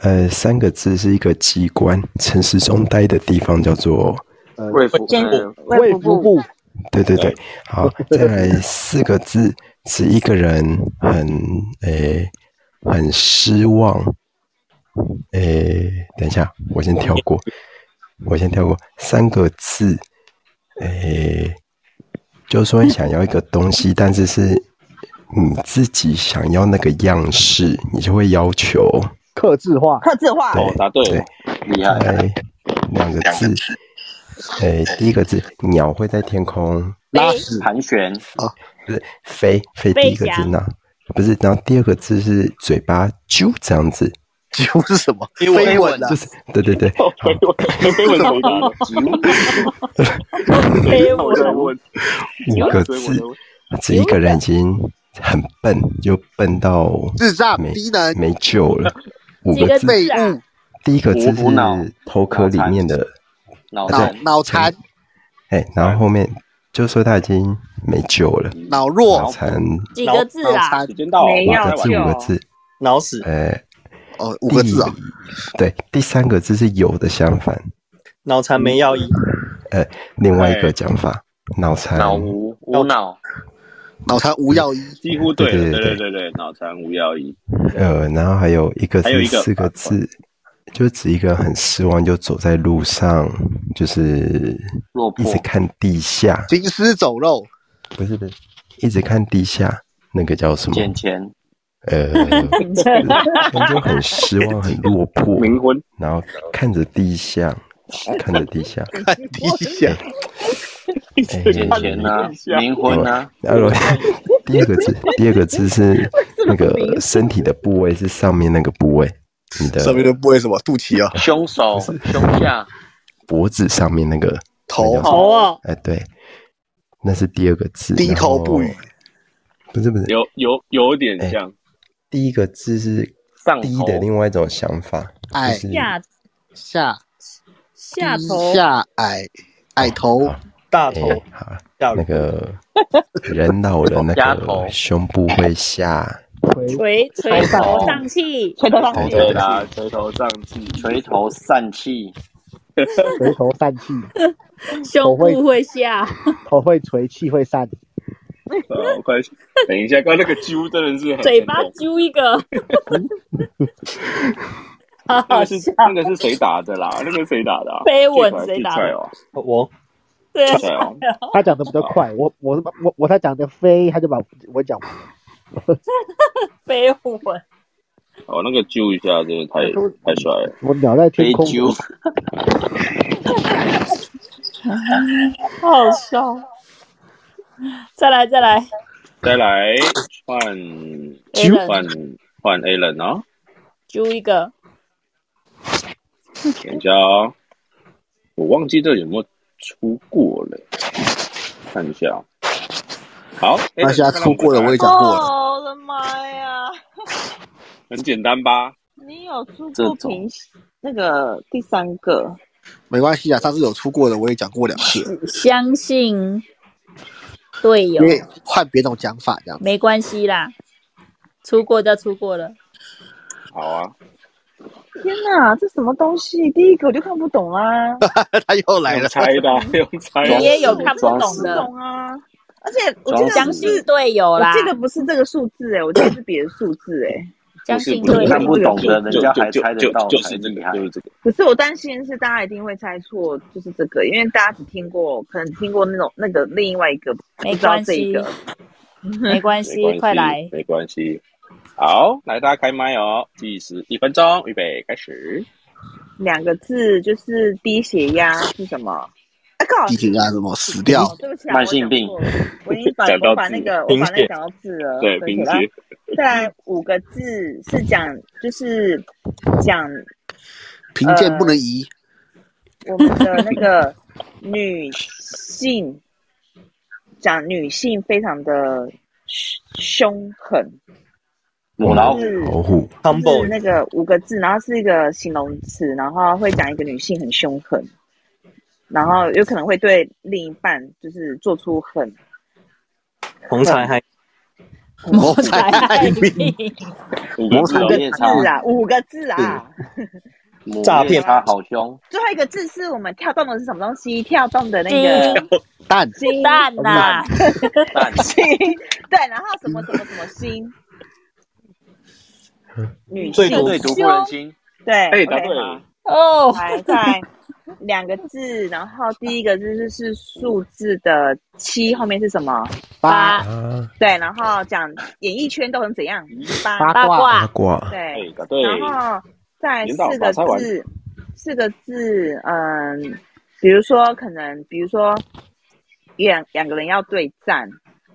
Speaker 4: 呃，三个字是一个机关，陈时中待的地方叫做，
Speaker 11: 卫福
Speaker 5: 先
Speaker 11: 呃，
Speaker 5: 卫福部
Speaker 4: 对对对，好，再来四个字是一个人很诶、很失望，诶、等一下，我先跳过，我先跳过三个字，诶、就是说你想要一个东西，但是是你自己想要那个样式，你就会要求。
Speaker 9: 克制化，
Speaker 5: 克制化，
Speaker 4: 对，
Speaker 1: 哦答对
Speaker 4: 对，
Speaker 11: 厉
Speaker 4: 再
Speaker 11: 害，
Speaker 6: 嗯
Speaker 4: 来两哎个字，诶、第一个字鸟会在天空
Speaker 6: 拉屎
Speaker 11: 盘旋
Speaker 6: 啊！
Speaker 4: 不是飞飞
Speaker 2: 飞
Speaker 4: 第一个字
Speaker 2: 翔
Speaker 4: 呢？不是，然后第二个字是嘴巴啾这样子，
Speaker 6: 啾是什么？
Speaker 4: 飞
Speaker 6: 飞吻啊
Speaker 4: 就是对对对，
Speaker 1: 飞吻回答
Speaker 6: 啾
Speaker 1: 飞吻我在问
Speaker 4: 五个字，这一个人已经很笨，就笨到
Speaker 6: 智障
Speaker 4: 没
Speaker 6: 低能
Speaker 4: 没救了。五
Speaker 6: 几
Speaker 4: 个
Speaker 6: 个
Speaker 4: 字，
Speaker 6: 废
Speaker 1: 啊
Speaker 6: 物
Speaker 4: 第一个字是
Speaker 6: 无无脑
Speaker 4: 头壳里面的
Speaker 6: 脑
Speaker 4: 啊
Speaker 6: 脑
Speaker 4: 对
Speaker 6: 脑残、
Speaker 4: 哎，然后后面就说他已经没救了，
Speaker 6: 脑弱
Speaker 4: 脑残
Speaker 2: 几个字啊？
Speaker 1: 时间到了，
Speaker 2: 没
Speaker 4: 脑残是五个字，
Speaker 7: 脑死，
Speaker 4: 哎，
Speaker 6: 哦，五个字啊、
Speaker 4: 对，第三个字是有的相反，
Speaker 7: 脑残没药医，
Speaker 4: 呃，另外一个讲法，
Speaker 6: 哎
Speaker 4: 脑残
Speaker 1: 脑无无脑，
Speaker 6: 脑残无药医，
Speaker 1: 几乎对了，
Speaker 4: 对
Speaker 1: 对
Speaker 4: 对对
Speaker 1: 对对，脑残无药医，
Speaker 4: 呃，然后还有一个
Speaker 1: 还有
Speaker 4: 是
Speaker 1: 一个
Speaker 4: 四个字，就指一个很失望，就走在路上，就是
Speaker 6: 落
Speaker 4: 一
Speaker 6: 魄
Speaker 4: 直看地下，
Speaker 6: 行尸走肉，
Speaker 4: 不是不是，一直看地下，那个叫什么？
Speaker 1: 捡钱，
Speaker 4: 呃，就很失望，很落魄，
Speaker 1: 冥婚，
Speaker 4: 然后看着地下，看着地下， 哎
Speaker 6: 看地 下，
Speaker 1: 捡钱 呐，啊冥婚啊呐，
Speaker 4: 然 后第二个字，第二个字是 那个身体的部位是上面那个部位，你的
Speaker 6: 上面的部位什么？肚脐啊，
Speaker 1: 凶手，
Speaker 6: 胸
Speaker 1: 下，
Speaker 4: 脖子上面那个
Speaker 6: 头
Speaker 2: 头啊，
Speaker 4: 哎、对，那是第二个字。
Speaker 6: 低头不语
Speaker 4: 然后。不是不是，
Speaker 1: 有有有点像
Speaker 4: 第一个字是
Speaker 1: 上
Speaker 4: 低的另外一种想法，
Speaker 1: 哎
Speaker 6: 矮
Speaker 4: 就是
Speaker 2: 下
Speaker 6: 下
Speaker 2: 下头
Speaker 6: 下矮矮头
Speaker 7: 大
Speaker 4: 头哎那个 人老了那
Speaker 1: 鸭
Speaker 4: 个
Speaker 1: 头
Speaker 4: 胸部会下，
Speaker 2: 垂垂头丧气，
Speaker 5: 垂头丧
Speaker 4: 对
Speaker 1: 对
Speaker 4: 对对，
Speaker 1: 啦，垂头丧气，垂头丧气，
Speaker 11: 垂头丧气，
Speaker 2: 胸部会下，
Speaker 11: 头会垂，气会散。
Speaker 1: 呃，快等一下，刚刚那个啾真的是很
Speaker 2: 嘴巴揪一个，
Speaker 5: 嗯
Speaker 2: 好
Speaker 1: 那
Speaker 2: 好
Speaker 1: 个是
Speaker 2: 笑。
Speaker 1: 那个是谁打的啦？那个是谁打的啊？
Speaker 2: 飞吻谁打的
Speaker 1: 哦？
Speaker 7: 我
Speaker 2: 对啊，
Speaker 1: 对哦
Speaker 11: 他讲的比较快，我我我我才讲的飞，他就把我讲完了。
Speaker 2: 飞吻，
Speaker 1: 哦，那个揪一下真的太太帅了，
Speaker 11: 我鸟在天空
Speaker 1: 被，揪
Speaker 2: 好好笑。再来再来，
Speaker 1: 再来换
Speaker 2: Alan
Speaker 1: 换换 A 人哦，
Speaker 2: 哎揪一个，
Speaker 1: 等一下哦，我忘记这有没有出过了，看一下哦。好，
Speaker 6: 那现在出过了我也讲过了
Speaker 5: 哦，我的妈呀！
Speaker 1: 很简单吧？
Speaker 5: 你有出
Speaker 6: 这
Speaker 5: 过
Speaker 6: 种
Speaker 5: 平那个第三个
Speaker 6: 没关系啊，上次有出过的我也讲过两次，
Speaker 2: 相信队友
Speaker 6: 因为换别种讲法这样。
Speaker 2: 没关系啦，出过就出过了。
Speaker 1: 好啊，
Speaker 5: 天哪，这什么东西？第一个我就看不懂啦，
Speaker 6: 他又来
Speaker 1: 了， 猜的啊 用猜的，
Speaker 2: 你也有看不懂
Speaker 1: 装死
Speaker 2: 的
Speaker 5: 不懂啊！而且我记得
Speaker 2: 相
Speaker 5: 不
Speaker 2: 信
Speaker 5: 是，
Speaker 2: 队友
Speaker 5: 我
Speaker 2: 啦，
Speaker 5: 记得不是这个数字哎、我记得是别的数字哎、
Speaker 2: 相
Speaker 1: 就是
Speaker 2: 信
Speaker 1: 不
Speaker 2: 队
Speaker 1: 是
Speaker 2: 友
Speaker 1: 看不懂的，
Speaker 12: 就
Speaker 1: 人家还
Speaker 12: 就
Speaker 1: 猜得
Speaker 12: 就
Speaker 1: 到，
Speaker 12: 就就
Speaker 1: 才
Speaker 12: 是这个
Speaker 1: 厉害，就是这个。
Speaker 5: 可是我担心是大家一定会猜错，就是这个，因为大家只听过，可能听过那种那个另外一个，
Speaker 2: 没
Speaker 5: 不知道
Speaker 2: 关
Speaker 5: 这一
Speaker 2: 系
Speaker 5: 个。
Speaker 2: 没关
Speaker 1: 没关
Speaker 2: 系，
Speaker 1: 系，
Speaker 2: 快来，
Speaker 1: 没关系。好，来大家开麦哦，计时一分钟，预备开始。
Speaker 5: 两个字就是低血压是什么？啊靠！
Speaker 6: 低血压什么死掉？
Speaker 5: 哦对不起啊，
Speaker 1: 慢性病
Speaker 5: 我讲错了我已经把
Speaker 1: 讲到
Speaker 5: 我把那个我把那
Speaker 1: 贫血
Speaker 5: 个讲到字了，
Speaker 1: 对
Speaker 5: 对
Speaker 1: 贫
Speaker 5: 不起啦
Speaker 1: 血
Speaker 5: 再来五个字是讲就是讲
Speaker 6: 贫贱不能移，
Speaker 5: 我们的那个女性，讲女性非常的凶狠，
Speaker 1: 母老虎
Speaker 5: 就是
Speaker 4: 老虎
Speaker 5: 就是那个五个字，然后是一个形容词，然后会讲一个女性很凶狠，然后有可能会对另一半就是做出很
Speaker 7: 红才还
Speaker 6: 谋财害命，
Speaker 1: 五
Speaker 6: 谋财
Speaker 5: 五
Speaker 6: 害
Speaker 5: 个
Speaker 6: 命
Speaker 5: 字啊，五个字啊。
Speaker 7: 诈骗
Speaker 12: 他好凶，
Speaker 5: 最后一个字是我们跳动的是什么东西？跳动的那
Speaker 2: 金
Speaker 5: 个
Speaker 6: 蛋
Speaker 5: 金
Speaker 2: 蛋呐，
Speaker 12: 蛋
Speaker 5: 心，对，然后什么什么什么心，女
Speaker 12: 最
Speaker 5: 性
Speaker 12: 毒最毒不能亲，
Speaker 5: 对，
Speaker 12: 哎
Speaker 5: OK，
Speaker 12: 答对
Speaker 5: 好
Speaker 12: 了，
Speaker 2: 哦，
Speaker 5: 来再两个字，然后第一个字是是数字的七，后面是什么？
Speaker 2: 八
Speaker 4: 啊，
Speaker 5: 对，然后讲演艺圈都很怎样？八
Speaker 4: 八
Speaker 2: 卦
Speaker 4: 八卦，
Speaker 5: 对，
Speaker 1: 哎答对，
Speaker 5: 哎然后再
Speaker 1: 领导
Speaker 5: 四
Speaker 1: 把
Speaker 5: 个
Speaker 1: 猜完
Speaker 5: 字，四个字，嗯，比如说可能，比如说两两个人要对战，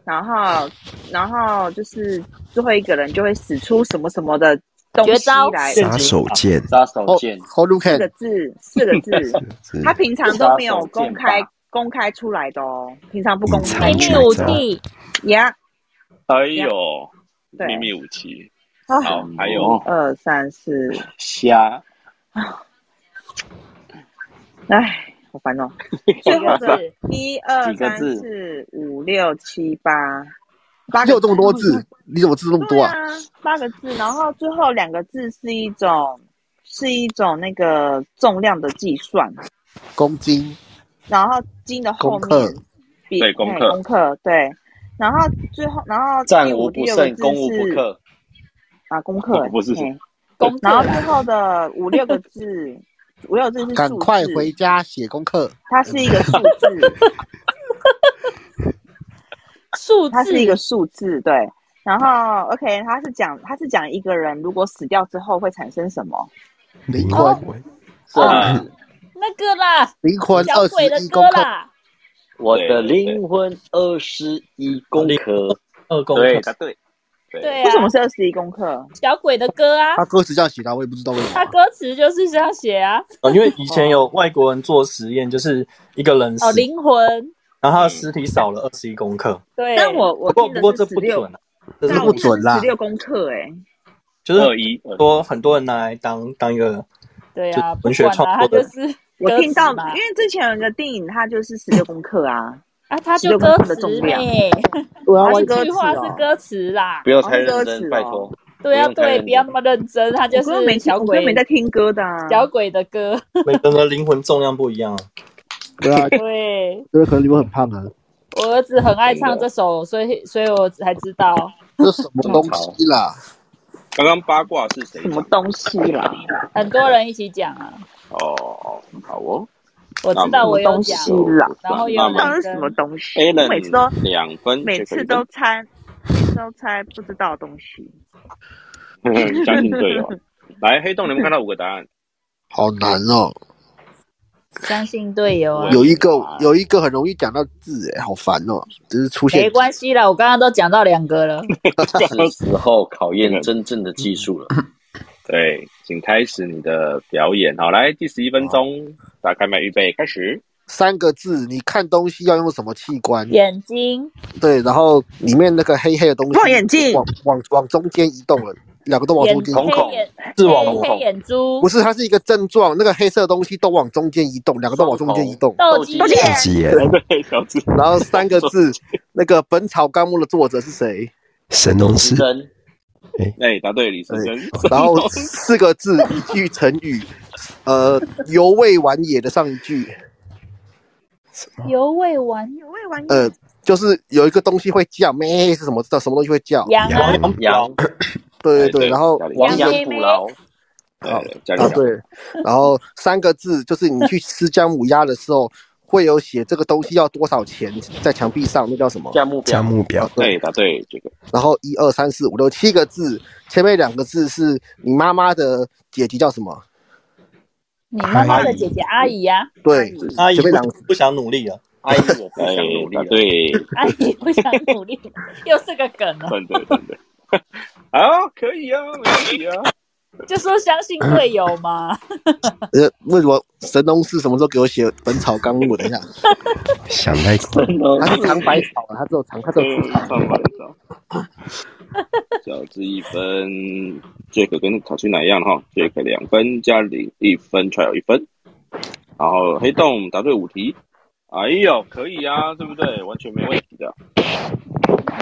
Speaker 5: 然后然后就是最后一个人就会使出什么什么的东
Speaker 2: 绝
Speaker 5: 西
Speaker 2: 招
Speaker 5: 来，
Speaker 4: 杀手锏，
Speaker 11: 杀
Speaker 6: 哦
Speaker 11: 手锏
Speaker 5: 哦
Speaker 6: ，Hold
Speaker 5: 四
Speaker 6: Luke，
Speaker 5: 个字，四个 字，
Speaker 4: 是
Speaker 5: 他平常都没有公开公开出来的哦，平常不公开。
Speaker 2: 哎
Speaker 4: 隐藏
Speaker 2: 哦
Speaker 4: 绝招秘密武器，
Speaker 5: 呀，
Speaker 1: 还有
Speaker 5: 对
Speaker 1: 哎秘密武器，
Speaker 5: 啊
Speaker 1: 好，还有
Speaker 5: 二三四，
Speaker 1: 虾，
Speaker 5: 唉，好烦哦。最后是一二
Speaker 6: 几个
Speaker 5: 三
Speaker 6: 字
Speaker 5: 四五六七八，八
Speaker 6: 你
Speaker 5: 个
Speaker 6: 有这么多字，你怎么字那么多啊？
Speaker 5: 八个字，然后最后两个字是一种是一种那个重量的计算，
Speaker 6: 公斤、
Speaker 5: 然后金的后
Speaker 6: 功
Speaker 5: 面
Speaker 6: 课、
Speaker 5: 比
Speaker 1: 对功课
Speaker 5: 哎功课对，然后最后然后
Speaker 11: 战
Speaker 5: 第
Speaker 11: 无
Speaker 5: 五第
Speaker 11: 不
Speaker 5: 六个
Speaker 11: 胜，
Speaker 5: 字
Speaker 11: 攻无不
Speaker 5: 是
Speaker 11: 克。
Speaker 5: 啊功课
Speaker 11: 不是
Speaker 5: 嘿
Speaker 2: 功
Speaker 5: 然后最后的五六个字五六个字是数字，
Speaker 6: 赶快回家写功课。
Speaker 5: 它是一个数 字，
Speaker 2: 数
Speaker 5: 它是一个数字，对。然后，OK，它是讲它是讲一个人如果死掉之后会产生什么？
Speaker 6: 灵
Speaker 2: 哦
Speaker 6: 魂，
Speaker 11: 这
Speaker 2: 哦那个啦，
Speaker 6: 灵魂
Speaker 2: 小鬼的
Speaker 6: 21
Speaker 2: 歌
Speaker 6: 功课
Speaker 2: 啦，
Speaker 11: 我的灵魂二十一公克，
Speaker 7: 二公克
Speaker 1: 啊
Speaker 11: 对，答对，
Speaker 2: 对
Speaker 5: 为什
Speaker 2: 啊
Speaker 5: 么，是二十一功课？
Speaker 2: 小鬼的歌啊，
Speaker 6: 他歌词这样写的，我也不知道为什
Speaker 2: 他
Speaker 6: 么。
Speaker 2: 歌词就是这样写啊，
Speaker 7: 啊，因为以前有外国人做实验，就是一个人死，
Speaker 2: 哦，灵魂，
Speaker 7: 然后他的尸体少了二十一公克。
Speaker 2: 对，
Speaker 5: 但我我
Speaker 7: 不过
Speaker 5: 听的
Speaker 7: 不过
Speaker 5: 是
Speaker 7: 这
Speaker 5: 嗯十
Speaker 7: 不
Speaker 5: 六
Speaker 7: 准，啊，这是
Speaker 5: 那
Speaker 7: 不
Speaker 5: 我
Speaker 7: 准，
Speaker 5: 听的
Speaker 6: 准啦
Speaker 5: 是十六功课，哎，
Speaker 7: 就是
Speaker 1: 二一二
Speaker 7: 说很多人拿来当当一个
Speaker 2: 对啊，
Speaker 7: 就
Speaker 2: 不
Speaker 7: 文学
Speaker 2: 管啦，
Speaker 7: 创
Speaker 2: 他
Speaker 7: 作
Speaker 2: 就
Speaker 7: 的
Speaker 2: 是
Speaker 5: 我
Speaker 2: 歌
Speaker 5: 听
Speaker 2: 词
Speaker 5: 到，
Speaker 2: 嘛
Speaker 5: 因，为之前有一个电影，它就是十六功课 啊，
Speaker 2: 啊，他就
Speaker 5: 16公
Speaker 2: 歌
Speaker 5: 克的重
Speaker 2: 词
Speaker 5: 量
Speaker 2: 妹，
Speaker 6: 我要
Speaker 2: 他
Speaker 6: 玩
Speaker 2: 一
Speaker 6: 歌
Speaker 2: 句
Speaker 6: 词
Speaker 2: 话是
Speaker 6: 哦。
Speaker 2: 歌词啦
Speaker 11: 不，要
Speaker 5: 哦
Speaker 11: 太
Speaker 5: 是歌
Speaker 11: 认
Speaker 5: 词
Speaker 11: 真，
Speaker 5: 哦
Speaker 11: 拜托，
Speaker 2: 对啊，
Speaker 11: 不用太认
Speaker 2: 对，
Speaker 11: 真
Speaker 2: 不要那么认真，他就
Speaker 5: 我根本没
Speaker 2: 是
Speaker 5: 听，欸
Speaker 2: 小
Speaker 5: 我根本没
Speaker 2: 鬼
Speaker 5: 在听歌的、啊。
Speaker 2: 小鬼的歌，
Speaker 7: 每个人的灵魂重量不一样啊。
Speaker 13: 对啊，
Speaker 2: 对
Speaker 13: 因为可能你们很胖 啊。
Speaker 2: 我儿子很爱唱
Speaker 11: 真的
Speaker 2: 这首，所以所以我才知道，
Speaker 6: 这什么东
Speaker 11: 吐槽
Speaker 6: 西啦？
Speaker 1: 刚刚八卦是谁
Speaker 5: 什么
Speaker 1: 讲？
Speaker 5: 东西啦？
Speaker 2: 很多人一起讲啊，
Speaker 1: 哦，好哦，
Speaker 2: 我知道我有讲，
Speaker 5: 什么东西啦
Speaker 2: 然后
Speaker 1: 那
Speaker 2: 有
Speaker 5: 不知
Speaker 1: 么
Speaker 5: 道
Speaker 2: 人
Speaker 5: 是什么
Speaker 2: 跟
Speaker 5: 东西，我每次都
Speaker 1: Alan 两分，
Speaker 5: 每
Speaker 1: Jack
Speaker 5: 次
Speaker 1: 一
Speaker 5: 都
Speaker 1: 分
Speaker 5: 猜，每次都猜不知道的东西。
Speaker 1: 呵 呵相信队友。来，黑洞，你们看到五个答案，
Speaker 6: 好难哦，
Speaker 2: 相信队友啊，
Speaker 6: 有一个
Speaker 1: 哇
Speaker 6: 有一个很容易讲到字，哎，好烦哦，只是出现
Speaker 2: 没关系啦，我刚刚都讲到两个了，
Speaker 11: 是时候考验真正的技术了。
Speaker 1: 嗯对，请开始你的表演。好，来，第十一分钟，打开麦，预备，开始。
Speaker 6: 三个字，你看东西要用什么器官？
Speaker 2: 眼睛
Speaker 6: 对，然后里面那个黑黑的东西
Speaker 5: 望远镜
Speaker 6: 往往往中间移动了，两个都往
Speaker 2: 眼
Speaker 6: 中间移
Speaker 11: 瞳
Speaker 2: 黑
Speaker 6: 动，
Speaker 11: 孔
Speaker 2: 眼
Speaker 7: 视网
Speaker 2: 黑
Speaker 7: 膜
Speaker 2: 黑眼珠
Speaker 6: 不是，它是一个症状，那个黑色的东西都往中间移动，两个都往中间移动。
Speaker 2: 斗鸡
Speaker 5: 斗鸡
Speaker 2: 眼
Speaker 5: 眼
Speaker 4: 自己演
Speaker 1: 哦，对，小智，
Speaker 6: 然后三个字，那个《本草纲目》的作者是 谁？
Speaker 4: 神农氏
Speaker 11: 时，针，
Speaker 1: 哎，答对，李思
Speaker 6: 对
Speaker 1: 珍。
Speaker 6: 然后四个字，一句成语，呃，犹未完也的上一句，
Speaker 2: 犹未完
Speaker 5: 有未玩
Speaker 6: 呃，就是有一个东西会叫咩是什么？知道什么东西会叫？
Speaker 2: 羊啊
Speaker 7: 亡羊
Speaker 4: 羊
Speaker 7: 不
Speaker 11: 羊
Speaker 7: 牢，
Speaker 6: 对对
Speaker 1: 哎
Speaker 6: 对，然后
Speaker 1: 家里
Speaker 11: 亡
Speaker 2: 羊
Speaker 11: 羊
Speaker 2: 妹
Speaker 11: 补
Speaker 2: 妹
Speaker 11: 牢，
Speaker 1: 对
Speaker 6: 好
Speaker 1: 家里
Speaker 6: 啊，
Speaker 1: 养
Speaker 6: 对，然后三个字就是你去吃姜母鸭的时候，会有写这个东西要多少钱在墙壁上，那叫什么？
Speaker 11: 价目
Speaker 4: 价
Speaker 11: 表，
Speaker 4: 目
Speaker 6: 啊
Speaker 4: 表，，
Speaker 6: 对。
Speaker 1: 哎，答对，这个
Speaker 6: 然后一二三四五六七个字，前面两个字是你妈妈的姐姐叫什么？
Speaker 2: 你妈妈的
Speaker 4: 阿姨
Speaker 2: 姐姐阿姨啊呀、
Speaker 5: 阿
Speaker 6: 对
Speaker 5: 姨，，
Speaker 7: 阿姨
Speaker 6: 前面
Speaker 7: 不
Speaker 6: 两个
Speaker 7: 不想努力了，
Speaker 11: 啊阿姨，我不
Speaker 1: 哎
Speaker 11: 想努力啊
Speaker 1: 答
Speaker 11: 了。
Speaker 1: 对，
Speaker 2: 阿姨不想努力，又是个梗 啊了，
Speaker 1: 真的真的，好，可以啊，没问题 啊。
Speaker 2: 就说相信队友嘛，
Speaker 6: 呃，为什么神农氏什么时候给我写《本草纲目》？等一下，
Speaker 4: 想太多，
Speaker 11: 哦
Speaker 6: 他是
Speaker 11: 哎
Speaker 6: 尝百草啊，他只有尝，
Speaker 1: 嗯
Speaker 6: 他只有吃
Speaker 1: 对，上百 张，小智一分，Jack 跟考奇奶一样哈，Jack 两分，嘉玲一分，Trial 一分，然后黑洞答对五题，哎呦，可以啊，对不对？完全没问题的，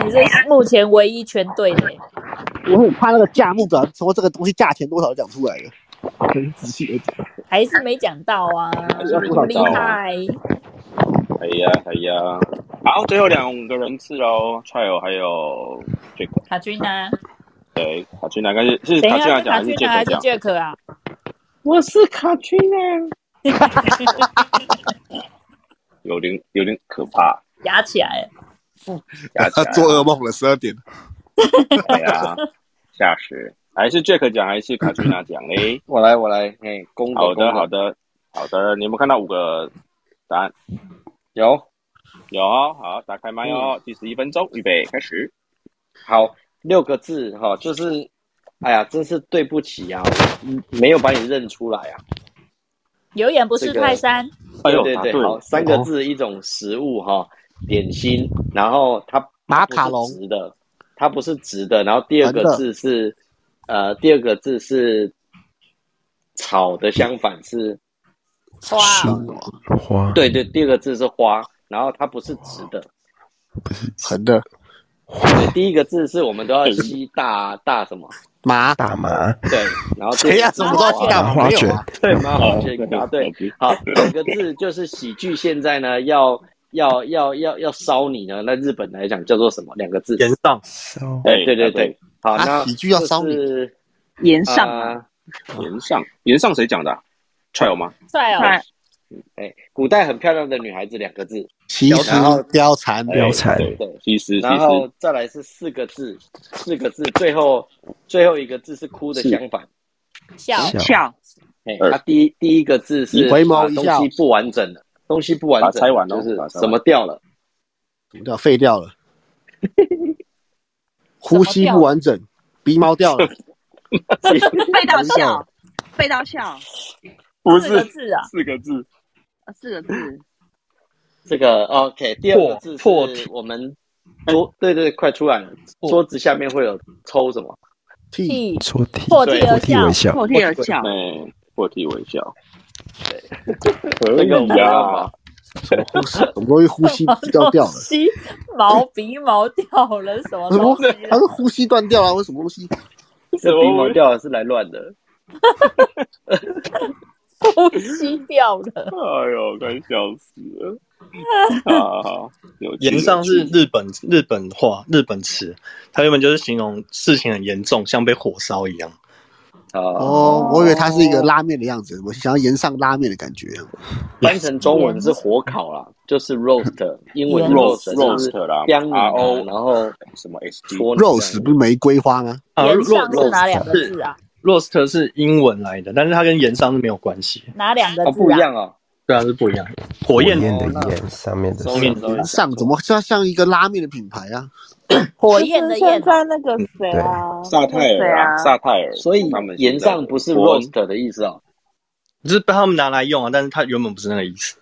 Speaker 2: 你是目前唯一全对的、欸，
Speaker 6: 我很怕那个价目表说这个东西价钱多少讲出来了，很仔细的讲，
Speaker 2: 还是没讲到啊，
Speaker 1: 还是没
Speaker 2: 不
Speaker 1: 想
Speaker 2: 厉
Speaker 1: 到啊，
Speaker 2: 害，
Speaker 1: 哎呀哎呀，好，最后两个人次喽，Trial 还有 Jack，
Speaker 2: 卡君呢？
Speaker 1: 对，考奇奶该是是
Speaker 2: 等
Speaker 1: 考
Speaker 2: 一
Speaker 1: 奇
Speaker 2: 下
Speaker 1: 奶讲还
Speaker 2: 是卡
Speaker 1: 是
Speaker 2: 君呢啊
Speaker 1: Jack
Speaker 2: 还是
Speaker 1: 讲？
Speaker 2: Jack 啊？
Speaker 14: 我是卡君啊，
Speaker 1: 有点有点可怕，
Speaker 2: 压起来了，
Speaker 1: 加起来
Speaker 6: 做
Speaker 1: 啊
Speaker 6: 噩梦了，十二点。
Speaker 1: 哎呀，吓死！还是 Jack 讲还是卡君娜讲嘞？
Speaker 11: 我来，我来，嘿，公的，
Speaker 1: 好的，
Speaker 11: 公
Speaker 1: 好，的，好的。你有没有看到五个答案？
Speaker 11: 有，
Speaker 1: 啊
Speaker 11: 嗯
Speaker 1: 有，好，打开麦哦。第十一分钟，预备开始。
Speaker 11: 好，六个字哈、就是，哎呀，真是对不起啊，嗯没有把你认出来啊。
Speaker 2: 有眼不识泰山。
Speaker 6: 哎
Speaker 11: 对对
Speaker 1: 答
Speaker 11: 对，
Speaker 1: 对
Speaker 11: 好，
Speaker 1: 了
Speaker 11: 三个
Speaker 6: 哦
Speaker 11: 字一种食物哈、点心，然后它马卡龙直的，它不是直的，然后第二个
Speaker 6: 横的
Speaker 11: 字是呃，第二个字是草的相反是
Speaker 4: 花花
Speaker 11: 对对，第二个字是花，然后它不是直的，
Speaker 6: 横的
Speaker 11: 对，第一个字是我们都要吸大大什么。
Speaker 6: 麻
Speaker 4: 大麻，
Speaker 11: 对，然后
Speaker 6: 谁呀什么都要吸大麻
Speaker 4: 麻花卷没有啊
Speaker 11: 对，麻花卷答啊对。好，两个字就是喜剧，现在呢要要要要要烧你呢，那日本来讲叫做什么？两个字，延上。哎对对对对，好，
Speaker 1: 啊
Speaker 11: 那
Speaker 1: 哎喜剧要烧
Speaker 11: 你，
Speaker 8: 延
Speaker 1: 上
Speaker 11: 啊，
Speaker 1: 岩上，岩上谁讲的、啊？踹我吗？
Speaker 2: 帅哦，
Speaker 11: 哎，古代很漂亮的女孩子两个字，
Speaker 9: 其实
Speaker 11: 然后
Speaker 9: 貂蝉，
Speaker 11: 对貂蝉对对
Speaker 1: 西施，西
Speaker 11: 哎然后
Speaker 1: 施，
Speaker 11: 再来是四个字，四个字，最后最后一个字是哭的相反。
Speaker 2: 笑
Speaker 5: 呃
Speaker 11: 笑
Speaker 8: 笑，
Speaker 11: 哎，它第一第一个字是
Speaker 6: 回眸
Speaker 11: 啊
Speaker 6: 一
Speaker 11: 东
Speaker 6: 笑
Speaker 11: 西不完整了，东西不完
Speaker 1: 把
Speaker 11: 整，
Speaker 1: 它拆完哦
Speaker 11: 就是
Speaker 1: 把它拆完
Speaker 11: 什么掉了，
Speaker 6: 要废 掉了，呼吸不完整，鼻毛 掉了，
Speaker 8: 背到笑，背到笑，
Speaker 1: 不
Speaker 8: 四个字啊
Speaker 1: 四个字，
Speaker 8: 呃四个
Speaker 5: 嗯
Speaker 8: 字，
Speaker 11: 这个 OK，第二个字是
Speaker 10: 破
Speaker 11: 我们桌，对对，对快出来了，桌子下面会有抽什么？
Speaker 2: 替
Speaker 4: 错题
Speaker 2: 破涕而
Speaker 11: 对
Speaker 2: 笑，
Speaker 11: 破涕而笑
Speaker 1: 哎，破涕为笑，
Speaker 11: 这个我没办
Speaker 1: 呀
Speaker 11: 法，
Speaker 6: 什么呼吸，好不容易呼吸掉掉了
Speaker 2: 东。西毛鼻毛掉了， 什么
Speaker 6: 什么
Speaker 2: 东西？？啊
Speaker 6: 他是呼吸断掉了，为什么东西？
Speaker 11: 这鼻毛掉了是来乱的。
Speaker 2: 呼吸掉了。
Speaker 1: 哎呦，快笑死了！ 好好，有趣
Speaker 10: 严上是日本日本话日本词，它原本就是形容事情很严重，像被火烧一样。
Speaker 11: 呃
Speaker 6: 哦，我以为它是一个拉面的样子，我想要沿上拉面的感觉。
Speaker 11: 翻成中文是火烤啦，就是 roast，英文
Speaker 1: roast
Speaker 11: roast
Speaker 1: roast 啦
Speaker 11: 香米
Speaker 1: ，R
Speaker 11: 啊
Speaker 1: O，
Speaker 11: 然后
Speaker 1: 什么 S
Speaker 11: 搓泥这样
Speaker 6: Rose 不是玫瑰花吗？
Speaker 10: 啊
Speaker 2: 岩上
Speaker 10: ，ro-
Speaker 2: 是哪两个字啊？
Speaker 10: roast 是英文来的，但是它跟盐商是没有关系。
Speaker 2: 哪两个字啊？
Speaker 11: 哦，
Speaker 10: 对啊，是不一样。
Speaker 4: 火
Speaker 10: 火焰哦
Speaker 4: 焰的焰上面的
Speaker 10: 上面的
Speaker 4: 上
Speaker 6: 上怎么像像一个拉面的品牌啊？
Speaker 2: 火焰的焰
Speaker 8: 现在那个谁
Speaker 2: 哦
Speaker 8: 啊，
Speaker 1: 萨泰
Speaker 8: 那个谁
Speaker 1: 尔
Speaker 8: 啊，
Speaker 1: 萨泰尔，
Speaker 11: 所以
Speaker 1: 他们
Speaker 11: 盐上不是 roast 的意思哦。
Speaker 10: 就是被他们拿来用啊，但是它原本不是那个意思。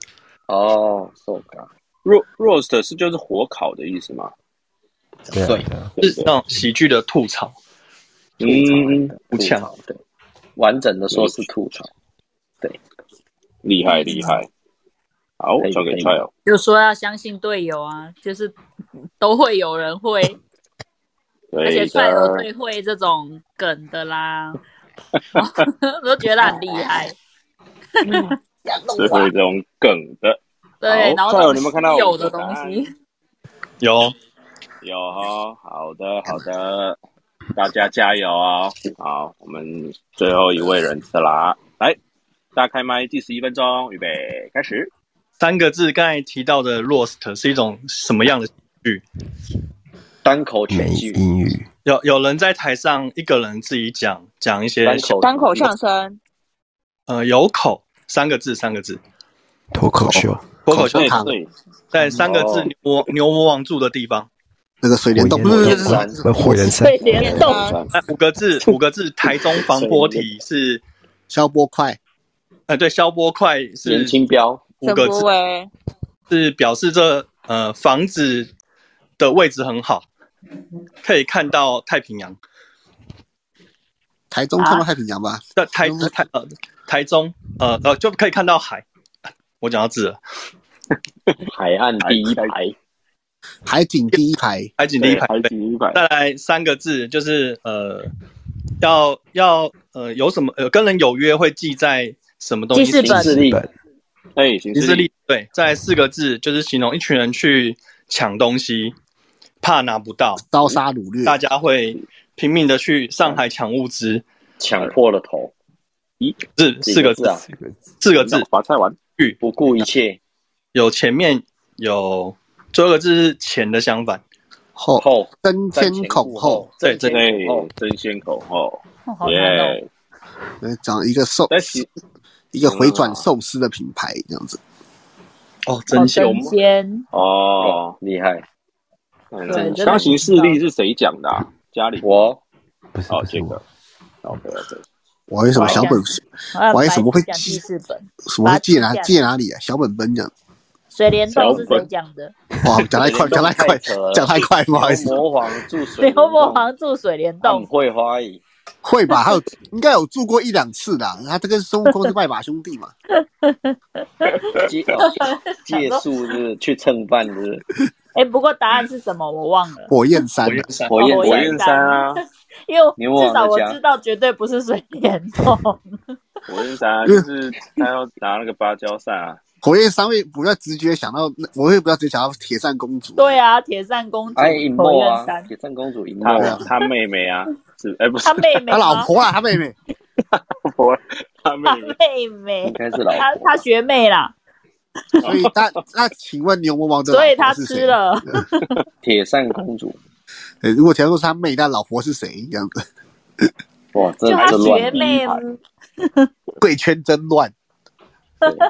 Speaker 11: 哦，so g
Speaker 1: ro roast 是就是火烤的意思吗？
Speaker 4: 对啊
Speaker 10: 对，是那种喜剧的吐槽，
Speaker 11: 吐
Speaker 1: 嗯
Speaker 11: 槽，
Speaker 10: 不
Speaker 11: 吐
Speaker 10: 呛
Speaker 11: 槽，对，完整的说是吐槽，对，
Speaker 1: 厉害厉害，
Speaker 10: 哦
Speaker 1: 好
Speaker 11: 可，以
Speaker 1: 交给
Speaker 11: 可以
Speaker 1: trial。
Speaker 2: 就说要相信队友啊，就是都会有人会，而且
Speaker 1: 对
Speaker 2: 帅
Speaker 1: 的
Speaker 2: 友，最会这种梗的啦，我 都觉得他很厉害。
Speaker 1: 最会这种梗的。
Speaker 2: 对，然
Speaker 1: 好，
Speaker 2: 后
Speaker 1: 帅
Speaker 2: 这
Speaker 1: 友，
Speaker 2: 种
Speaker 1: 你们看到
Speaker 2: 稀
Speaker 1: 我
Speaker 2: 有
Speaker 1: 们
Speaker 2: 的
Speaker 1: 的
Speaker 2: 东
Speaker 1: 答案
Speaker 2: 西，
Speaker 10: 有
Speaker 1: 有哦，好的好的，大家加油哦！好，我们最后一位人次啦，来，大家开麦，计时一分钟，预备，开始。
Speaker 10: 三个字，刚才提到的 roast 是一种什么样的喜剧？
Speaker 11: 单口喜剧，
Speaker 4: 英语
Speaker 10: 有有人在台上一个人自己讲讲一些
Speaker 11: 单
Speaker 10: 小
Speaker 11: 口
Speaker 8: 单口相声，
Speaker 10: 呃有口三个字三个字
Speaker 4: 脱口秀，
Speaker 10: 脱口秀
Speaker 1: 对
Speaker 10: 场
Speaker 1: 对，
Speaker 10: 在三个字
Speaker 11: 哦
Speaker 10: 牛魔牛魔王住的地方，
Speaker 6: 那个水帘洞
Speaker 4: 火
Speaker 6: 不
Speaker 4: 焰
Speaker 6: 是
Speaker 4: 的
Speaker 6: 不是不是
Speaker 4: 呃火焰山
Speaker 2: 对，联动
Speaker 10: 哎五个字五个字台中防波堤是
Speaker 6: 消波块，
Speaker 10: 呃对消波块
Speaker 11: 年
Speaker 10: 是
Speaker 11: 轻标，
Speaker 10: 五
Speaker 8: 陈
Speaker 10: 个
Speaker 8: 柏
Speaker 10: 字
Speaker 8: 伟，
Speaker 10: 是表示这呃房子的位置很好，可以看到太平洋。
Speaker 6: 台中看到太平洋
Speaker 11: 啊
Speaker 6: 吧？
Speaker 10: 在台台呃台中呃呃就可以看到海。我讲到字了，
Speaker 11: 海岸第一排，
Speaker 6: 海景第一排，
Speaker 10: 海景第一
Speaker 1: 对，
Speaker 10: 排。
Speaker 1: 海
Speaker 10: 对
Speaker 1: 景一百，
Speaker 10: 再来三个字就是呃，要要呃有什么呃跟人有约会记在什么东西？
Speaker 2: 记事本
Speaker 11: 记事力
Speaker 4: 本
Speaker 1: 哎，行
Speaker 10: 行
Speaker 1: 事
Speaker 10: 事
Speaker 1: 力
Speaker 10: 力。对，再来四个字就是形容一群人去抢东西，怕拿不到，
Speaker 6: 刀杀掳掠，
Speaker 10: 大家会拼命的去上海抢物资。
Speaker 11: 抢破了头，
Speaker 1: 咦，
Speaker 10: 是
Speaker 11: 几
Speaker 10: 四
Speaker 11: 个
Speaker 10: 个
Speaker 11: 字
Speaker 10: 字
Speaker 11: 啊，
Speaker 10: 四个字，
Speaker 1: 把菜完，
Speaker 10: 去
Speaker 11: 不顾一切，
Speaker 10: 有前面有最后一个字是钱的相反，
Speaker 6: 后
Speaker 11: 后
Speaker 6: 争
Speaker 11: 瞻
Speaker 6: 先
Speaker 11: 前
Speaker 6: 恐
Speaker 11: 顾
Speaker 6: 后
Speaker 11: 后，，瞻前
Speaker 1: 对
Speaker 11: 顾后，，
Speaker 1: 争先恐后，
Speaker 2: 哦好难哦。
Speaker 1: 耶！
Speaker 6: 呃讲一个寿
Speaker 1: 但其
Speaker 6: 一个回转寿司的品牌这样子。
Speaker 10: 哦，
Speaker 2: 哦，
Speaker 10: 真
Speaker 2: 真
Speaker 10: 香！
Speaker 2: 仙
Speaker 1: 哦，
Speaker 11: 厉害，
Speaker 1: 嗯相行事例是谁讲的、啊？家里
Speaker 11: 我
Speaker 4: 不是
Speaker 1: 哦，这个 OK OK，
Speaker 6: 我为什么小本？我为什么会
Speaker 2: 讲记事 本？
Speaker 6: 什么会借哪
Speaker 2: 把它记
Speaker 6: 借
Speaker 2: 下来
Speaker 6: 哪里啊？小本本讲，
Speaker 2: 水帘洞是谁讲的？
Speaker 6: 哇，讲 太快，讲太快，讲太快，不好意思。
Speaker 11: 魔皇注水
Speaker 2: 刘魔皇住水帘洞，
Speaker 11: 会花艺，
Speaker 6: 会吧？还有应该有住过一两次的啊。他这跟孙悟空是拜把兄弟 嘛？
Speaker 11: 借哦借宿是不是去蹭饭是不是？
Speaker 2: 哎，不过答案是什么我忘了。哦
Speaker 6: 火焰
Speaker 4: 嗯
Speaker 6: 山
Speaker 11: 焰山
Speaker 6: 啊，
Speaker 11: 火焰
Speaker 2: 火焰
Speaker 11: 焰山啊，
Speaker 2: 因为我
Speaker 11: 你忘了
Speaker 2: 至少我
Speaker 1: 讲
Speaker 2: 知道绝对不是水帘洞。
Speaker 1: 我认识啊， 就是他要拿那个芭蕉扇啊，
Speaker 6: 火焰山会比较直觉想到那，我会比较直觉想到铁扇公主。
Speaker 2: 对啊，铁扇公主
Speaker 11: 哎，银
Speaker 2: 火
Speaker 11: 幕
Speaker 2: 焰
Speaker 11: 啊
Speaker 2: 山，，
Speaker 11: 铁扇公主银幕
Speaker 1: 他
Speaker 11: 啊，
Speaker 1: 他妹妹啊，是哎不是
Speaker 2: 他妹妹吗，
Speaker 6: 他老婆啊啦，他妹妹。
Speaker 1: 老婆，他妹
Speaker 2: 他
Speaker 1: 妹
Speaker 2: 妹妹
Speaker 11: 应该是老婆
Speaker 2: 他他学妹啦，
Speaker 6: 所以他那请问牛魔王的老
Speaker 2: 所以
Speaker 6: 婆
Speaker 2: 他
Speaker 6: 是
Speaker 2: 吃
Speaker 6: 谁？
Speaker 2: 了。
Speaker 11: 铁扇公主，
Speaker 6: 呃如果条说是他妹，那老婆是谁？这样子，
Speaker 11: 哇，真
Speaker 2: 就
Speaker 11: 的
Speaker 2: 他
Speaker 11: 是
Speaker 2: 学
Speaker 11: 乱第一
Speaker 2: 妹，
Speaker 11: 排，
Speaker 2: 嗯
Speaker 6: 贵圈真 乱。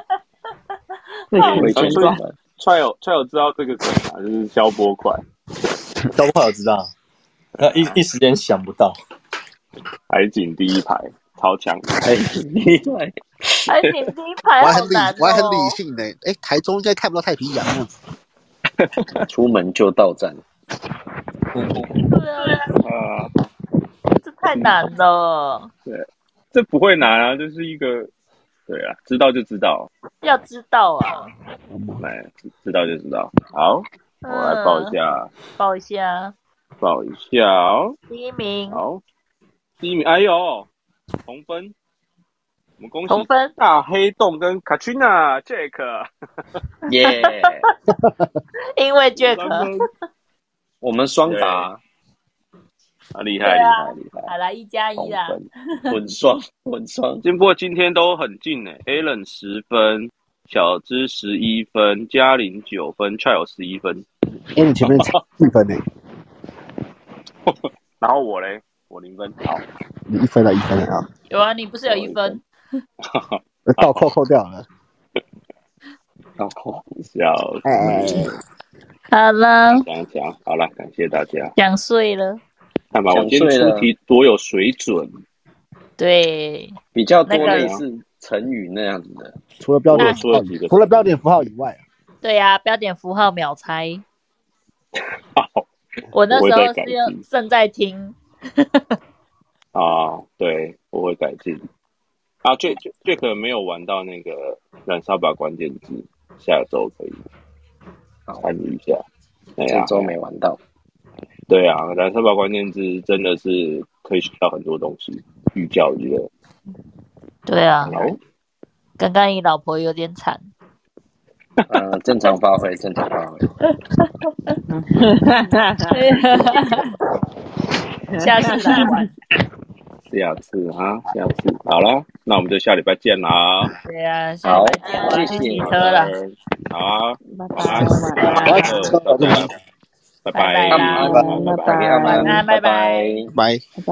Speaker 11: 回圈
Speaker 1: 所以
Speaker 11: 乱，
Speaker 1: 踹友踹友知道这个梗啊，就是消波块，
Speaker 7: 都不好知道，那一一时间想不到。
Speaker 1: 海景第一排超强，
Speaker 11: 哎，厉害，
Speaker 2: 还挺哎第一
Speaker 6: 我
Speaker 2: 排
Speaker 6: 还
Speaker 2: 好
Speaker 6: 很理
Speaker 2: 难，
Speaker 6: 我还很理
Speaker 2: 哦。
Speaker 6: 性的。哎，台中应该看不到太平洋啊。
Speaker 11: 出门就到站，
Speaker 2: 对啊，
Speaker 1: 啊，
Speaker 2: 这太难了，
Speaker 1: 对，这不会难啊，就是一个，对啊，知道就知道，
Speaker 2: 要知道啊。
Speaker 1: 来知道就知道，好，我来报一下，
Speaker 2: 嗯报一下
Speaker 1: 报一下哦，
Speaker 2: 第一名，
Speaker 1: 好，第一名，哎呦，红分，我们恭
Speaker 2: 同
Speaker 1: 喜
Speaker 2: 分。
Speaker 1: 大黑洞跟卡奇娜 Jack
Speaker 11: 耶，
Speaker 2: 因为
Speaker 1: 三
Speaker 2: Jack，
Speaker 1: 分，
Speaker 11: 我们双打，
Speaker 1: 啊，厉
Speaker 2: 对
Speaker 1: 害厉
Speaker 2: 啊哎
Speaker 1: 害厉害，
Speaker 2: 好啦，一加一
Speaker 11: 红
Speaker 2: 啦，
Speaker 11: 分，混双，混双，
Speaker 1: 金波今天都很近诶、a l a n 十分，小芝十一分，嘉玲九分 c h i l 十一分，
Speaker 6: 哎，你前面差一分呢，
Speaker 1: 然后我嘞，我零分，好，
Speaker 6: 你一分了，一分了啊，
Speaker 2: 有啊，你不是有一分？
Speaker 6: 倒扣扣掉了。
Speaker 11: 然后
Speaker 1: 小
Speaker 6: 哎，
Speaker 2: 好了，
Speaker 1: 讲讲好了，感谢大家，
Speaker 2: 讲碎了，
Speaker 1: 看吧，我今天出题多有水准，
Speaker 2: 对，
Speaker 11: 比较多
Speaker 2: 那个
Speaker 11: 类似成语那样子的，
Speaker 6: 除了标点符号
Speaker 1: 那
Speaker 6: 以，除了标点符号以外啊，
Speaker 2: 对呀、啊，标点符号秒猜。
Speaker 1: 好
Speaker 2: 我那时
Speaker 1: 我会
Speaker 2: 候
Speaker 1: 再改
Speaker 2: 是要
Speaker 1: 进
Speaker 2: 正在听，
Speaker 1: 啊，对，我会改进。啊，Jack Jack 没有玩到那个燃烧吧关键字，下周可以参与一下。哎呀
Speaker 11: 这周没玩到，
Speaker 1: 对啊，燃烧吧关键字真的是可以学到很多东西，寓教于乐。
Speaker 2: 对啊，
Speaker 1: 好，
Speaker 2: 刚刚你老婆有点惨，
Speaker 11: 呃，正常发挥，正常发挥，
Speaker 2: 啊 下次来玩，
Speaker 1: 下次啊，下次好了，那我们就下礼拜见啦。
Speaker 2: 对啊，下
Speaker 11: 好
Speaker 2: 礼拜见，我要去
Speaker 11: 谢谢
Speaker 2: 骑
Speaker 1: 好
Speaker 2: 车了，
Speaker 1: 的，好啊，
Speaker 5: 拜
Speaker 1: 晚安，
Speaker 6: 我
Speaker 5: 拜，晚
Speaker 6: 要
Speaker 5: 安，
Speaker 6: 骑车
Speaker 1: 呃大
Speaker 6: 了，对不
Speaker 1: 家
Speaker 6: 起，
Speaker 1: 拜
Speaker 2: 拜拜
Speaker 1: 拜，
Speaker 2: 啦
Speaker 1: 晚安，拜拜。
Speaker 2: 晚安拜
Speaker 5: 拜拜，
Speaker 11: 晚安，拜
Speaker 2: 拜
Speaker 11: 拜。
Speaker 6: 拜。
Speaker 5: 拜拜。